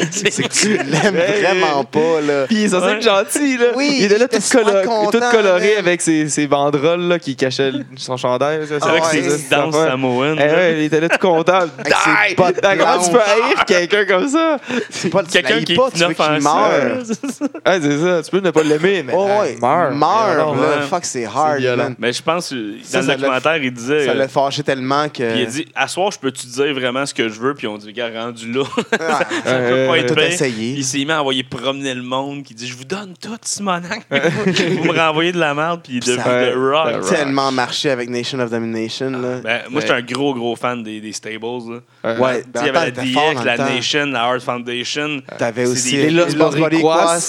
S4: C'est que tu l'aimes
S5: Hey.
S4: vraiment pas, là.
S5: Puis il est censé
S6: Ouais.
S5: être gentil, là.
S4: Oui,
S5: il était là
S4: il était
S5: tout,
S4: super
S5: colo-
S4: content,
S5: tout coloré
S4: man.
S5: avec ses, ses banderoles là, qui cachaient le- son chandail. C'est
S6: C'est vrai que
S4: Ah ouais,
S6: c'est
S4: ça,
S6: une danse
S5: Eh
S6: samoan. là.
S5: ouais, il était là tout content. Die!
S4: Avec ses bottes
S5: Ah, Comment tu peux
S4: blanches.
S5: haïr quelqu'un comme ça?
S4: C'est pas le
S6: Quelqu'un
S4: Ben,
S6: qui
S4: pas, tu veux qu'il meure.
S5: Ah, c'est ça, tu peux ne pas l'aimer, mais
S4: Oh, ouais.
S5: euh, meurs.
S4: Meurt,
S5: Mais non,
S4: là.
S6: ouais.
S4: Fuck, c'est hard,
S5: violent.
S4: man.
S6: Mais je pense, euh,
S4: Ça,
S6: dans
S4: ça
S6: le documentaire, il disait...
S4: Ça
S6: euh,
S4: l'a euh, fâché tellement que.
S6: Puis il a dit, à soir, je peux-tu dire vraiment ce que je veux? Puis on dit, gars, rendu là,
S4: Ah,
S6: ça peut
S5: Euh,
S6: pas être
S4: tout
S6: bien.
S4: essayé.
S6: Il s'est mis à envoyer promener le monde, qui dit, je vous donne tout, Simonac. vous me renvoyez de la merde, puis il est devenu
S4: Ça-
S6: The Rock.
S5: The Rock.
S4: Tellement marché avec Nation of Domination, là.
S6: Ben, moi, j'étais un gros, gros fan des, des stables. Là.
S5: euh,
S4: Ouais,
S6: Tu sais, il y
S4: dans le
S6: avait
S4: temps,
S6: la
S4: t'étais fort dans
S6: DX,
S4: le
S6: la
S4: temps.
S6: Nation, la Heart Foundation.
S4: T'avais
S6: C'est
S4: aussi
S6: des-
S5: les Los Boricuas.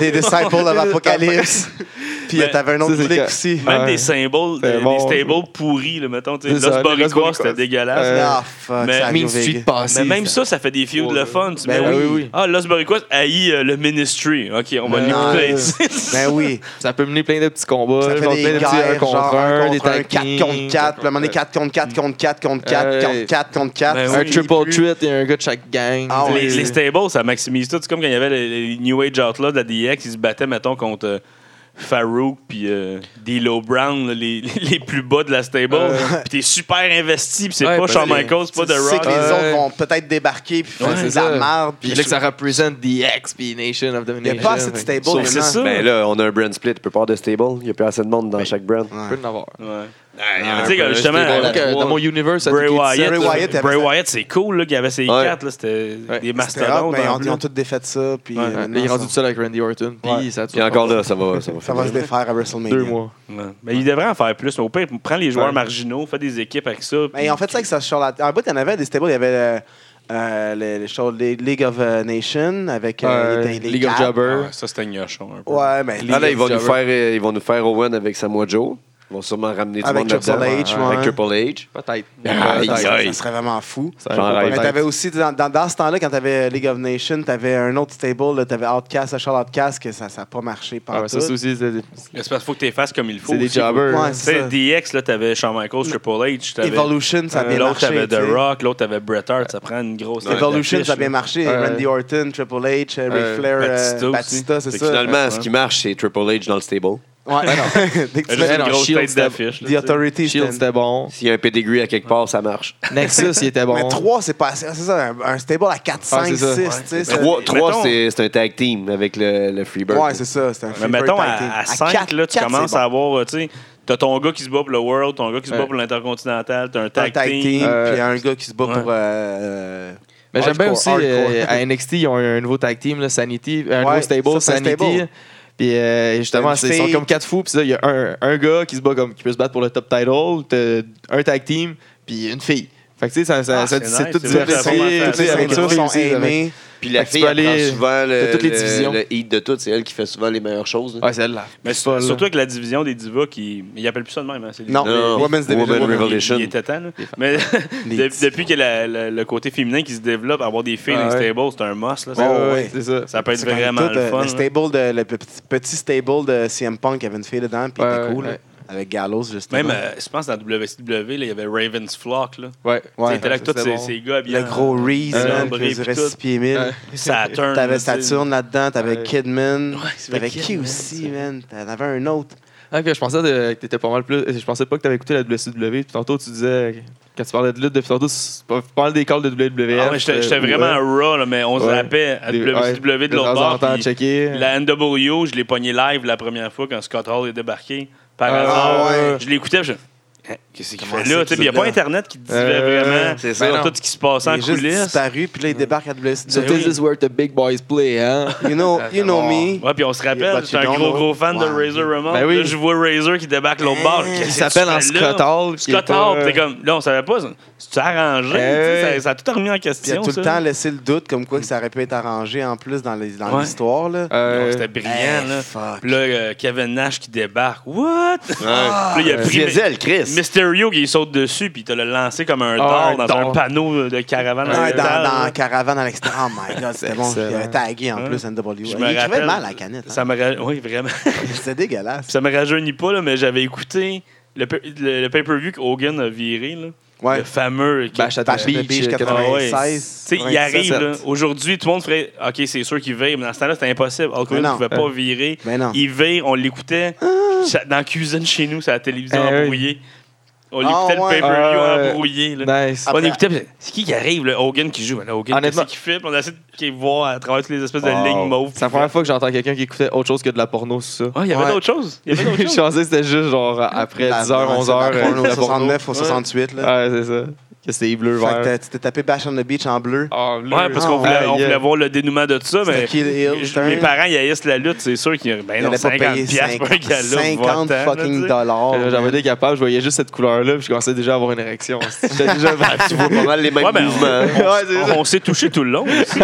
S4: les Disciples of Apocalypse. puis euh,
S6: Ben,
S4: t'avais un autre
S5: ça, c'est
S4: clic
S5: quand-
S4: aussi.
S6: Même
S5: Ouais.
S6: des symboles,
S5: C'est
S6: des,
S5: bon.
S6: des stables pourris, là, mettons. tu sais,
S5: C'est ça,
S6: Los
S5: les Los
S6: Boricua,
S5: Boricua.
S6: c'était dégueulasse.
S5: Euh,
S4: Ah, fuck,
S6: mais-
S4: ça arrive
S5: Mean
S4: au
S5: Street
S4: Vegas.
S5: passé.
S6: Mais même ça, ça fait des feuds
S5: Oh,
S6: le
S5: là.
S6: fun. Tu
S4: Ben
S6: mets,
S4: oui.
S6: Ah, Los Boricua haït euh, le ministry. OK, on va
S4: Ben non,
S6: l'écouter.
S4: Ben oui,
S5: Ça peut mener plein de petits combats.
S4: ça fait
S5: genre plein
S4: des
S5: de petits un
S4: guerres,
S5: contre
S4: genre
S5: un,
S4: 1
S5: des
S4: contre 1, 4
S5: tag
S4: contre 4, puis à un moment donné,
S5: teams.
S4: 4 contre 4 contre 4 contre 4 contre
S5: Ouais.
S4: 4 contre 4.
S6: Ben
S5: Un
S6: oui.
S5: triple threat et un gars de chaque gang.
S4: Ah ouais.
S6: les, les stables, ça maximise tout. C'est comme quand il y avait les, les New Age Outlaws de la DX, ils se battaient, mettons, contre euh, Farouk puis euh, D'Lo Brown, là, les, les- les plus bas de la stable.
S4: Euh,
S6: Puis t'es super investi, puis ben, c'est
S5: Ouais,
S6: pas
S5: parce
S6: Shawn
S5: que-
S6: Michaels, c'est pas The
S4: Tu sais
S6: Rock.
S4: que les
S5: Ouais.
S4: autres vont peut-être débarquer puis
S5: Ouais,
S4: faire
S5: c'est
S4: de
S5: ça.
S4: la merde.
S5: Puis
S4: Puis
S5: là que ça représente The X puis Nation of
S4: Il
S5: Domination.
S4: n'y a pas assez de
S5: fait
S4: stable
S6: Sauf que c'est
S4: maintenant.
S6: ça.
S2: Ben là, on a un brand split. Il peut pas avoir de stable. Il n'y a plus assez de monde dans chaque brand.
S5: que Tu peux en avoir.
S6: Ouais.
S2: un
S6: Tu sais,
S2: peu,
S6: que, justement,
S2: c'était bon,
S6: euh,
S2: là.
S5: Donc, euh, dans mon universe, ça
S6: Bray
S5: tout est
S6: Wyatt,
S5: dix-sept,
S4: Bray
S6: là,
S4: Wyatt avait
S6: Bray
S4: ça.
S6: Wyatt, c'est cool, là, qu'il y avait ses
S2: Ouais.
S6: quatre, là, c'était
S5: Ouais.
S6: des
S4: C'était hot,
S6: mastodontes.
S4: mais
S6: un
S4: ben, on-
S6: peu,
S4: ils
S6: là.
S4: ont tous défait ça. Puis
S6: Ouais.
S4: euh,
S5: Là,
S4: maintenant,
S5: il est rendu
S4: ça-
S5: tout seul avec Randy Orton. Puis
S4: Ouais.
S5: ça a tout
S2: Et encore là, ça va, ça va
S4: Ça va se
S2: finir.
S4: défaire à WrestleMania.
S5: Deux mois.
S6: Ouais. Mais il devrait en faire plus. Mais au pire, prends les joueurs
S5: Ouais.
S6: marginaux, fais des équipes avec ça.
S4: Mais Ben, en fait, c'est vrai que ça se charle la... En bout, il y en avait des stables. Il y avait euh, euh, les, les shows- les League of euh, Nations avec euh,
S5: Euh,
S4: les- les
S5: League of
S4: quatre.
S5: Jobber.
S6: ça, c'était gnochon un peu.
S4: Ouais, ben, mais
S2: Ah là, ils vont,
S5: Jobber.
S2: nous faire, euh, ils vont nous faire Owen avec Samoa Joe. Ils vont sûrement ramener du monde
S4: Avec Triple
S2: là-dedans.
S4: H,
S2: Avec
S4: ouais.
S2: Triple H.
S6: Ah,
S5: Peut-être.
S2: Aïe,
S4: ça,
S2: aïe.
S4: ça serait vraiment fou.
S5: Ça
S2: J'en
S5: va
S2: rêve.
S4: Mais
S5: peut-être.
S4: t'avais aussi, dans, dans, dans ce temps-là, quand t'avais euh, League of Nations, t'avais un autre stable, là, t'avais Outcast, Charles Outcast, que ça n'a pas marché
S5: Ah,
S4: pendant
S5: mais ça, c'est aussi. c'est-
S6: C'est parce qu'il faut que tu les fasses comme il faut.
S5: C'est des
S6: aussi.
S5: jobbers.
S4: Ouais,
S6: Tu
S4: c'est ça.
S6: sais, DX, là, t'avais Shawn Michaels, Triple H, t'avais-
S4: Evolution, ça a bien
S6: L'autre,
S4: marché.
S6: t'avais The
S4: tu sais.
S6: Rock, l'autre, t'avais Bret Hart, ça prend une grosse. tête
S4: Evolution,
S6: d'affiche,
S4: ça a bien
S6: là.
S4: marché.
S5: Ouais.
S4: Triple H, Randy Orton, Triple H, euh, Ric
S5: Euh,
S4: Flair, euh,
S6: Batista
S4: Batista,
S6: aussi.
S2: Fait
S4: c'est
S2: que
S4: ça.
S2: finalement,
S6: Ouais.
S2: ce qui marche, c'est Triple H dans le stable.
S4: Ouais. Dès que tu
S6: Juste
S4: mets
S5: non,
S6: une grosse
S5: Shield,
S6: tête
S5: c'était-
S6: d'affiche. là,
S4: The
S6: tu sais.
S4: Authority,
S5: Shield,
S4: c'était-
S5: c'était bon.
S2: S'il y a un pedigree à quelque part, ça marche.
S5: Nexus, il était bon.
S4: Mais 3, c'est pas assez. Ah, C'est ça, un, un stable à 4,
S5: Ah,
S4: 5,
S5: c'est ça.
S4: 6.
S5: Ouais.
S4: tu sais, ça-
S2: Trois, trois,
S6: mettons-
S2: c'est c'est un tag team avec le, le Freebird.
S4: Ouais, c'est ça. C'était un
S6: Mais
S4: free
S6: mettons,
S4: bird tag
S6: à,
S4: team.
S6: 5,
S4: quatre-
S6: là, tu
S4: quatre,
S6: commences
S4: c'est
S6: à
S4: bon.
S6: avoir, euh, tu sais, t'as ton gars qui se bat pour le World, ton gars qui se bat
S5: Ouais.
S6: pour l'Intercontinental, t'as un
S4: Un
S6: tag
S4: tag
S6: team.
S4: team,
S5: Euh,
S4: puis un gars qui se bat
S6: ouais.
S4: pour. euh,
S5: Mais j'aime bien aussi
S4: Hardcore,
S5: euh,
S4: hardcore.
S5: à NXT, ils ont un nouveau tag team, là, Sanity, un nouveau
S4: Ouais,
S5: stable,
S4: ça, c'est un
S5: Sanity.
S4: stable.
S5: Puis euh, justement, c'est-
S4: C'est une
S5: ils sont
S4: fille.
S5: comme quatre fous. Puis là, il y a un, un gars qui, se bat comme, qui peut se battre pour le top title, t'as un tag team, puis une fille. Fait que tu sais, ça, ça-
S6: Ah,
S5: ça-
S6: c'est
S5: c'est
S6: nice,
S5: tout
S6: c'est
S5: diversifié.
S6: vrai,
S4: Toutes
S6: c'est
S4: les
S6: vrai,
S5: avec
S4: ceintures
S5: une
S4: sont
S5: fille aussi, avec-
S4: aimées.
S2: Puis la
S5: Fait que tu
S2: fille,
S5: peux
S2: elle
S5: aller
S2: prend souvent le,
S5: de toutes les
S2: le-
S5: divisions.
S2: le hit de tout. C'est elle qui fait souvent les meilleures choses. là.
S5: Ouais, celle-là.
S6: Mais
S5: Folle, là.
S6: surtout avec la division des divas qui. Ils appellent plus ça de même. hein, c'est les
S4: Non,
S2: Non,
S4: les- Women's Division.
S2: Women
S6: Il-
S2: Revolution.
S6: Il était temps, là. Mais
S4: Les
S6: de-
S4: petits-
S6: depuis que la- la- le côté féminin qui se développe, avoir des filles
S5: Ah
S6: dans les
S5: ouais.
S6: stables, c'est un must. Là,
S4: Ouais,
S6: ça,
S4: ouais.
S5: c'est ça.
S6: ça peut être
S4: C'est quand même
S6: vraiment
S4: tout,
S6: le
S4: euh,
S6: fun.
S4: le,
S6: là.
S4: stable de, le petit, petit stable de CM Punk il y avait une fille dedans, puis il
S5: Ouais,
S4: était cool.
S5: ouais.
S4: là, Avec Gallows, justement.
S6: Même, euh, je pense, dans WCW, là, il y avait Raven's Flock. Là.
S5: Ouais.
S4: Ouais.
S6: Tu sais, t'es là avec
S5: ça,
S6: tous
S5: c'était
S6: ces,
S5: bon.
S6: ces gars bien.
S4: le gros Reese,
S5: euh,
S4: man, qui
S6: Brie, puis
S4: faisait
S6: tout.
S4: 6 000.
S5: Ouais.
S6: Saturn.
S4: T'avais
S6: là, tu sais.
S4: Saturn là-dedans, t'avais
S5: Ouais.
S4: Kidman.
S6: Ouais, c'est
S4: T'avais
S6: vrai,
S4: qui
S6: Kidman,
S4: aussi, man? T'en avais un autre.
S5: Ah, puis je pensais de- que t'étais pas mal plus. Je pensais pas que t'avais écouté la WCW. Puis tantôt, tu disais. Quand tu parlais de lutte, depuis tantôt, c'est pas- tu parlais des calls de WWF.
S6: Ah ouais, J'étais j'étais
S5: euh,
S6: vraiment raw, là, mais on se
S5: Ouais.
S6: rappelait à
S5: Des-
S6: WCW de l'autre
S5: temps en
S6: bord.
S5: temps,
S6: puis
S5: checker.
S6: La NWO, je l'ai pogné live la première fois quand Scott Hall est débarqué. Par
S5: Ah
S6: hasard,
S4: ouais.
S6: je l'écoutais. puis Je... Hein, Qu'est-ce qu'il
S4: Comment
S6: fait là?
S4: c'est
S6: Tu sais, puis Il n'y a
S4: qu'il est
S6: pas
S4: là?
S6: Internet qui disait
S5: Euh,
S6: vraiment
S2: c'est ça.
S6: tout ce qui se passait en
S4: Il est juste
S6: coulisses.
S4: disparu, puis là, il débarque à
S5: So
S4: WCW.
S5: this is where the big boys play, hein?
S4: You know, you know me.
S6: Ah, Ouais, puis on se
S4: Yeah,
S6: rappelle,
S4: but
S6: j'étais
S4: you
S6: un
S4: don't
S6: gros
S4: know.
S6: gros fan de
S4: Ouais.
S6: Razor Ramon.
S5: Ben oui.
S6: Là, je vois Razor qui débarque l'autre bord.
S4: Hey.
S6: Qu'est-ce
S5: Il
S6: que
S5: s'appelle
S6: tu
S5: en
S6: fais là?
S5: Scott Hall. qui est
S6: Scott
S5: pas-
S6: Hall. Puis t'es comme, là, on savait pas. C'est arrangé.
S5: Hey.
S6: tu sais, Ça, ça a tout remis en
S4: Puis il a
S6: question.
S4: tout le
S6: ça.
S4: temps laissé le doute comme quoi que ça aurait pu être arrangé en plus dans les- dans
S6: Ouais.
S4: l'histoire. là.
S6: Non,
S5: Euh,
S6: C'était brillant,
S4: Hey,
S6: là.
S4: fuck.
S6: Puis là, euh, Kevin Nash qui débarque. What?
S2: Ouais.
S6: Ah, Puis là, il a pris
S2: Diesel, Chris.
S6: Mysterio qui saute dessus, puis il te l'a lancé comme un
S5: Ah,
S6: dard dans
S5: un dard.
S6: un panneau de caravane. en
S4: Ouais, dans,
S6: métal,
S4: Ah, dans
S6: là.
S4: la Caravane à l'extérieur. Oh my god, c'était bon. Il
S5: excellent.
S4: avait tagué en
S6: Hein?
S4: plus NW.
S6: Je
S4: Il
S6: me
S4: écrivait
S6: rappelle.
S4: mal à la canette. hein.
S6: Ça me ra- Oui, vraiment.
S4: C'était dégueulasse.
S6: ça me rajeunit pas, là, mais j'avais écouté le, pa- le- le pay-per-view que Hogan a viré. Là.
S4: Ouais.
S6: Le fameux. qui-
S5: Bash at
S4: Bash
S5: the
S4: at the
S5: Bah, Beach,
S4: Beach,
S6: Ah ouais.
S4: 96.
S6: Tu sais, il arrive,
S5: 27.
S6: là. Aujourd'hui, tout le monde ferait OK, c'est sûr qu'il vire, mais dans ce temps-là, c'était impossible. Hulk Hogan
S4: Mais
S6: ne
S4: non. Euh.
S6: pouvait pas virer.
S4: Mais non.
S6: Il vire, on l'écoutait ça- dans la cuisine chez nous, sur la télévision
S5: Eh oui.
S6: embrouillée. On
S4: Ah
S6: l'écoutait
S4: ouais.
S6: le pay-per-view
S5: Ah ouais.
S6: embrouillé. là.
S5: Nice.
S4: Ah,
S6: on
S4: Après-
S6: écoutait, puis c'est qui qui arrive, le Hogan qui joue? Ben, là, Hogan, qu'est-ce
S5: Honnêtement-
S6: qu'il fait? Puis on essaie de voir à travers toutes les espèces de
S5: Wow.
S6: lignes mauves.
S5: C'est la première fois que j'entends quelqu'un qui écoutait autre chose que de la porno, c'est ça.
S6: Ah, il y avait
S4: Ouais.
S6: d'autres choses. Il y avait d'autres
S5: Je
S6: choses.
S5: pensais que c'était juste genre après 10h, 11h.
S4: Au 69 au 68. là.
S5: euh, Ouais, c'est ça. Que c'était bleu,
S4: Fait que
S5: vert.
S4: t'as- tu t'es tapé Bash on the Beach en bleu.
S5: Ah, bleu.
S6: Ouais, parce qu'on
S4: Ah,
S6: voulait, on
S5: yeah.
S6: voulait voir le dénouement de tout ça, mais
S4: C'était Kill Hill,
S6: je-
S4: c'était un-
S6: mes parents, ils haïssent la lutte, c'est sûr qu'ils ben
S4: Il
S6: non,
S4: n'allait pas
S6: 50
S4: payer
S6: piastres pour un
S4: 50,
S6: gars-là,
S4: 50
S6: va-t'en, là, tu
S4: fucking
S6: sais.
S4: dollars.
S5: Euh, J'avais des capables, je voyais juste cette couleur-là, puis je commençais déjà à avoir une érection. J'étais déjà
S2: Tu vois pas mal les mêmes
S6: Ouais, ben,
S2: mouvements.
S6: on, on- on s'est touché tout le long. aussi.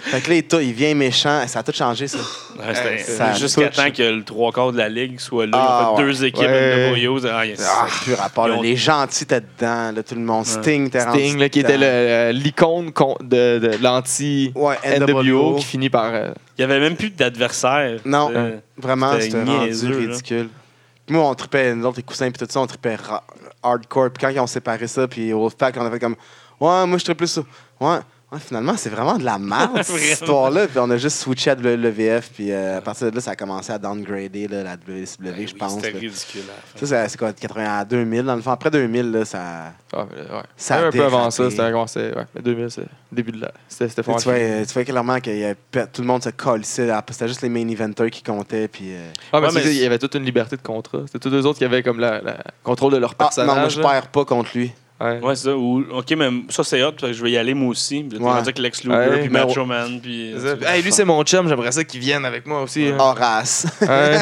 S4: Fait que là, il, t- il vient méchant. Ça a tout changé, ça.
S5: Ah.
S6: Ouais, c'était-
S4: Euh, Ça
S6: Jusqu'à
S4: touche.
S6: temps que le trois quarts de la ligue soit là.
S4: Ah,
S6: on fait
S4: ouais.
S6: deux équipes
S5: Ouais.
S6: avec le Boyos. Ah, yes.
S4: Ah, plus rapport. là.
S6: Ils ont-
S4: Les gentils étaient dedans. Là, tout le monde. Sting, t'es rendu
S5: Sting, là, qui
S4: dedans.
S5: était le- euh, l'icône con- de, de l'anti
S4: Ouais,
S5: NWO
S4: NWO.
S5: qui finit par. euh,
S6: Il n'y avait même plus d'adversaire.
S4: Non. Ah.
S6: Euh,
S4: Vraiment,
S6: C'était
S4: c'était rendu
S6: niaiseux, là.
S4: ridicule. Puis moi, on tripait, nous autres, les coussins, puis tout ça, on tripait ra- hardcore. Puis quand ils ont séparé ça, puis Wolfpack, on a fait comme Ouais, moi, je tripe plus ça. Ouais. Ouais, finalement, c'est vraiment de la merde, cette
S6: Vraiment.
S4: histoire-là. Puis on a juste switché à WWF, puis euh, à partir de là, ça a commencé à downgrader là, la WCW,
S6: Ben oui,
S4: je pense.
S6: C'était
S4: là.
S6: ridicule. hein. à la
S4: Ça,
S6: fin.
S4: c'est- c'est quoi, de 80 à 2000, dans le fond. Après 2000, là, ça.
S5: ah, euh, ouais.
S4: Ça a
S5: un peu avant
S4: dérapé.
S5: ça, c'était comment c'est- ouais, mais 2000, c'est début de la. C'était c'était
S4: Tu
S5: fort.
S4: vois, euh, tu vois clairement que tout le monde se collissait. là. C'était juste les main eventers qui comptaient, puis. euh,
S5: Ah, mais
S6: Ouais,
S5: c'est-
S6: mais
S5: il y avait toute une liberté de contrat. C'était tous deux autres qui avaient comme la, la contrôle de leur
S4: Ah, non, moi,
S5: personnage.
S4: je perds pas contre lui.
S5: là. Ouais.
S6: Ouais, c'est ça. Ou, ok, mais ça, c'est hot, parce que je vais y aller moi aussi. Puis là, t'es
S4: Ouais.
S6: rendu avec Lex Luger,
S5: Ouais,
S6: puis
S5: mais-
S6: Macho Man, puis. euh,
S5: C'est ça. Hey, lui, c'est mon chum, j'aimerais ça qu'il vienne avec moi aussi.
S4: Ah,
S5: hein.
S4: Horace.
S5: Ouais.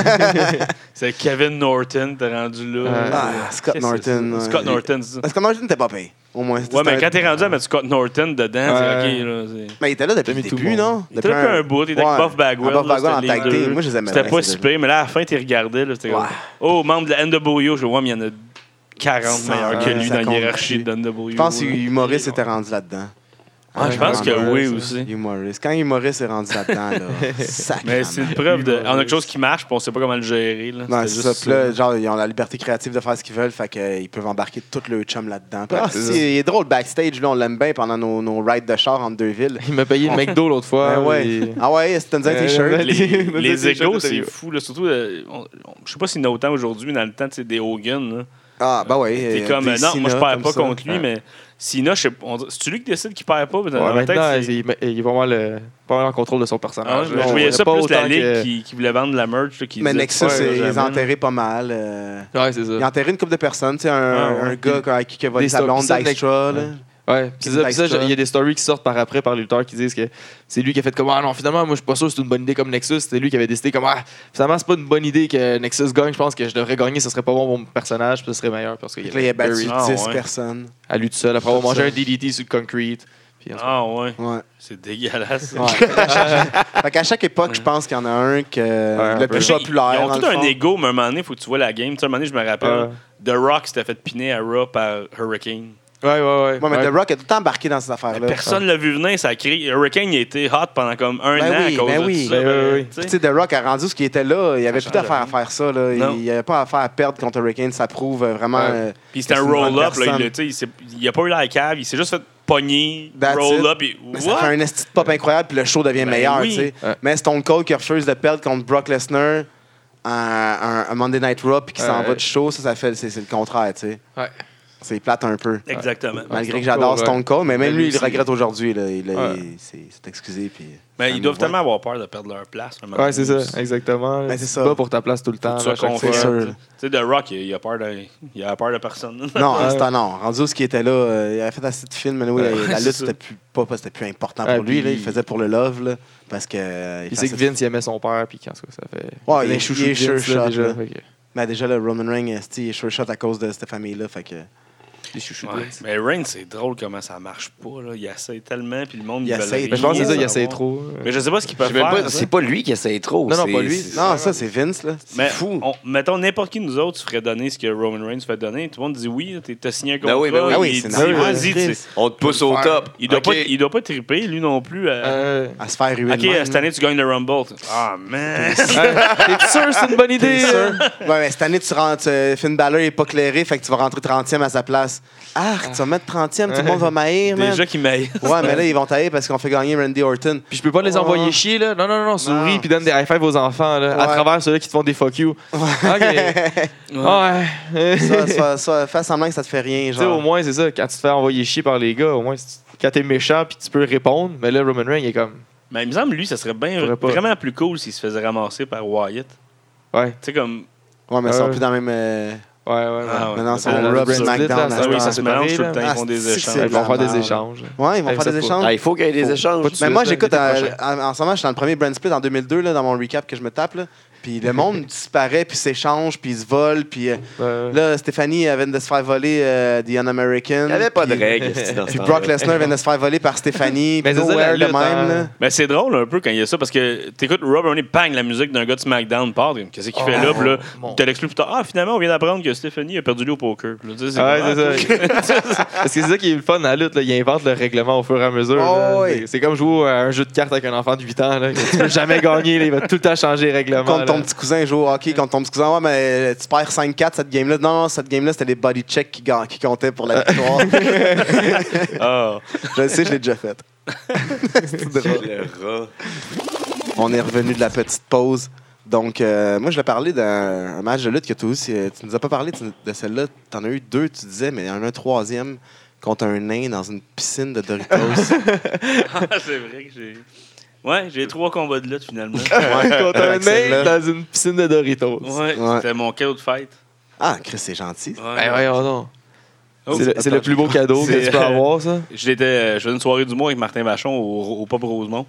S6: C'est Kevin Norton, t'es rendu là.
S5: Ouais.
S4: Ah, Scott
S6: Qu'est-ce que c'est,
S4: Norton,
S6: ça?
S4: ouais.
S6: Scott Norton, c'est ça.
S4: Parce que Martin n'était pas payé. Au moins. c'était- Ah.
S6: Ouais, mais
S4: c'était-
S6: quand t'es rendu à mettre Scott Norton dedans,
S5: Ouais.
S6: c'est ok. Là, c'est-
S4: Mais il était là depuis
S5: T'as
S4: le
S5: mis tout
S4: début,
S5: le monde.
S4: non?
S6: il était un peu un bout, il était
S4: Ouais.
S6: avec Buff Bagwell.
S4: Ah, Buff
S6: là,
S4: Bagwell en
S6: c'était les
S4: tag
S6: deux.
S4: team. Moi, je les aimais
S6: C'était
S4: bien,
S6: pas
S4: ces
S6: si pire, mais là, à la fin, t'es regardé. Là, c'était comme,
S4: Ouais.
S6: Oh, membre de la NWO, je vois, mais il y en a 40
S4: Ça,
S6: meilleurs que
S4: ouais,
S6: lui
S4: ça
S6: dans la
S4: compte
S6: hiérarchie
S4: plus.
S6: de NWO.
S4: Je pense que
S6: là.
S4: Hugh Morris était rendu là-dedans.
S6: Ah, je pense que oui aussi.
S4: Hugh Morris. Quand Hugh Morris est rendu là-dedans, là, sacrément.
S6: Mais c'est une preuve de.
S5: Hugh
S6: On a
S5: Morris.
S6: quelque chose qui marche, puis on sait pas comment le gérer. là.
S4: Non,
S6: C'était
S4: c'est
S6: juste
S4: ça. Puis là, genre, ils ont la liberté créative de faire ce qu'ils veulent, fait qu'ils peuvent embarquer tout le chum là-dedans. Puis, Ah,
S5: c'est
S4: si,
S5: ça.
S4: il est drôle backstage, là, on l'aime bien pendant nos, nos rides de char entre deux villes.
S5: Il m'a payé le McDo l'autre fois.
S4: Ah ouais,
S5: puis-
S4: ah ouais, c'était un
S5: Ouais,
S4: t-shirt.
S5: ouais.
S6: les,
S5: Des-
S6: les
S5: des t-shirts
S6: égos,
S5: de
S6: c'est
S5: Tokyo.
S6: fou. Là, surtout, euh, on- on- je sais pas s'il y en a autant aujourd'hui, mais dans le temps, c'est des Hogan. là.
S4: Ah, bah ouais.
S6: T'es
S4: euh,
S6: comme,
S4: des
S6: euh, non, moi, je
S4: Cena,
S6: perds
S4: comme
S6: pas
S4: ça. Ah.
S6: contre lui, mais Sina, je sais pas. on dirait- C'est-tu lui qui décide qu'il perd pas? Dans
S5: Ouais,
S6: ma tête,
S5: Ah, maintenant,
S6: c'est-
S5: il, il est vraiment le, pas mal en contrôle de son
S6: Ah,
S5: personnage.
S6: je
S5: là.
S6: je
S5: On
S6: voyais
S5: voit
S6: ça
S5: pas
S6: plus la
S5: autant
S6: Ligue
S5: que-
S6: qui, qui voulait vendre de la merch. là, qui
S4: Mais
S6: disait,
S4: Nexus,
S6: Ouais,
S4: ils
S6: jamais,
S4: ils
S6: là.
S4: enterraient pas mal. euh,
S5: Ouais, c'est ça.
S4: Il a enterré une couple de personnes, tu sais,
S6: Ah,
S4: un,
S6: ouais.
S4: un gars qui- à qui qui a volé
S5: Des
S4: sa blonde
S5: stories,
S4: d'extra.
S5: ouais. Ouais, pis ça, pis ça,
S4: Dykstra.
S5: il y a des stories qui sortent par après par les lutteurs qui disent que c'est lui qui a fait comme Ah non, finalement, moi je suis pas sûr que c'est une bonne idée comme Nexus. C'était lui qui avait décidé comme Ah, finalement, c'est pas une bonne idée que Nexus gagne. Je pense que je devrais gagner, ce serait pas bon pour mon personnage, pis ce serait meilleur parce qu'il
S4: Fait que là, il a battu
S5: Barry
S4: 10
S6: Ah, ouais.
S4: personnes.
S5: à lui tout seul après avoir
S4: Tout
S5: mangé
S4: seul.
S5: un DDT sur le concrete. Pis en tout cas,
S6: Ah ouais,
S4: Ouais.
S6: c'est dégueulasse.
S4: ouais. à chaque, fait qu'à chaque époque, je pense qu'il y en a un que
S5: un
S4: le
S5: peu.
S4: plus
S6: Ils- Ils
S4: populaire.
S6: ont
S4: dans
S6: tout
S4: le
S6: un
S4: fond.
S6: ego, mais à un moment donné, faut que tu vois la game. Tu sais, à un moment donné, je me rappelle,
S5: Ouais.
S6: The Rock s'était fait piner à Raw par Hurricane.
S5: Ouais, ouais, ouais.
S4: Ouais, mais
S5: ouais.
S4: The Rock est tout le temps embarqué dans cette affaire-là.
S6: Personne l'a vu venir, ça a créé. Hurricane, il a été hot pendant comme un
S4: Ben
S6: an
S4: oui,
S6: à cause
S4: ben
S6: de
S4: oui.
S6: ça.
S5: Ben oui, oui.
S6: tu
S4: Tu
S6: sais.
S4: sais, The Rock, a rendu ce qui était là, il n'y avait
S6: Ça
S4: plus d'affaire à
S6: change
S4: faire ça. Là.
S6: Non.
S4: Il n'y avait pas affaire à perdre contre Hurricane. Ça prouve euh, vraiment.
S5: Ouais.
S4: euh,
S6: Puis c'était un
S4: C'est une bonne
S6: roll-up, là, il,
S4: personne.
S6: a- tu sais, il s'est- il a pas eu la cave, il s'est juste fait pogner,
S4: That's
S6: roll-up, et
S4: Mais ça fait
S6: what?
S4: un esti de pop incroyable, puis le show devient
S6: Ben
S4: meilleur.
S6: oui.
S4: tu sais.
S5: Ouais.
S4: Mais Stone Cold qui refuse de perdre contre Brock Lesnar à un, un Monday Night Raw, puis qui s'en
S5: Ouais.
S4: va du show, ça, ça fait, c'est, c'est le contraire. tu sais.
S5: Ouais.
S4: C'est plate un peu.
S6: Exactement.
S4: Malgré que
S5: Stone
S4: j'adore
S5: Cold, ouais.
S4: Stone Cold, mais même
S5: Mais
S4: lui,
S5: lui
S4: il le
S5: aussi.
S4: regrette aujourd'hui. Là. Il, là,
S5: Ouais.
S4: il- c'est, c'est excusé. Puis,
S6: Mais
S4: ça
S6: ils
S4: nous
S6: doivent
S4: voit.
S6: Ben, tellement avoir peur de perdre leur place. à un moment
S5: Ouais, c'est
S6: donné.
S5: ça, exactement.
S4: Ben,
S5: Tu
S4: c'est
S5: te
S4: ça.
S5: bats pour ta place tout le
S6: Faut
S5: temps.
S6: que
S5: là,
S6: tu
S5: à chaque fois.
S6: sois
S4: fois.
S6: confiant,
S4: C'est sûr.
S6: Tu sais, The Rock, il, il a peur de, il a peur de personne.
S4: Non,
S5: Ouais.
S4: c'était non. Rendu où ce qui était là, euh, il avait fait assez de films, mais oui,
S5: Ouais,
S4: la
S6: c'est
S4: lutte,
S6: ça.
S4: c'était plus, pas, c'était plus important
S5: Ouais,
S4: pour
S5: puis-
S4: lui. là. il faisait pour le love, là, parce que. euh,
S5: Il sait que
S4: faisait-
S5: Vince, il aimait son père, puis qu'en tout cas, ça fait.
S4: Ouais, il est-
S5: est chouchou
S4: il est
S5: de Vince,
S4: sure
S5: là,
S4: shot,
S5: déjà.
S4: là.
S5: fait que-
S4: Mais Ben, déjà, le Roman Reigns, esti, il est sure shot à cause de cette famille-là. Fait que...
S5: Il est chouchou de
S6: Ouais.
S5: Vince.
S6: Mais Reigns, c'est drôle comment ça marche pas. Là. Il essaie tellement, puis le monde.
S4: Il
S6: ils veulent
S4: essaie
S6: rien
S5: Mais je pense que c'est ça, il
S6: savoir.
S5: essaie trop.
S6: Mais je sais pas ce qu'ils
S2: Je sais
S6: peuvent
S2: même
S6: faire.
S2: pas-
S6: ça.
S2: C'est pas lui qui essaye trop.
S5: Non, non,
S2: c'est-
S5: pas lui.
S2: c'est-
S4: Non, ça, c'est Vince. là.
S6: Mais
S2: fou.
S6: on- mettons n'importe qui de nous autres, tu ferais donner ce que Roman Reigns fait donner. Tout le monde dit oui, t'es- t'as signé un contrat.
S2: Ben oui, ben oui.
S6: il
S2: Ah
S4: oui,
S6: dit,
S4: c'est normal.
S6: vas-y, tu sais.
S4: Chris.
S2: On te pousse au
S5: Ouais.
S2: top.
S6: Il doit,
S2: Ok.
S6: pas, il doit pas triper, lui non plus. à-
S5: Euh,
S4: À se faire ruiner.
S6: ok,
S4: de même,
S6: cette
S4: là.
S6: année, tu gagnes le Rumble. Ah, man!
S5: T'es sûr que c'est une bonne idée?
S4: T'es sûr? Ouais, mais cette année, tu rentres. euh, Finn Balor n'est pas clairé, fait que tu vas rentrer 30e à sa place. Ah, tu vas mettre 30e, tout le monde va maïr, man.
S6: Déjà qu'il m'aille.
S4: Ouais, mais là, ils vont tailler parce qu'on fait gagner Randy Orton.
S5: Puis je peux pas les
S4: Ouais.
S5: envoyer chier, là. Non, non, non, non, souris, puis donne des high five aux enfants, là, à
S4: Ouais.
S5: travers ceux-là qui te font des fuck you. Ok. Ouais.
S4: Soit,
S5: Tu
S4: soit- soit fais semblant que ça te fait rien,
S5: sais, au
S4: genre.
S5: moins, c'est ça, quand tu te fais envoyer chier par les gars, au moins, c'est- quand t'es méchant, puis tu peux répondre, mais là, Roman Reigns, il est comme.
S6: Mais il me semble, lui, ça serait bien,
S5: Faudrait pas.
S6: vraiment plus cool s'il se faisait ramasser par Wyatt. Tu
S5: Ouais,
S6: sais, comme.
S4: Ouais, mais ils sont
S5: Ouais.
S4: plus dans le même. euh,
S5: ouais, ouais.
S6: Ah, ouais.
S4: Maintenant,
S6: Ah,
S4: c'est
S6: le
S4: on rub
S5: Brand Split, là,
S4: SmackDown.
S5: ça
S4: à
S6: Ah oui,
S4: ce
S6: ça
S5: c'est
S6: se mélange
S5: pareil,
S6: tout le temps.
S4: là.
S6: Ils font des
S4: Ah, c'est que
S6: échanges.
S4: c'est
S5: Ils vont faire
S4: de la
S5: des
S4: merde.
S5: échanges. là.
S4: Ouais, ils vont
S5: Hey,
S4: faire
S5: ça
S4: des
S5: faut-
S4: échanges.
S2: Ah, il faut qu'il y ait des
S5: Pas
S2: échanges.
S5: de
S4: Mais moi,
S5: suite, là,
S4: j'écoute,
S5: l'été
S4: euh,
S5: prochain.
S4: en en ce moment, je suis dans le premier Brand Split en 2002, là, dans mon recap que je me tape. Là. Puis le monde disparaît, puis s'échange, puis ils se volent. Puis euh,
S5: Ouais.
S4: là, Stéphanie, elle vient de se faire voler euh, The Un-American.
S2: Il n'y avait pas de
S4: puis-
S2: règles. c'est-tu, dans ce
S4: Puis
S2: temps-là.
S4: Brock Lesnar vient de se faire voler par Stéphanie.
S5: Mais
S4: puis
S5: c'est ça, la
S4: Nowhere de
S5: lutte,
S4: même.
S5: hein.
S4: là.
S6: Mais Ben, c'est drôle un peu quand il y a ça parce que t'écoutes Rob Ronnie bang, la musique d'un gars de SmackDown part. t'es comme, Qu'est-ce qu'il fait
S5: Oh,
S6: là? Puis là,
S5: mon-
S6: t'as l'exclus plus tard. Ah, finalement, on vient d'apprendre que Stéphanie a perdu lui au poker. Puis là, tu sais, c'est
S5: Ouais,
S6: comme, ah,
S5: c'est ça. Parce que c'est ça qui est le fun à la lutte. Là. Ils inventent le règlement au fur et à mesure.
S4: Oh,
S5: là.
S4: oui.
S5: C'est- C'est comme jouer à un jeu de cartes avec un enfant de 8 ans. Là, que tu peux jamais gagner. là. Il va tout le temps changer les règlements.
S4: Contre ton
S5: là.
S4: petit cousin, joue au hockey contre ton petit cousin. Ouais, mais euh, tu perds 5-4 cette game-là. Non, non, cette game-là, c'était les body checks qui, ga- qui comptaient pour la victoire.
S6: ah.
S4: je le sais, je l'ai déjà fait.
S2: Le rat.
S4: On est revenu de la petite pause. Donc, euh, moi, je vais parler d'un un match de lutte que toi aussi, euh, tu nous as pas parlé tu- de celle-là. Tu en as eu deux, tu disais, mais il y en a un troisième contre un nain dans une piscine de Doritos.
S6: Ah, c'est vrai que j'ai. Ouais, j'ai trois combats de lutte finalement.
S5: Contre un
S4: Avec celle-là.
S5: nain dans une piscine de Doritos.
S6: Ouais,
S4: Ouais.
S6: c'était mon cadeau de fête.
S4: Ah, Chris, c'est gentil.
S6: Ouais.
S5: Ben voyons donc.
S6: Oh,
S5: c'est le, c'est le plus beau cadeau que
S6: C'est-
S5: tu peux avoir, ça.
S6: Je l'étais, euh, je faisais une soirée d'humour avec Martin Vachon au, au Pop Rosemont.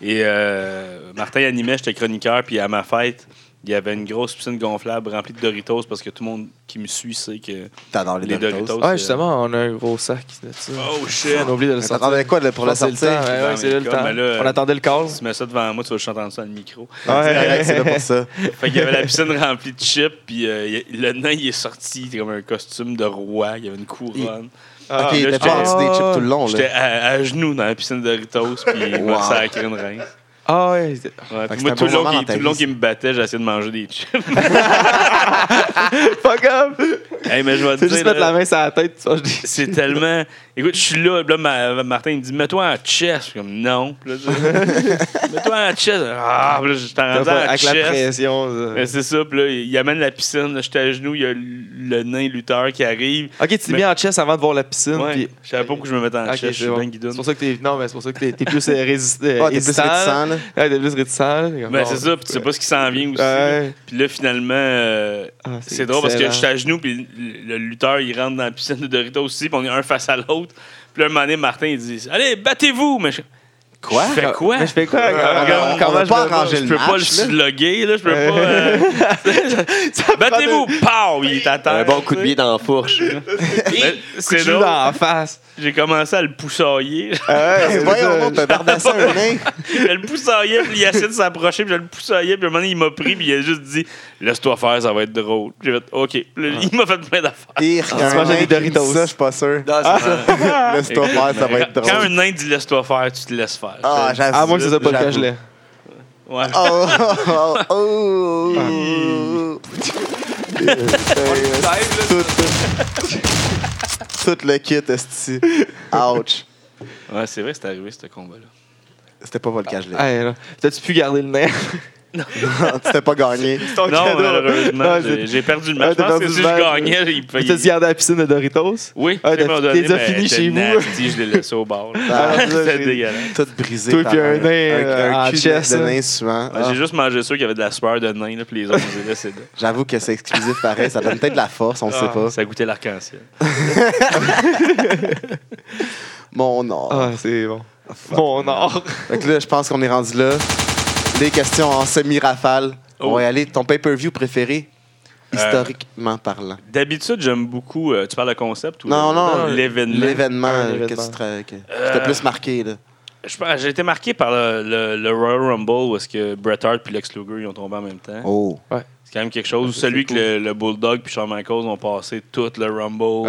S6: Et euh, Martin animait, j'étais chroniqueur, puis à ma fête, il y avait une grosse piscine gonflable remplie de Doritos parce que tout le monde qui me suit sait que.
S4: T'adores les,
S6: Les
S4: Doritos.
S6: Doritos.
S5: Ouais, justement, on a un gros sac de ça.
S6: Oh shit!
S5: On a oublié de le
S4: Mais
S5: sortir.
S4: T'attendais quoi là, pour la
S5: C'est le
S4: sortir?
S5: temps, ouais, ouais, c'est là le
S6: Comme, mais là,
S5: temps. On attendait le call.
S6: Tu mets ça devant moi, tu vas juste entendre ça dans le micro.
S5: Ah,
S4: C'est correct, c'est là pour ça.
S6: Fait qu'il y avait la piscine remplie de chips, puis euh, il- le nain, il est sorti, c'était comme un costume de roi, il y avait une couronne.
S5: Ah,
S4: ok, t'as
S6: là,
S4: pas
S6: j'étais-
S4: reçu des chips tout le long.
S6: J'étais
S4: Là.
S6: à, à genoux dans la piscine de Doritos, puis il m'a
S4: Wow.
S6: sacré une reine.
S5: Ah ouais.
S6: Ouais,
S4: Fait que
S6: puis moi,
S4: c'était un bon
S6: tout le long
S4: moment dans
S6: qu'il-
S4: ta
S6: tout le long
S4: vie,
S6: qu'il me battait, j'essayais de manger des chips.
S5: Fuck up!
S6: hey, mais je vais te
S5: C'est juste
S6: dire,
S5: mettre
S6: là,
S5: la main sur la tête. tu vois, je dis-
S6: c'est tellement. Écoute, je suis là, puis là, ma- Martin, il me dit, mets-toi en chest. Je suis comme, non. Puis là, je- Mets-toi en chest. Ah, puis là, je t'en rendu en
S5: Avec la
S6: chest.
S5: pression. ça.
S6: Mais c'est ça, puis là, il amène la piscine, là, j'étais à genoux, il y a le nain lutteur qui arrive.
S5: Ok, tu t'es
S6: Mais-
S5: mis en chess avant de voir la piscine.
S6: Ouais,
S5: puis-
S6: Je savais pas pourquoi je me mettais en
S5: Ok,
S6: chest, je suis
S5: bon.
S6: bien guidoune.
S5: C'est pour ça que t'es. Non, mais c'est pour ça que t'es t'es plus euh, résist- euh,
S4: Ah, t'es plus
S5: hésitant.
S4: réticent. là.
S5: Ouais, t'es plus réticent. là. Comme,
S6: Ben,
S5: bon,
S6: c'est ça, puis tu sais pas ce qui s'en vient aussi.
S5: Ouais.
S6: Puis là, finalement, euh,
S5: Ah,
S6: c'est drôle parce que
S5: excellent.
S6: je suis à genoux, puis le le lutteur, il rentre dans la piscine de Doritos aussi, puis on est un face à l'autre. Puis là, un moment donné, Martin, il dit Allez, battez-vous Mais je-
S4: Quoi?
S6: Je fais quoi Euh,
S5: Mais je fais quoi?
S4: on-
S5: Comment-
S4: on
S5: comment
S4: a
S5: je
S4: pas
S5: me-
S4: arrangé
S6: Je
S4: le
S6: peux
S4: match,
S6: pas le
S4: là.
S6: sloguer, là, je peux pas. euh, Battez-vous Pow Il t'attend.
S2: Un bon coup de pied dans la fourche.
S5: Coup de
S6: C'est
S5: genou
S6: drôle.
S5: dans la face.
S6: J'ai commencé à le poussailler.
S5: Ah
S4: Ouais, voyons, on peut pardasser un nain.
S6: je le poussaillais, puis il essayait de s'approcher, puis je le poussaillais, puis à un moment donné, il m'a pris, puis il a juste dit Laisse-toi faire, ça va être drôle. J'ai fait OK. Puis là, Il m'a fait plein d'affaires.
S4: Pire
S5: tu
S4: qu'un
S5: manges
S4: nain
S5: des
S4: qui dit
S5: Doritos.
S4: ça, je suis pas sûr.
S2: Ah,
S4: Laisse-toi faire, ça va être
S6: Quand un
S4: drôle.
S6: nain dit laisse-toi faire, tu te laisses faire.
S4: Ah,
S6: C'est-
S4: j'avoue.
S5: À moins que ce soit pas le
S4: j'avoue.
S5: cas, je l'ai.
S6: Ouais.
S4: Oh, oh, oh,
S6: Ah.
S4: oh. tout, tout le kit, esti. Ouch. Ah.
S6: Ouais, c'est vrai, c'est arrivé ce combat-là.
S4: C'était pas volcage là.
S5: Hey, là. T'as-tu pu garder le nez?
S4: C'était pas gagné.
S5: Ton
S6: non,
S5: cadeau.
S6: malheureusement,
S5: Ah,
S6: j'ai-
S5: c'est-
S6: j'ai perdu le
S5: Ah,
S6: match.
S5: t'as
S6: je pense que
S5: perdu
S6: si
S5: le
S6: je
S5: match.
S6: gagnais, il
S5: Mais T'as-tu
S6: payait.
S5: gardé la piscine de Doritos?
S6: Oui,
S5: Ah,
S6: tu sais,
S5: t'as-
S6: m'ont donné,
S5: t'es déjà
S6: mais
S5: fini
S6: j'étais
S5: chez vous.
S6: nasty, je l'ai laissé au bord.
S4: Ah,
S6: là.
S5: ça,
S6: C'était
S5: j'ai-
S6: dégueulasse.
S4: Tout brisé.
S5: Toi
S4: par
S5: puis un
S4: un,
S5: nain,
S4: un- un
S5: euh, en
S4: cul de-
S5: chess,
S4: de
S5: là.
S4: nain Ah. suant.
S6: Ouais, J'ai juste mangé ceux qui avaient de la sueur de nain, là, puis les autres, je les ai laissés là.
S4: Ah, J'avoue que c'est exclusif pareil. Ça donne peut-être de la force, on sait pas.
S6: Ça goûtait l'arc-en-ciel.
S4: Mon nom.
S5: Ah, c'est bon. Mon or.
S4: Fait que là, je pense qu'on est rendu là. Les questions en semi-rafale. On
S6: Oh.
S4: va y aller. Ton pay-per-view préféré,
S6: Euh,
S4: historiquement parlant.
S6: D'habitude, j'aime beaucoup. euh, tu parles de concept ou
S4: Non,
S6: de-
S4: non,
S6: l'événement. Euh.
S4: L'événement,
S5: l'événement.
S4: qu'est-ce que tu tra- que- qui t'a plus marqué, là?
S6: Je pense- J'ai été marqué par le, le- le Royal Rumble où est-ce que Bret Hart puis Lex Luger ils ont tombé en même temps.
S4: Oh.
S6: C'est quand même quelque chose. Celui que le, le Bulldog puis Shawn Michaels ont passé tout le Rumble,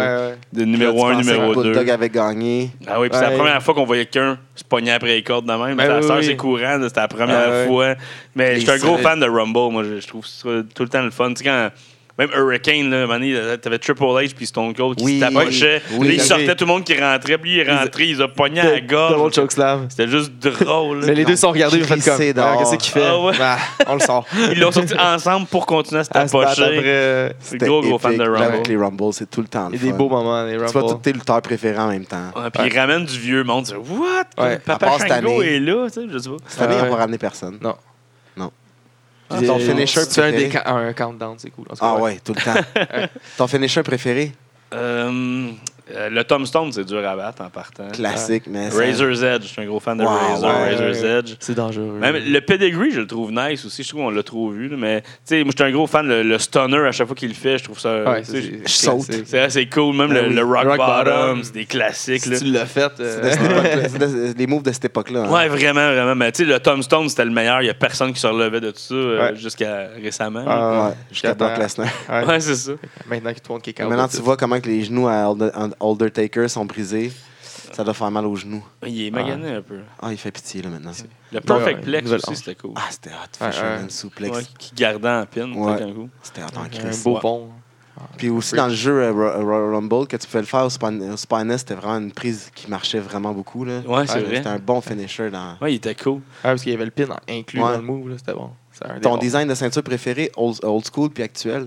S5: Ouais, ouais.
S6: de numéro 1, numéro 2.
S4: Bulldog avait gagné.
S6: Ah oui, puis c'est
S5: Ouais.
S6: la première fois qu'on voyait quelqu'un se pogner après les cordes de même.
S5: Ben
S6: Ça, à
S5: oui,
S6: cette heure,
S5: oui.
S6: c'est courant, là, c'était la première
S5: Ah ouais.
S6: fois. Mais
S4: Les
S6: je suis un gros
S4: seuls.
S6: fan de Rumble, moi, je, je trouve ça tout le temps le fun. Tu sais, quand même Hurricane, là, à un moment donné, euh, t'avais Triple H puis Stone Cold qui
S4: Oui.
S6: se tapochaient.
S4: Oui.
S6: Là,
S4: Oui.
S6: ils sortaient tout le monde qui rentrait, puis lui, il est rentré, ils ont pogné à la
S5: Double
S6: gorge.
S5: chokeslam.
S6: C'était juste drôle. là.
S5: Mais les deux sont regardés, ils ont fait comme.
S4: crissé
S5: Ah,
S4: dehors.
S5: Qu'est-ce qu'il fait?
S6: Ah ouais.
S5: Bah, on le sort.
S6: Ils l'ont sorti ensemble pour continuer à se
S5: À se battre
S6: tapocher.
S5: après.
S6: C'est gros, gros fan de
S4: Épique.
S6: Rumble.
S4: Avec les Rumbles, c'est tout le temps le
S5: Il y a des
S4: fun.
S5: beaux moments, les
S4: Tu vois tous
S5: Rumble.
S4: tes lutteurs préférés en même temps.
S6: Ouais, puis ils ramènent du vieux monde. Tu dis, What?
S5: Ouais.
S4: À
S6: Papa
S4: part cette
S6: Shango
S4: année.
S6: est là, tu sais, je sais pas.
S4: Cette année,
S5: Ah ouais.
S4: on va ramener personne.
S5: Non.
S4: Non.
S5: Puis,
S4: Puis ton
S5: euh,
S4: finisher
S5: si tu fais un, Ah,
S4: préféré?
S5: déca- un countdown, c'est cool. En tout cas,
S4: Ah ouais, tout le temps. Ton finisher préféré?
S6: Euh, Euh, le tombstone, c'est dur à battre en partant.
S4: Classique, mais. ça-
S6: Razor's Edge, je suis un gros fan de
S4: Ouais,
S6: Razor,
S4: ouais,
S6: Razor's
S3: ouais.
S6: Edge.
S5: C'est dangereux.
S6: Même le pedigree, je le trouve nice aussi. Je trouve qu'on l'a trop vu. là, Mais tu sais, moi, je suis un gros fan. Le, le stunner, à chaque fois qu'il le fait, je trouve ça.
S5: Ouais,
S6: tu sais,
S5: c'est-
S6: je-
S4: je saute.
S5: c'est-
S6: c'est assez cool. Même
S5: Ah
S6: le,
S5: oui.
S6: le rock,
S5: Rock
S6: bottom,
S5: bottom.
S6: c'est des classiques.
S5: Si
S6: là.
S5: tu l'as fait.
S4: C'est
S5: euh,
S4: de cette époque-là, c'est de- les moves de cette époque-là. hein.
S6: Ouais, vraiment, vraiment. Mais tu sais, le tombstone, c'était le meilleur. Il n'y a personne qui se relevait de tout ça euh,
S5: Ouais.
S6: jusqu'à récemment. là.
S5: ah,
S4: Ouais, jusqu'à
S5: temps.
S4: Brock Lesnar.
S5: Ouais.
S6: Ouais, c'est ça.
S5: Maintenant qu'il te tourne quelqu'un.
S4: Maintenant, tu vois comment que les genoux à Alder- à Undertaker sont brisés. Ça doit faire mal aux genoux.
S6: Il est magané un peu.
S4: Ah, il fait pitié, là, maintenant.
S6: Le Perfect
S5: ouais,
S6: Plex
S5: nouvelle
S6: aussi,
S5: hanche.
S6: c'était cool.
S4: Ah, c'était hot.
S5: Ouais,
S4: Fisherman
S5: ouais.
S4: Suplex.
S6: Ouais, qui gardait en pin, tu sais,
S4: Ouais.
S6: qu'un coup.
S4: C'était hot en
S5: Un
S4: crise.
S5: beau pont.
S4: Puis aussi, dans le jeu euh, Ro- Royal Rumble, que tu pouvais le faire au spin- au Spineless, c'était vraiment une prise qui marchait vraiment beaucoup. Là.
S6: Ouais, c'est vrai.
S4: C'était un bon finisher. Dans...
S6: Ouais, il était cool.
S5: Ah, parce qu'il y avait le pin en- inclus
S4: Ouais.
S5: dans le move, là, c'était bon. C'est un des
S4: Ton
S5: bons.
S4: design de ceinture préféré, old, old school puis actuel?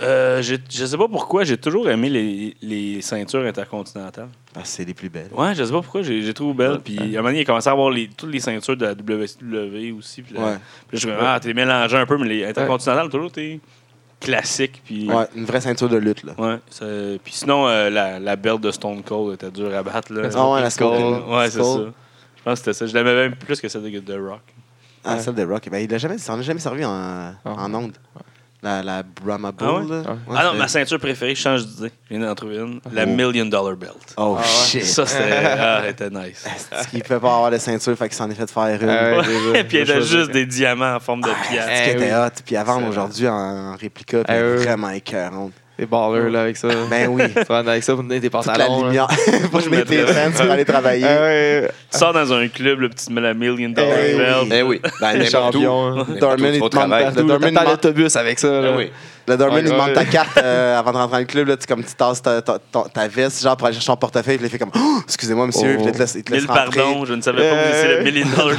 S6: Euh, j'ai- je sais pas pourquoi, j'ai toujours aimé les, les ceintures intercontinentales.
S4: Ah, c'est les plus belles.
S6: Ouais, je sais pas pourquoi, j'ai j'ai trouvé belle. Puis à un moment donné, il commençait à avoir les, toutes les ceintures de la WCW aussi. Puis là,
S4: Ouais.
S6: puis là, je me dis, ah, t'es mélangé un peu, mais les intercontinentales, toujours, t'es classique. Puis
S4: Ouais, une vraie ceinture de lutte. Là.
S6: Ouais, ça- puis sinon, euh, la, la belle de Stone Cold était dure à battre. Là.
S4: Ah ouais, la Skull.
S6: Ouais, c'est ça.
S4: Skull.
S6: Je pense que c'était ça. Je l'aimais même plus que celle de The Rock.
S4: Ah,
S5: Ouais. Ah.
S4: celle de Rock. Ben, il a jamais, s'en est jamais servi en, en onde. La, la Brahma Bull.
S6: Ah ouais?
S4: là.
S5: Ouais.
S6: ah non,
S4: c'était-
S6: ma ceinture préférée, je change d'idée. Je viens d'en trouver une. La
S4: Oh.
S6: Million Dollar Belt.
S4: Oh,
S5: Ah ouais.
S4: shit.
S6: Ça, c'était ah, elle était nice.
S4: Parce qu'il peut pas avoir de ceinture, fait qu'il s'en est fait faire une.
S5: Ah ouais. déjà,
S6: Et puis, elle
S5: déjà
S6: a
S5: choisi.
S6: juste des diamants en forme de
S4: Ce
S6: pièce.
S5: Eh
S4: qui était
S5: oui.
S4: hot. Puis avant,
S5: C'est
S4: aujourd'hui, en, en réplica, puis
S5: Eh
S4: elle est
S5: oui.
S4: vraiment écœurante.
S5: Des ballers, là, avec ça.
S4: Ben oui.
S5: Tu vas avec ça pour donner tes
S4: Toute la
S5: pantalons. là.
S4: lumière. Faut que je mette tes
S6: mettrais-
S4: pants pour aller travailler.
S5: Ah ouais.
S6: Tu sors dans un club, le petit te mets la Million Dollar
S4: Eh oui.
S6: Belt.
S2: Eh oui, ben,
S5: Les
S2: n'importe où.
S5: champions. hein.
S2: N'importe où
S4: Dorman,
S2: tu vas
S4: il
S2: au
S4: te manque
S2: travail.
S4: partout.
S5: Partout,
S4: Dorman,
S5: t'attends
S4: il manque-
S5: l'autobus avec ça.
S2: Eh
S5: là.
S2: oui.
S4: Le Dorman,
S5: Ouais,
S4: il
S5: ouais.
S4: demande ta carte euh, avant de rentrer dans le club. Là, tu, comme tu tasses ta, ta, ta- ta veste, genre pour aller chercher ton portefeuille, il te les fait comme Oh, Excusez-moi,
S5: Oh.
S4: monsieur. Puis là, il te laisse, il te laisse
S6: Mille
S4: rentrer. Eh.
S6: pardons, je ne savais pas que vous étiez le Million Dollar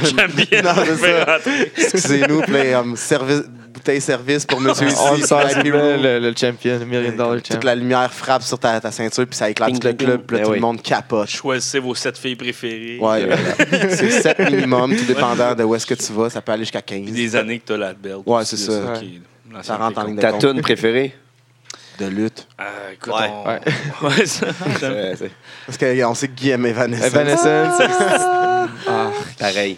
S6: Champion.
S4: Non, c'est
S6: Je vais
S4: ça.
S6: rentrer.
S4: Excusez-nous, puis là, comme, service, bouteille service pour monsieur ici.
S5: On le
S4: puis
S5: sort,
S4: Black
S5: c'est
S4: Hero.
S5: le, le champion, le million dollar
S4: Toute
S5: champion.
S4: la lumière frappe sur ta, ta ceinture, puis ça éclate
S2: Ding,
S4: tout le
S2: ding,
S4: club,
S2: ding.
S4: puis là,
S2: Eh
S4: tout
S2: oui.
S4: le monde capote.
S6: Choisissez vos sept filles préférées.
S4: Ouais, voilà. c'est 7 minimum, tout dépendant de où est-ce que tu vas. Ça peut aller jusqu'à 15.
S6: Puis des années que t'as la belt.
S4: Ouais,
S6: aussi,
S4: c'est ça.
S6: qui est
S4: Ça rentre en ligne de
S2: Ta
S4: compte.
S2: toune préférée?
S4: de lutte.
S6: Ah, écoute,
S2: Ouais.
S6: on-
S5: Ouais.
S6: Ouais, ça, j'aime.
S2: Euh, c'est
S4: Parce qu'on sait que Guy aime Evanescence.
S5: Evanescence. Ah,
S2: pareil.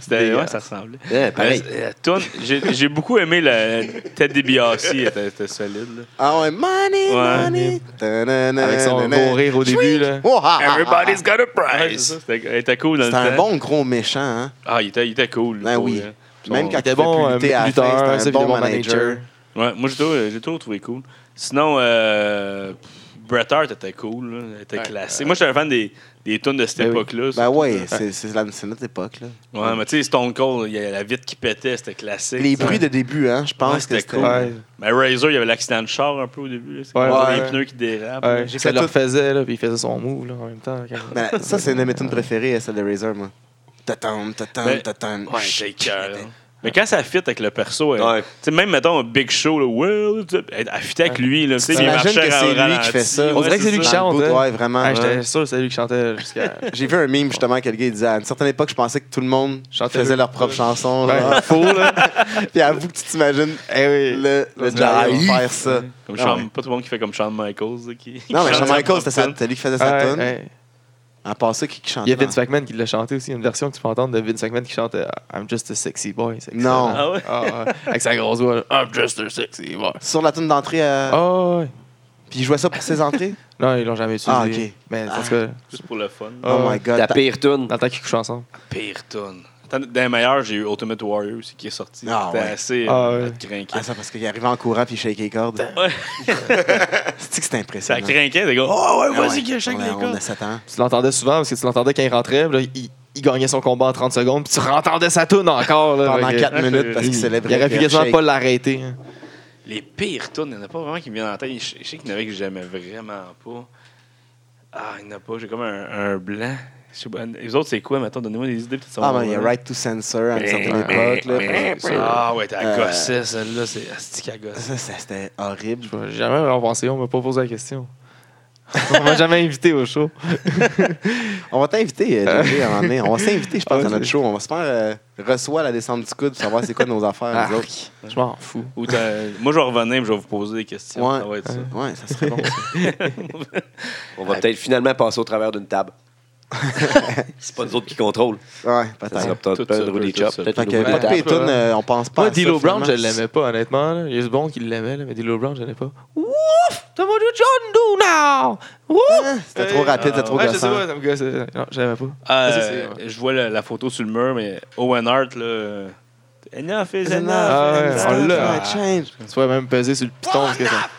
S6: C'était- ouais, ça ressemblait.
S2: Eh, pareil.
S6: Euh, la toune, j'ai j'ai beaucoup aimé la tête des BRC, elle était- était solide. là.
S4: Ah ouais, money,
S6: Ouais.
S4: money.
S5: Avec son gros rire au début. là.
S4: Oh, ah, ah,
S2: Everybody's got a
S6: Ouais, c'est
S2: prize.
S6: ça, c'était- Elle était cool dans le
S4: C'était un
S6: temps.
S4: bon gros méchant, hein.
S6: Ah, il était, il était cool.
S4: Ben
S6: pour
S4: oui.
S6: vrai.
S4: Même quand il
S5: était
S4: était
S5: bon,
S4: bon
S5: euh,
S4: lutter à la fin,
S5: lutteur,
S4: c'était
S5: c'est
S4: un bon
S5: évidemment
S4: manager.
S5: manager.
S6: Ouais, moi, j'ai toujours, j'ai toujours trouvé cool. Sinon, euh, Bret Hart était cool. là, Elle était
S5: Ouais.
S6: classée. Moi, j'étais un fan des, des tunes de cette
S5: Ben oui.
S6: époque-là.
S4: Ben
S6: surtout.
S4: ouais, c'est c'est la- c'est notre époque, là.
S6: Ouais, mais tu sais, Stone Cold, il y a la vitre qui pétait, c'était classique.
S4: Les
S6: ça.
S4: bruits de début, hein, je pense
S6: Ouais,
S4: que
S6: c'était
S4: c'était...
S6: cool.
S5: Ouais.
S6: Mais Razor, il y avait l'accident de char un peu au début. Là. C'est
S5: Ouais,
S6: comme
S4: ouais.
S6: Les pneus qui dérapent.
S5: Ouais,
S4: J'ai
S5: ça
S4: fait
S5: le
S4: tout-
S5: refaisait, là, puis il faisait son move là, en même temps. quand-
S4: Ben, ça, c'est une de mes tunes préférées, celle de Razor, moi. Tatam, tatam,
S6: Ben,
S4: tatam.
S6: Ouais, c'est écœurant. Mais quand ça fit avec le perso, elle-
S2: Ouais.
S6: tu sais, même mettons Big Show, là, Well, tu- elle, elle fit avec lui. Là, tu sais, il
S4: T'imagines
S6: marchait
S4: que
S6: en
S4: c'est lui
S6: ralenti.
S4: qui fait ça.
S6: Ouais,
S5: On dirait que c'est lui qui
S6: ça.
S4: Dans le
S5: chante.
S4: bout,
S5: hein.
S4: Ouais, vraiment.
S5: Ouais,
S4: ouais.
S5: J'étais sûr que c'est lui qui chantait jusqu'à.
S4: J'ai vu un meme justement que le gars il disait à une certaine époque, je pensais que tout le monde
S5: Chantait
S4: faisait
S5: le-
S4: leur propre chanson. genre.
S5: Ouais, faux, là.
S4: Puis avoue que tu t'imagines
S5: Eh oui.
S4: le, le
S5: Ça,
S4: Jarrell
S5: ouais.
S4: faire ça.
S6: Comme
S4: Ah
S6: Shawn-
S4: ouais.
S6: Pas tout le monde qui fait comme Shawn Michaels. là, qui,
S4: Non, mais
S6: qui chante
S4: Shawn
S6: sa
S4: Michaels, c'était sa-
S6: tune.
S4: c'était lui qui faisait sa
S5: Ouais,
S4: tonne.
S5: ouais.
S4: À part ça, qui qui chantait.
S5: Il y a Vince McMahon qui l'a chanté aussi, une version que tu peux entendre de Vince McMahon qui chante euh, I'm just a sexy boy. C'est excellent.
S4: Non.
S6: Ah ouais? Ah.
S5: Ah, ouais. Avec sa grosse voix, là. I'm just a sexy boy.
S4: Sur la tune d'entrée, euh,
S5: Ah, ouais.
S4: puis il jouait ça pour ses entrées.
S5: Non, ils l'ont jamais utilisé.
S4: Ah, ok.
S5: Mais en tout cas,
S6: Juste pour le fun.
S4: Oh,
S5: Ah,
S4: my
S2: Ta
S4: god. Ta-
S2: pire toune.
S5: dans le temps qu'ils couchent ensemble.
S6: Pire tonne. Attends, Dans les meilleurs, j'ai eu Ultimate Warrior aussi qui est sorti.
S4: Ah
S6: C'était
S4: ouais.
S6: assez
S5: Ah
S6: euh,
S5: ouais.
S6: à te crinquer.
S4: Ah, ça, parce qu'il arrivait en courant puis il shake les cordes.
S6: Ouais.
S4: C'est-tu que c'était
S6: Ça
S4: impressionnant?
S6: crinquait, les gars. Oh ouais,
S4: Ah ouais.
S6: vas-y, que chaque
S4: Ouais,
S6: les
S4: On
S6: gars.
S4: a 7 ans.
S5: Tu l'entendais souvent parce que tu l'entendais quand il rentrait. puis là, il, il gagnait son combat en 30 secondes. Puis tu rentendais sa toune encore. Là,
S4: Pendant
S5: Fait que-
S4: 4
S6: Ah,
S4: minutes
S6: c'est-
S4: parce qu'il
S5: Il
S4: célébrait.
S5: aurait pu
S4: puis
S5: quasiment
S4: shake.
S5: pas l'arrêter. hein.
S6: Les pires tunes, il n'y en a pas vraiment qui me viennent en tête. Je je sais qu'il y en avait que j'aimais vraiment pas. Ah, il n'y en a pas. J'ai comme un, un blanc. Je sais pas, les autres, c'est quoi, maintenant Donnez-moi des idées. peut-être ça
S4: Ah,
S6: va
S4: mais il y a
S6: me-
S4: Right to Censor à une certaine
S5: Ouais.
S4: époque. là.
S6: Ah, ouais, t'as
S4: Euh,
S6: gossé, celle-là. C'est astique à gosse.
S4: Ça, ça, c'était horrible.
S5: Je vais jamais vraiment pensé, on m'a pas posé la question. On m'a jamais invité au show.
S4: On va t'inviter, euh, JJ, à un moment donné. On va s'inviter, je pense,
S5: Ah,
S4: à notre
S5: c'est-
S4: show. On va se faire euh, reçoit la descente du coude pour savoir c'est quoi nos affaires,
S5: Ah,
S4: nous autres.
S5: Je m'en fous.
S6: Ou t'as- Moi, je vais revenir et je vais vous poser des questions.
S4: Ouais.
S6: Ça va être ça.
S4: Ouais, ça serait bon.
S2: On va peut-être finalement passer au travers d'une table. c'est pas nous autres qui contrôlent. Ça
S4: Ouais, peut-être.
S2: sera peut-être
S6: Tout
S2: pas
S6: seul,
S2: un Rudy
S6: tout
S2: Chop.
S6: seul.
S2: Peut-être
S4: Fait
S2: une
S4: que
S2: nouvelle
S5: Ouais.
S4: Pat
S2: table.
S4: Payton, euh, on pense pas
S5: Moi,
S4: à ça,
S5: Dilo Brown, je
S4: finalement.
S5: l'aimais pas, honnêtement. là. Il y a ce bon qui l'aimait, là, mais Dilo Brown, je l'aimais pas. Ouf! T'as vendu John Doe now! Ouf!
S4: Hein? C'était trop rapide, c'était
S6: Ah,
S4: trop
S5: ouais, je sais
S4: gossant.
S5: pas, ça me gosse. Non, je l'aimais pas.
S6: Ah,
S5: Ça, c'est-
S6: euh, je vois la, la photo sur le mur, mais Owen Hart, là. euh, Enough is enough.
S5: Ah ouais,
S6: enough.
S5: on l'a.
S4: Ouais, change.
S5: Tu pourrais même peser sur le piton. parce que ça-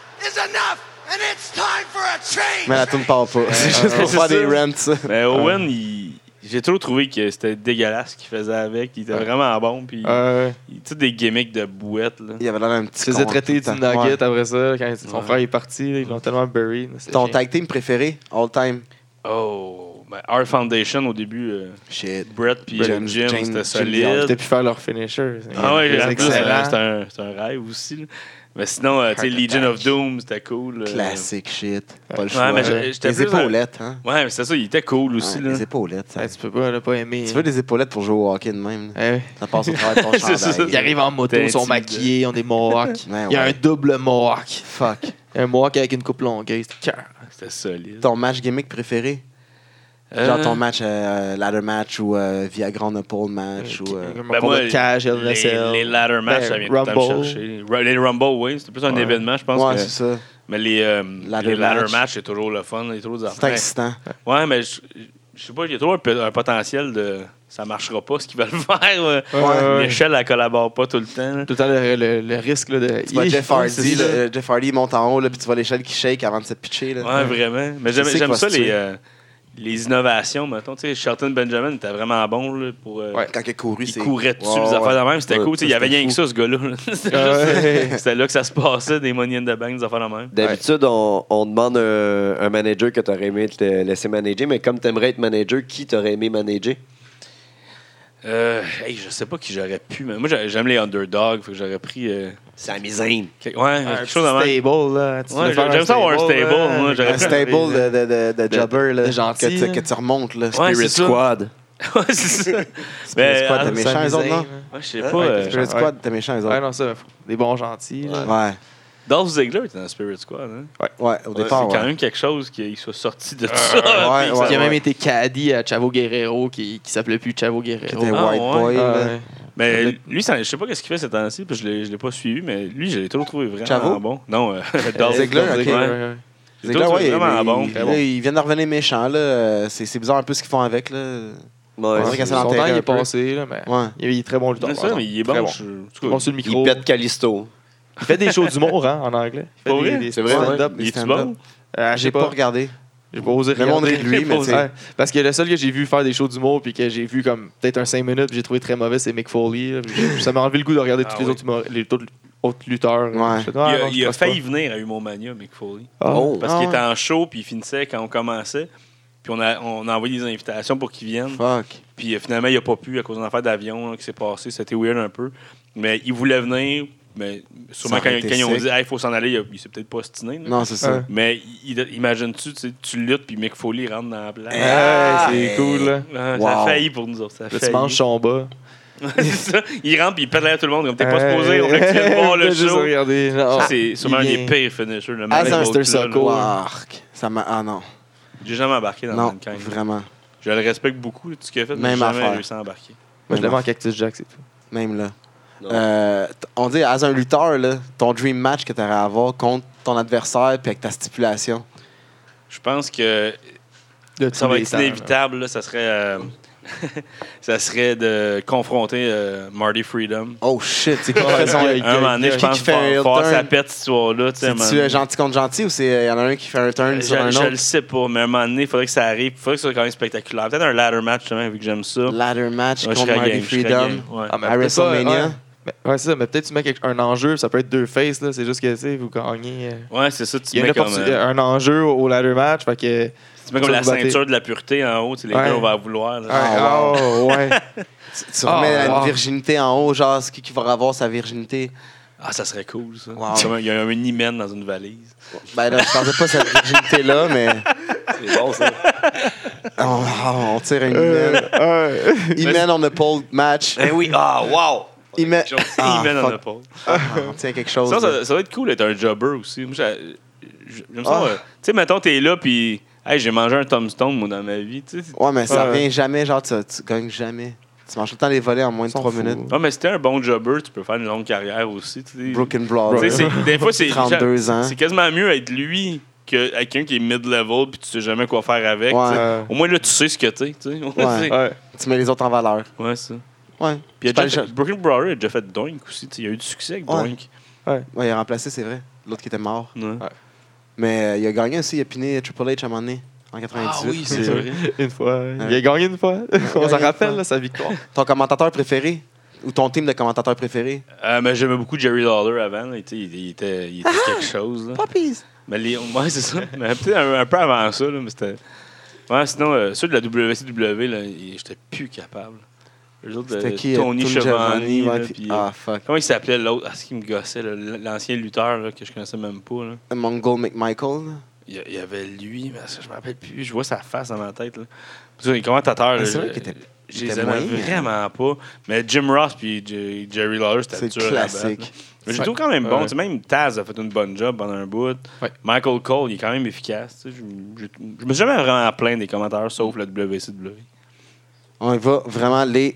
S4: Mais la tourne part pas. C'est juste pour
S6: c'est
S4: faire des
S6: ça.
S4: rents, ça.
S5: Ah.
S6: Mais Owen, il- j'ai trop trouvé que c'était dégueulasse ce qu'il faisait avec. Il était
S5: Ouais. Ah.
S6: vraiment bon. Puis,
S5: Euh, Ouais, ouais.
S6: il- tu sais, des gimmicks de bouette, là.
S4: Il avait l'air d'un petit.
S5: Tu faisais
S4: con,
S5: traiter
S4: tout
S5: du
S4: le temps.
S5: nugget après ça, quand son
S6: Ouais.
S5: frère est parti, là, ils l'ont tellement buried.
S4: Ouais. Ton tag team préféré, all time.
S6: Oh, ben, Our Foundation, au début, euh,
S4: Shit.
S6: Brett puis
S4: Brett,
S6: Jim,
S4: Jim, Jim
S6: c'était
S5: Ils
S6: solide.
S5: pu faire leur finisher.
S6: Ah ouais, en plus,
S5: excellent.
S6: euh, c'était un, c'était un rêve aussi. là. Mais sinon, euh, tu sais,
S5: Heart
S6: Legion
S5: attack.
S6: of Doom, c'était cool. euh.
S4: Classique shit. Pas le choix.
S6: mais
S4: là.
S6: j'étais
S4: les
S5: euh,
S6: plus dans-
S4: épaulettes, hein.
S6: Ouais, mais c'est ça, il était cool aussi.
S4: Ouais,
S6: là.
S4: les épaulettes. ça.
S5: Ouais, tu peux pas, là, pas aimer.
S4: Tu veux des épaulettes pour jouer au hockey de même. là.
S5: Ouais, ouais.
S4: Ça passe au travers de ton
S6: C'est ça.
S4: chandail.
S5: Ils arrivent en moto,
S6: T'es
S5: ils sont
S6: intimidé.
S5: maquillés, ils ont des mohawks.
S4: Ouais,
S5: Il y a
S4: ouais.
S5: un double mohawk.
S4: Fuck.
S5: Un mohawk avec une coupe longue, c'est cœur.
S6: C'était solide.
S4: Ton match gimmick préféré? Genre ton match euh, ladder match ou euh, Viagra on a pole match ou... euh,
S5: Ben moi, de cage, LSL.
S6: les, les ladder matchs,
S5: Ben,
S6: ça vient tout le temps me
S5: Rumble.
S6: chercher. Ru- Les Rumble, oui, c'était plus un
S5: Ouais.
S6: événement, je pense.
S4: Ouais,
S6: que-
S4: c'est ça.
S6: mais les, euh,
S4: Ladder
S6: les ladder
S4: match.
S6: matchs, c'est toujours le fun. Il y a toujours des
S4: C'est
S6: affaires.
S4: excitant.
S6: Ouais, mais je je sais pas, il y a toujours un, peu- un potentiel de ça marchera pas ce qu'ils veulent faire. euh.
S5: ouais.
S6: L'échelle, elle collabore pas tout le temps. là.
S5: Tout le temps, le, le- le risque là, de.
S4: Tu vois
S5: Ih,
S4: Jeff
S5: ouais,
S4: Hardy,
S5: c'est
S4: là,
S5: ça.
S4: euh, Jeff Hardy il monte en haut, là, puis tu vois l'échelle qui shake avant de se pitcher. Là.
S6: Ouais, vraiment. Mais j'aime
S4: sais
S6: j'aime
S4: qu'il
S6: ça,
S4: va se
S6: les,
S4: tuer.
S6: euh, les innovations, mettons. Tu sais, Shelton Benjamin était vraiment bon là, pour. euh,
S5: Ouais.
S4: Quand il a couru,
S6: Il
S4: c'est...
S6: courait dessus,
S4: Ouais,
S6: les
S4: ouais.
S6: affaires de même, c'était
S4: Ouais,
S6: cool. Tu sais, Il y
S4: ça,
S6: avait
S4: c'était
S6: rien que
S4: fou.
S6: ça, ce gars-là. là. C'était
S5: Ouais.
S6: juste- c'était là que ça se passait, des Money in the Bank, des affaires de même.
S2: D'habitude, on, on demande euh, un manager que t'aurais aimé te laisser manager, mais comme t'aimerais être manager, qui t'aurais aimé manager?
S6: Euh, hey, je sais pas qui j'aurais pu. Mais moi, j'a- j'aime les underdogs. Fait que j'aurais pris. euh,
S2: C'est amusant.
S6: quel- Ouais,
S5: Ah, Un
S6: quelque
S5: petit
S6: chose de même.
S5: stable, là. Tu
S6: Ouais,
S5: veux faire
S6: j'aime
S5: un
S6: ça avoir un stable,
S5: là,
S6: moi, j'aurais-
S4: Un stable euh, de, de, de, de jobber, là,
S5: de gentil,
S4: que, tu,
S5: là.
S4: que tu remontes. Là.
S6: Ouais,
S2: Spirit
S6: c'est ça.
S2: Squad.
S6: Ouais, c'est ça.
S4: Spirit
S6: Mais,
S4: Squad,
S6: ah,
S4: t'es méchant, les autres, non?
S6: Ouais, je sais
S5: Hein?
S6: pas.
S5: Ouais,
S6: euh,
S5: quelque
S4: Spirit
S5: Ouais.
S4: Squad, t'es méchant, les
S5: Ouais,
S4: autres.
S5: non, ça, des bons gentils. là.
S4: Ouais,
S6: Dolph Ziggler était dans Spirit Squad. Hein?
S4: ouais, au
S6: C'est quand
S4: départ, ouais.
S6: même quelque chose qu'il soit sorti de tout
S5: Ah,
S6: ça.
S4: ouais,
S6: puis que
S4: ouais.
S6: ça-
S5: Il a même été caddie à Chavo Guerrero qui, qui s'appelait plus Chavo
S4: Qui
S5: Guerrero.
S4: était
S6: Ah,
S4: white
S6: ouais.
S4: boy,
S5: Ah,
S4: là.
S5: ouais.
S6: Mais lui, ça- je sais pas qu'est-ce qu'il fait ces temps-ci, puis je l'ai- je l'ai pas suivi, mais lui, je l'ai toujours trouvé vraiment
S4: Chavo?
S6: bon. Non, euh, Dolph
S4: Ziggler,
S6: Dolph
S4: ok.
S6: Ziggler, ouais.
S5: ouais.
S6: Je l'ai toujours trouvé
S4: ouais,
S6: vraiment
S4: mais
S6: bon.
S4: il-
S6: très
S4: là,
S6: bon.
S4: Ils viennent de revenir méchants, là. euh, C'est c'est bizarre un peu ce qu'ils font avec, là.
S2: Ouais,
S4: Ouais,
S2: c'est-
S4: qu'à ça
S5: Son
S4: l'enterrait
S5: temps, il
S4: un
S5: est
S4: peu.
S5: passé, là, mais
S4: Ouais.
S5: il est- il est très bon lutteur.
S6: C'est
S5: par
S6: ça,
S5: exemple.
S6: mais il est
S5: Très
S6: bon.
S5: bon.
S6: je- en tout cas,
S5: Bon sur le micro.
S2: il pète Callisto.
S5: Il fait des shows d'humour hein, en anglais. Il fait
S6: Pour
S5: des-
S6: vrai?
S5: des
S2: C'est vrai, ouais.
S5: stand-up.
S6: Il est-tu
S4: stand-up.
S6: bon?
S5: Euh,
S4: J'ai
S5: J'ai
S4: Ah, pas
S5: pas,
S4: regardé.
S5: j'ai pas osé
S4: Le monde
S5: regarder.
S4: rit de lui, mais tu sais.
S5: Ouais, parce que le seul que j'ai vu faire des shows d'humour puis que j'ai vu comme peut-être un 5 minutes, puis j'ai trouvé très mauvais, c'est Mick Foley. là. Puis j'ai- Ça m'a enlevé le goût de regarder
S6: Ah
S5: tous
S6: oui.
S5: les autres humor- les autres- autres lutteurs.
S4: Ouais.
S5: Je fais,
S6: Il
S5: ah,
S6: a,
S5: non,
S6: il
S5: je
S6: a
S5: pense pas.
S6: failli venir à Humomania, Mick Foley.
S5: Ah.
S2: Oh.
S6: Parce
S5: Ah
S6: qu'il
S5: ouais.
S6: était en show, puis il finissait quand on commençait. Puis on a, on a envoyé des invitations pour qu'il vienne.
S4: Fuck.
S6: Puis euh, finalement, il a pas pu à cause d'une affaire d'avion là, qui s'est passée. C'était weird un peu. Mais il voulait venir. Mais sûrement,
S4: Ça
S6: quand,
S4: aurait été
S6: quand ils ont
S4: sick.
S6: dit il faut s'en aller, il, a- il s'est peut-être pas ostiné. là.
S4: Non, c'est ça.
S5: Ouais.
S6: Mais il- il- imagines-tu, tu, sais, tu luttes, puis Mick Foley rentre dans la place.
S5: Ah,
S4: Hey.
S5: c'est cool. Là.
S6: Ah, Ça
S4: Euh, Wow.
S6: a failli pour nous autres. Ça a
S5: Là, tu
S6: failli.
S5: manges son bas.
S6: C'est ça. Il rentre, puis il pète l'air à tout le monde. Comme t'es pas
S5: Hey.
S6: supposé, on fait que tu viens de
S4: Euh,
S6: voir le
S5: Juste
S6: show.
S5: regarder, genre,
S6: Ça, c'est sûrement un
S5: il
S6: des
S5: vient.
S6: pires finishers. le
S4: Ah,
S6: mec
S4: c'est un
S6: au
S5: Stir
S6: cul, là,
S5: Circle.
S6: là.
S4: Quark. Ça m'a. Ah non.
S6: J'ai jamais embarqué dans
S4: Non,
S6: Mankind.
S4: vraiment.
S6: Je le respecte beaucoup, tout ce qu'il a fait, mais j'ai
S4: Même
S6: jamais
S4: affaire.
S6: réussi à embarquer.
S5: Moi, je l'aime en Cactus Jack, c'est tout.
S4: Même là.
S2: Non.
S4: Euh, t- on dit, as un lutteur, là, ton dream match que tu à avoir contre ton adversaire puis avec ta stipulation.
S6: Je pense que
S5: De
S6: ça
S5: tous
S6: va
S5: les
S6: être
S5: temps, là.
S6: inévitable. là, ça, serait, euh, ça serait de confronter euh, Marty Freedom.
S4: Oh shit, c'est
S5: Ouais,
S4: quoi la
S5: ouais,
S4: raison?
S5: ouais.
S6: un moment donné,
S4: qui
S6: je pense
S4: qui fait un
S6: qu'il
S4: heel
S6: faut
S4: turn?
S6: sa pète cette histoire-là. tu sais, un moment
S4: C'est-tu
S6: donné.
S4: euh, gentil contre gentil ou c'est y en a un qui fait un turn sur un
S6: Euh, Je, je le
S4: autre?
S6: sais pas, mais un moment donné, il faudrait que ça arrive. Il faudrait que ça soit quand même spectaculaire. Peut-être un ladder match, justement, vu que j'aime ça.
S4: Ladder match
S6: Ouais, je
S4: contre
S6: serais
S4: Marty
S6: game, je serais
S4: Freedom
S6: game, ouais.
S5: Ah, mais
S4: à
S5: peut-être pas,
S6: hein.
S4: WrestleMania.
S5: ouais. Mais- Ouais, c'est ça, mais peut-être tu mets quelque- un enjeu, ça peut être deux faces, là. C'est juste que, tu sais, vous gagnez. euh,
S6: Ouais, c'est ça. Tu
S5: Il y a une
S6: mets comme,
S5: opportu-
S6: euh,
S5: un enjeu au au ladder match, fait que.
S6: tu mets comme la
S5: vous battez.
S6: ceinture de la pureté en haut. tu sais, Les
S5: Ouais.
S6: gars, on va la vouloir. là.
S4: Ah,
S5: Ouais, oh, ouais.
S4: Tu, tu
S5: Ah,
S4: remets la
S5: wow.
S4: virginité en haut, genre, c'est qui qui va avoir sa virginité?
S6: Ah, ça serait cool, ça.
S4: Wow.
S6: Comme un- Il y a un hymen dans une valise.
S4: Ben là, je pensais pas à cette rigidité-là, mais
S2: C'est bon, ça.
S4: on, on tire un
S5: Euh.
S4: hymen.
S3: Ouais.
S4: Hymen on the pole match.
S2: Eh oui, ah, wow!
S4: Hymen.
S6: Quelque chose-
S4: Ah,
S6: hymen en
S4: fuck.
S6: épaule.
S4: Ah, on tient quelque chose.
S6: Ça,
S4: là.
S6: ça, ça va être cool d'être un jobber aussi. Moi, j'a- j'- j'aime ça.
S4: Ah.
S6: euh, Tu sais, mettons, t'es là, puis hey, j'ai mangé un tombstone, moi, dans ma vie. Tu sais, c'est-
S4: Ouais, mais ça
S3: Ouais.
S4: revient jamais, genre, tu, tu gagnes jamais. Tu manges tout le temps les volets en moins de
S5: S'en
S4: 3
S5: fout.
S4: minutes.
S6: Ah, mais si t'es un bon jobber, tu peux faire une longue carrière aussi. tu sais.
S4: Broken
S6: Tu sais,
S4: Blood.
S6: c'est- Des fois, c'est
S4: 32 ans.
S6: c'est quasiment mieux être lui que quelqu'un qui est mid-level, puis tu sais jamais quoi faire avec.
S4: Ouais.
S6: tu sais.
S3: Euh,
S6: Au moins, là, tu sais ce que t'es. tu sais.
S4: Ouais.
S6: ouais.
S3: ouais.
S4: Tu mets les autres en valeur.
S6: ouais, ça.
S4: Ouais.
S6: Puis
S4: Tu parles-
S6: Broken Brother a déjà fait Doink aussi. tu sais. Il y a eu du succès avec
S4: Ouais.
S6: Doink.
S4: Ouais, il a remplacé, c'est vrai. L'autre qui était mort.
S6: Ouais.
S4: Mais euh, il a gagné aussi, il a piné Triple H à un moment donné, en 98.
S6: Ah c'est vrai.
S5: Une fois. Il a gagné une fois. On
S4: gagné
S5: s'en
S4: une
S5: rappelle,
S4: fois.
S5: là, sa victoire.
S4: Ton commentateur préféré ou ton team de commentateurs préférés?
S6: Euh, mais j'aimais beaucoup Jerry Lawler avant. là. Il, était- il était, il était quelque chose. Là.
S4: Poppies!
S6: Mais les, ouais, c'est ça. Mais peut-être un, un peu avant ça, là, mais c'était. Ouais, sinon, euh, ceux de la WCW, là, ils- j'étais plus capable. Les autres,
S4: C'était
S6: euh,
S4: qui? euh,
S6: Tony Chevani.
S4: ouais,
S6: là,
S4: puis-
S6: puis, euh,
S4: Ah, fuck.
S6: Comment il s'appelait l'autre? Ah, ce qui me gossait, là, l'ancien lutteur là, que je connaissais même pas. Là.
S4: Mongol McMichael. là.
S6: Il y a- il y avait lui, mais ça, je me rappelle plus. Je vois sa face dans ma tête. Là. Parce que les commentateurs, là,
S4: Ah, C'est vrai
S6: je-
S4: qu'il était...
S6: je
S4: il
S6: les
S4: était
S6: aimais
S4: moyen, hein.
S6: vraiment pas. Mais Jim Ross puis J- Jerry Lawler, c'était
S4: C'est
S6: dur à battre, là.
S4: classique.
S6: Mais je
S5: Ouais.
S6: le trouve quand même bon.
S5: Ouais.
S6: Tu sais, Même Taz a fait une bonne job pendant un bout.
S5: Ouais.
S6: Michael Cole, il est quand même efficace. tu sais. Je, je- je me suis jamais vraiment plaint des commentaires, sauf le WCW.
S4: On y va vraiment les...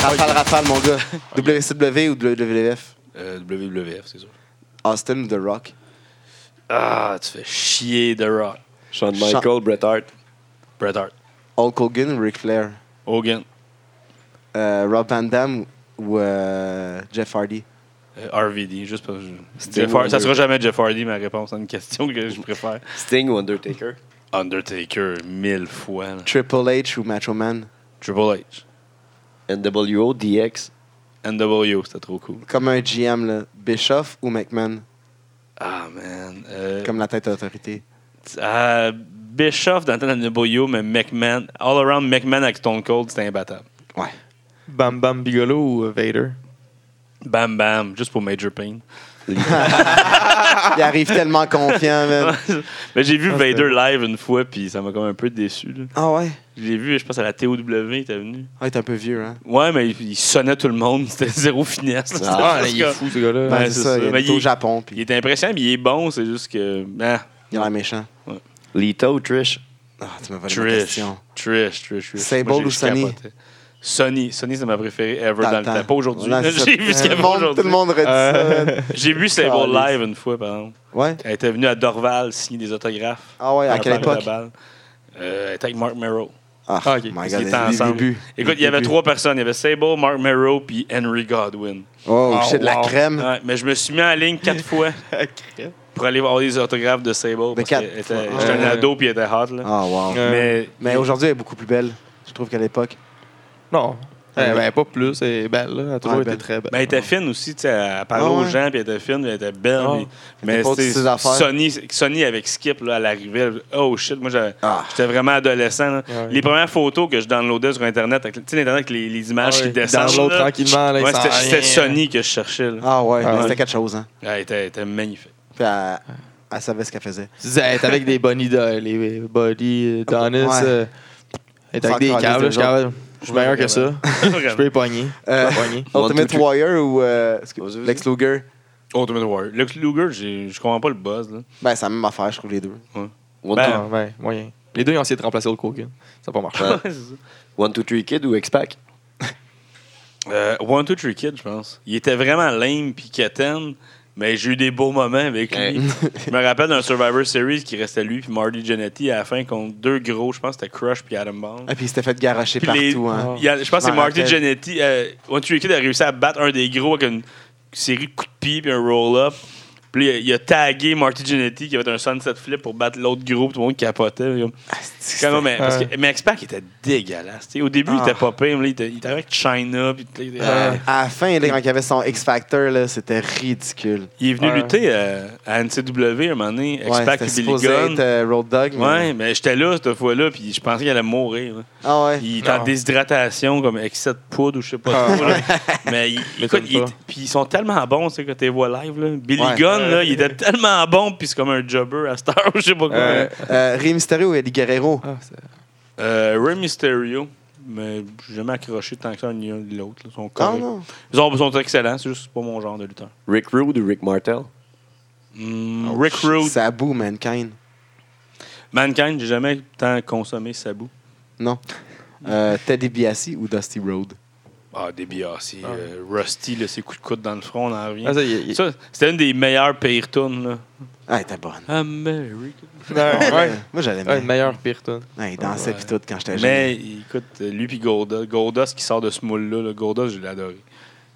S4: Rafale, rafale, mon gars. WCW ou WWF?
S6: Euh, WWF, c'est sûr.
S4: Austin ou The Rock?
S6: Ah, tu fais chier The Rock.
S2: Shawn Michael, Bret Hart.
S6: Bret Hart.
S4: Hulk Hogan ou Ric Flair?
S6: Hogan.
S4: Euh, Rob Van Damme ou euh, Jeff Hardy?
S6: Euh, RVD, juste parce que je-
S2: C'était
S6: Jeff Hardy- ça
S2: Wonder.
S6: sera jamais Jeff Hardy ma réponse à une question que je préfère.
S2: Sting ou Undertaker?
S6: Undertaker, mille fois. là.
S4: Triple H ou Macho Man?
S6: Triple H.
S2: NWO, DX.
S6: NWO, c'était trop cool.
S4: Comme un GM, là. Bischoff ou McMahon?
S6: Ah, man. Euh,
S4: Comme la tête d'autorité.
S6: euh, Bischoff dans le temps d'NWO, mais McMahon, all around McMahon avec Stone Cold, c'était imbattable.
S4: Ouais.
S5: Bam Bam Bigolo ou euh, Vader?
S6: Bam Bam, juste pour Major Pain.
S4: Il arrive tellement confiant, man.
S6: mais j'ai vu
S5: Ah, c'était-
S6: Vader live une fois, puis ça m'a comme un peu déçu. là.
S4: Ah ouais?
S6: Je l'ai vu, je pense, à la TOW, il était venu.
S4: Ah, il est un peu vieux, hein?
S6: Ouais, mais il, il sonnait tout le monde, c'était zéro finesse. là. C'était
S5: Ah,
S6: juste
S5: il est
S6: comme-
S5: fou, ce gars-là.
S6: Ouais,
S4: Ouais,
S6: c'est
S4: Ben, c'est ça.
S6: ça.
S4: Il
S6: Mais
S4: est au
S6: il-
S4: Japon,
S6: Il
S4: puis
S6: est impressionnant, mais il est bon, c'est juste que. Ah,
S4: il a l'air méchant.
S2: Lito, Trish.
S4: Ah, tu m'as volé ma
S6: Trish.
S4: question.
S6: Trish, Trish, Trish.
S4: Sable
S6: Moi, j'ai-
S4: ou
S6: je
S4: Sonny?
S6: capotais. Sonny, Sonny, c'est ma préférée
S4: Dans
S6: ever dans
S4: le
S6: le
S4: temps.
S6: temps. Pas aujourd'hui.
S4: Ouais, c'est ça.
S6: J'ai vu ce qu'il
S4: Tout
S6: y avait
S4: le monde- tout le
S6: aujourd'hui. Euh,
S4: monde aurait dit ça. man.
S6: J'ai vu Sable
S4: Caliste.
S6: live une fois, par exemple.
S4: Ouais.
S6: Elle était venue à Dorval signer des autographes.
S4: Ah ouais, à quelle époque?
S6: Euh, elle était avec Mark Merrow.
S4: Ah,
S5: ok.
S4: my
S6: Ils
S4: God,
S6: étaient
S4: les
S6: ensemble.
S4: débuts.
S6: Écoute, il y avait trois personnes. Il y avait Sable, Mark Merrow, puis Henry Godwin. Ah,
S4: Oh, shit, de la
S5: wow.
S4: crème.
S6: Ouais, mais je me suis mis en ligne quatre fois pour aller voir les autographes de Sable.
S4: De
S6: parce
S4: quatre
S6: que était-
S4: fois.
S6: J'étais un
S5: Ouais.
S6: ado, puis il était hot. Là.
S4: Ah, wow.
S5: Ouais.
S6: Mais,
S4: Mais aujourd'hui, elle est beaucoup plus belle, je trouve, qu'à l'époque.
S5: Non. Eh ben, pas plus. Elle est belle, là. Elle a toujours
S4: Ouais,
S5: été
S4: belle.
S5: très belle.
S6: Mais Ben, elle était fine aussi, tu sais, elle parlait
S4: Ah
S6: aux
S4: ouais.
S6: gens, puis elle était fine, puis elle était belle.
S5: Ah.
S6: puis-
S4: Elle était
S6: Mais
S4: pas au-dessus
S6: c'est
S4: de ses affaires.
S6: Sony, Sony avec Skip, là, à l'arrivée, elle- oh shit, moi j'avais-
S4: Ah.
S6: j'étais vraiment adolescent. là.
S5: Ouais.
S6: Les premières photos que je downloadais sur Internet, avec- tu sais, l'Internet avec les, les images
S5: Ah ouais,
S6: qui descendent.
S5: Dans l'autre,
S6: là.
S5: tranquillement. Là,
S6: Ouais,
S5: il s'en
S6: c'était-
S5: rien.
S6: c'était Sony que je cherchais. là.
S4: Ah, ouais,
S5: Ah,
S4: mais
S5: ouais.
S4: c'était quelque chose, hein.
S6: Elle, était, elle était magnifique.
S4: Puis elle, elle savait ce qu'elle faisait.
S5: Tu disais, elle est avec des bonnes idoles. Les body Donis.
S4: Ouais.
S5: euh, Elle est
S4: Fuck
S5: avec des
S4: all,
S5: câbles. là,
S4: les
S5: Je suis capable- je suis meilleur que ça. Je peux les pogner. Je peux
S4: Euh,
S5: les pogner.
S4: Ultimate
S2: two,
S4: Warrior ou euh, excuse-
S2: Vas-y, vas-y.
S4: Lex Luger?
S6: Ultimate Warrior. Lex Luger, j'ai- je comprends pas le buzz. Là.
S4: Ben, c'est la même affaire, je trouve, les deux.
S2: One,
S6: Ben,
S2: two-
S5: Ah, ouais, moyen. Les deux, ils ont essayé de remplacer Hulk Hogan. Ça n'a pas marché.
S2: Ouais.
S6: C'est ça.
S2: One, two, three Kid ou X-Pac?
S6: Euh, One, Two, Three Kid, je pense. Il était vraiment lame puis quétaine, mais j'ai eu des beaux moments avec lui. je me rappelle d'un Survivor Series qui restait lui puis Marty Jannetty à la fin contre deux gros, je pense que c'était Crush puis Adam Bond.
S4: Et puis, il s'était fait garocher
S6: Puis les-
S4: partout, hein.
S6: il y a- je
S4: Je
S6: pense que c'est
S4: m'en
S6: Marty
S4: rappelle.
S6: Jannetty. euh, One, Two, Three Kid a réussi à battre un des gros avec une série de coups de pied puis un roll-up. Puis Puis là, il a, il a tagué Marty Jannetty qui avait un sunset flip pour battre l'autre groupe. Tout le monde capotait. là.
S4: Ah,
S6: Quand même, mais, parce que, mais X-Pac était dégueulasse. tu sais. Au début, il
S4: Ah.
S6: était pas pire. mais là, Il était, il était avec China. puis tout, là, il était-
S4: À la fin, là, quand il y avait son X Factor, là, c'était ridicule.
S6: Il est venu
S3: Ouais.
S6: lutter euh, à NCW un moment donné.
S4: Ouais,
S6: X-Pac
S4: c'était
S6: et Billy
S4: supposé
S6: Gunn.
S4: être, euh, Road Dog. mais-
S6: Ouais, mais j'étais là cette fois-là, puis je pensais qu'il allait mourir. là.
S4: Ah ouais.
S6: Il est en
S5: Non.
S6: déshydratation, comme excès de poudre ou je sais pas trop. là. Mais il- écoute, il-
S5: pas.
S6: puis ils sont tellement bons, tu sais, quand tu les vois live. Là. Billy
S4: Ouais.
S6: Gunn, là, il était tellement bon, puis c'est comme un jobber à Star, je sais pas quoi.
S5: Ouais.
S4: Euh, Rey Mysterio et Eddie Guerrero.
S5: Ah, c'est-
S6: Euh, Rey Mysterio, mais j'ai jamais accroché tant que ça ni un ni l'autre. là. Ils sont
S4: Ah
S6: corrects.
S4: non.
S6: Ils sont, ils sont excellents, c'est juste pas mon genre de lutteur.
S2: Rick Rude ou Rick Martel?
S6: Hmm, Rick Rude,
S4: C'est Abu Mm. Mankind.
S6: Mankind, j'ai jamais tant consommé Sabu.
S4: Non. Euh, Teddy Biassi ou Dusty Road.
S6: Ah, DiBiase, euh, Rusty, là, ses coups de coude dans le front, on en revient.
S5: Ah, ça, il- il-
S6: Ça, c'était une des meilleures pires tunes, là.
S4: Ah, elle était bonne.
S6: America.
S5: Ouais, ouais.
S4: Moi, j'allais
S5: Ouais,
S4: bien.
S5: une meilleure pire tune.
S4: il dansait
S6: Ouais.
S4: pis tout quand j'étais jeune.
S6: Mais écoute, euh, lui puis Goldust, Goldust qui sort de ce moule-là, là, Goldust, je l'ai adoré.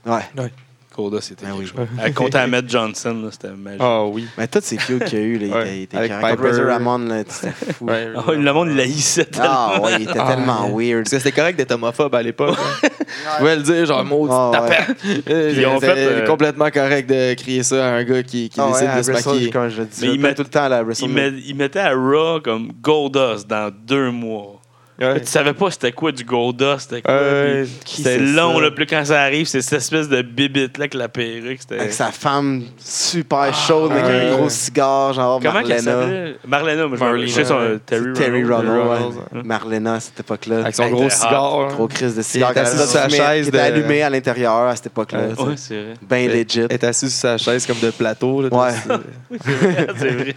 S4: Ouais.
S6: Goldust, c'était
S4: Ben
S6: quelque
S4: oui.
S6: chose. Elle comptait à mettre Johnson, là, c'était magique.
S5: Ah oui.
S4: Mais toutes ces feuds qu'il y a eu, là, il
S5: Ouais.
S4: était- il était
S5: Avec
S4: correct. Contre
S5: Piper.
S4: Razor Ramon, là, c'était fou.
S5: Ouais,
S6: Ah, le monde, il l'haïssait tellement.
S4: Ah ouais, il était
S5: Ah,
S4: tellement weird.
S5: Parce que c'était correct d'être homophobe à l'époque. hein. Tu pouvais le dire, genre, maudit
S4: Ah, ouais.
S5: tapette. Euh,
S6: Puis ils ont
S5: C'était
S6: fait, euh,
S5: complètement correct de crier ça à un gars qui, qui
S4: Ah ouais,
S5: décide
S4: à
S5: de se
S4: Wrestle,
S5: maquiller.
S4: comme je le dis,
S6: Mais
S4: je
S6: il
S4: le fais
S6: met-
S4: tout le temps à la
S6: Il,
S4: WrestleMania.
S6: met- il mettait à Raw comme Goldust dans deux mois. Là,
S5: Ouais.
S6: Tu savais pas c'était quoi du Goldust, c'était quoi.
S5: Ouais.
S6: puis
S4: Qui c'est
S6: C'était long,
S4: ça?
S6: là. Plus quand ça arrive, c'est cette espèce de bibite-là avec la perruque. c'était-
S4: Avec sa femme super chaude, avec
S5: ouais.
S4: un gros cigare, genre
S6: Comment qu'elle
S4: Marlena.
S6: s'appelait Marlena, mais je me- je sais
S5: Marlena,
S6: son euh,
S5: ouais.
S6: Terry,
S4: C'est Terry
S6: Runnels.
S4: Runnels.
S5: Runnels,
S4: ouais.
S6: ouais.
S4: Marlena, à cette époque-là.
S5: Avec son
S6: Hey,
S5: gros
S6: t'es
S5: cigare. hein.
S4: Gros crise de cigare.
S5: était
S4: qu'elle
S5: assis
S4: avait
S5: sur sa
S4: allumé-
S5: chaise
S4: qui était
S5: de-
S4: allumée à l'intérieur à cette
S5: Ouais.
S4: époque-là. tu sais.
S6: Ouais, c'est vrai.
S4: Ben
S5: Elle-
S4: legit.
S5: Elle est assise sur sa chaise comme de plateau. là,
S4: Ouais.
S5: dans ce-
S6: C'est vrai, c'est vrai.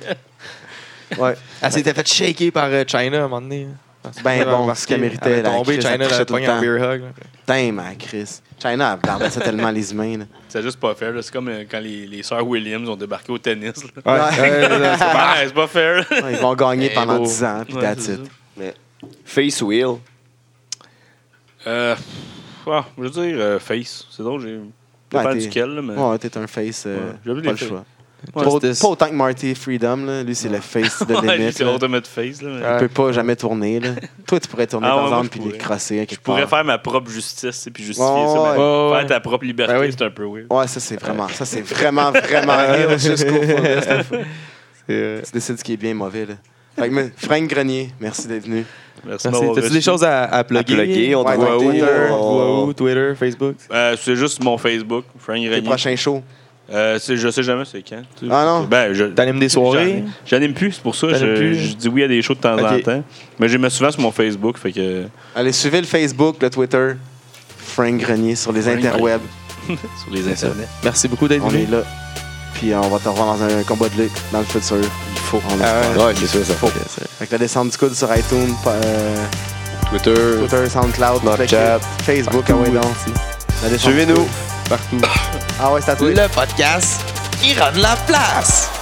S4: Ouais.
S5: Elle s'était fait shaker par euh, China à un moment donné. hein.
S4: Ben bon, ce qu'elle méritait.
S5: Elle est
S4: la
S5: tombée,
S4: Chris, elle
S5: China, elle
S4: trichait
S5: a
S4: tout le
S5: pogné un
S4: temps.
S5: beer hug. là.
S4: Putain, ma hein, Chris. China, elle regardait ça tellement les humains. là.
S6: C'est juste pas fair. là. C'est comme euh, quand les, les sœurs Williams ont débarqué au tennis. là.
S5: Ouais, ouais, ouais, ouais.
S6: C'est pas- c'est pas fair. là.
S4: Ouais, Ils vont gagner
S5: Eh,
S4: pendant
S5: beau.
S4: 10 ans, puis
S6: oh. Ouais,
S4: that's
S6: c'est
S4: it.
S2: Face ou heel?
S6: Euh, ah, je veux dire euh, face. C'est drôle, j'ai.
S4: Ouais,
S6: Dépend
S4: t'es-
S6: duquel, là, mais.
S4: Ouais, t'es un face. euh,
S6: Ouais, j'ai oublié
S4: pas
S6: les
S4: le
S6: faces.
S4: choix.
S6: Ouais,
S4: pas, au-
S5: c'était-
S4: pas autant que Marty Freedom, là. lui, c'est le face de
S6: Ouais, lui,
S4: limite.
S6: c'est
S4: là. Ah,
S6: Ultimate Face. Là, mais
S4: Il peut pas jamais tourner. Là. Toi, tu pourrais tourner
S6: Ah, ouais,
S4: par
S6: moi,
S4: exemple
S6: je
S4: puis les
S6: pourrais.
S4: crosser à quelque
S6: Je pourrais
S4: part.
S6: faire ma propre justice et puis justifier
S4: Ouais,
S6: ça. mais
S5: ouais, ouais.
S6: Faire ta propre liberté,
S5: Ben oui.
S6: c'est un peu weird.
S4: Ouais, ça c'est vraiment, ça c'est vraiment, vraiment real jusqu'au fond. là, cette fois.
S5: C'est, euh,
S4: Tu décides ce qui est bien et mauvais là. Fait que, mais, Frank Grenier, merci d'être venu.
S5: Merci.
S6: Merci, d'avoir
S5: T'as-tu
S6: reçu.
S5: des choses à, à plugger?
S2: plugger, on
S4: te
S5: Ouais,
S4: voit
S5: Twitter,
S4: où,
S5: on te
S2: on-
S5: voit où, Twitter, Facebook.
S6: Euh, c'est juste mon Facebook, Frank
S4: Tes
S6: Grenier.
S4: prochains shows.
S6: Euh, c'est- je sais jamais c'est quand. tu sais.
S4: Ah non?
S6: Ben, je,
S5: T'animes des soirées?
S6: J'anime- J'anime plus, c'est pour ça.
S5: T'animes
S6: Je,
S5: plus?
S6: je dis oui à des shows de temps en
S5: Ok.
S6: temps. Mais je les mets souvent sur mon Facebook. Fait que.
S4: Allez, suivez le Facebook, le Twitter. Frank Grenier sur les
S6: Frank
S4: interwebs.
S6: sur les internets.
S5: Merci beaucoup d'être
S4: On
S5: venu.
S4: est là. Puis euh, on va te revoir dans un combat de lutte dans le futur. Il faut. On espère.
S2: Ah Ouais, c'est ça, ça fait.
S5: Yes, sir.
S4: Fait que la descente du coude sur iTunes, pa- euh,
S2: Twitter.
S4: Twitter, SoundCloud,
S2: Snapchat.
S4: Facebook, ah ouais, donc. La descente du
S2: Suivez-nous.
S4: coude. Ah ouais, c'est à toi.
S5: Le podcast qui rend la place.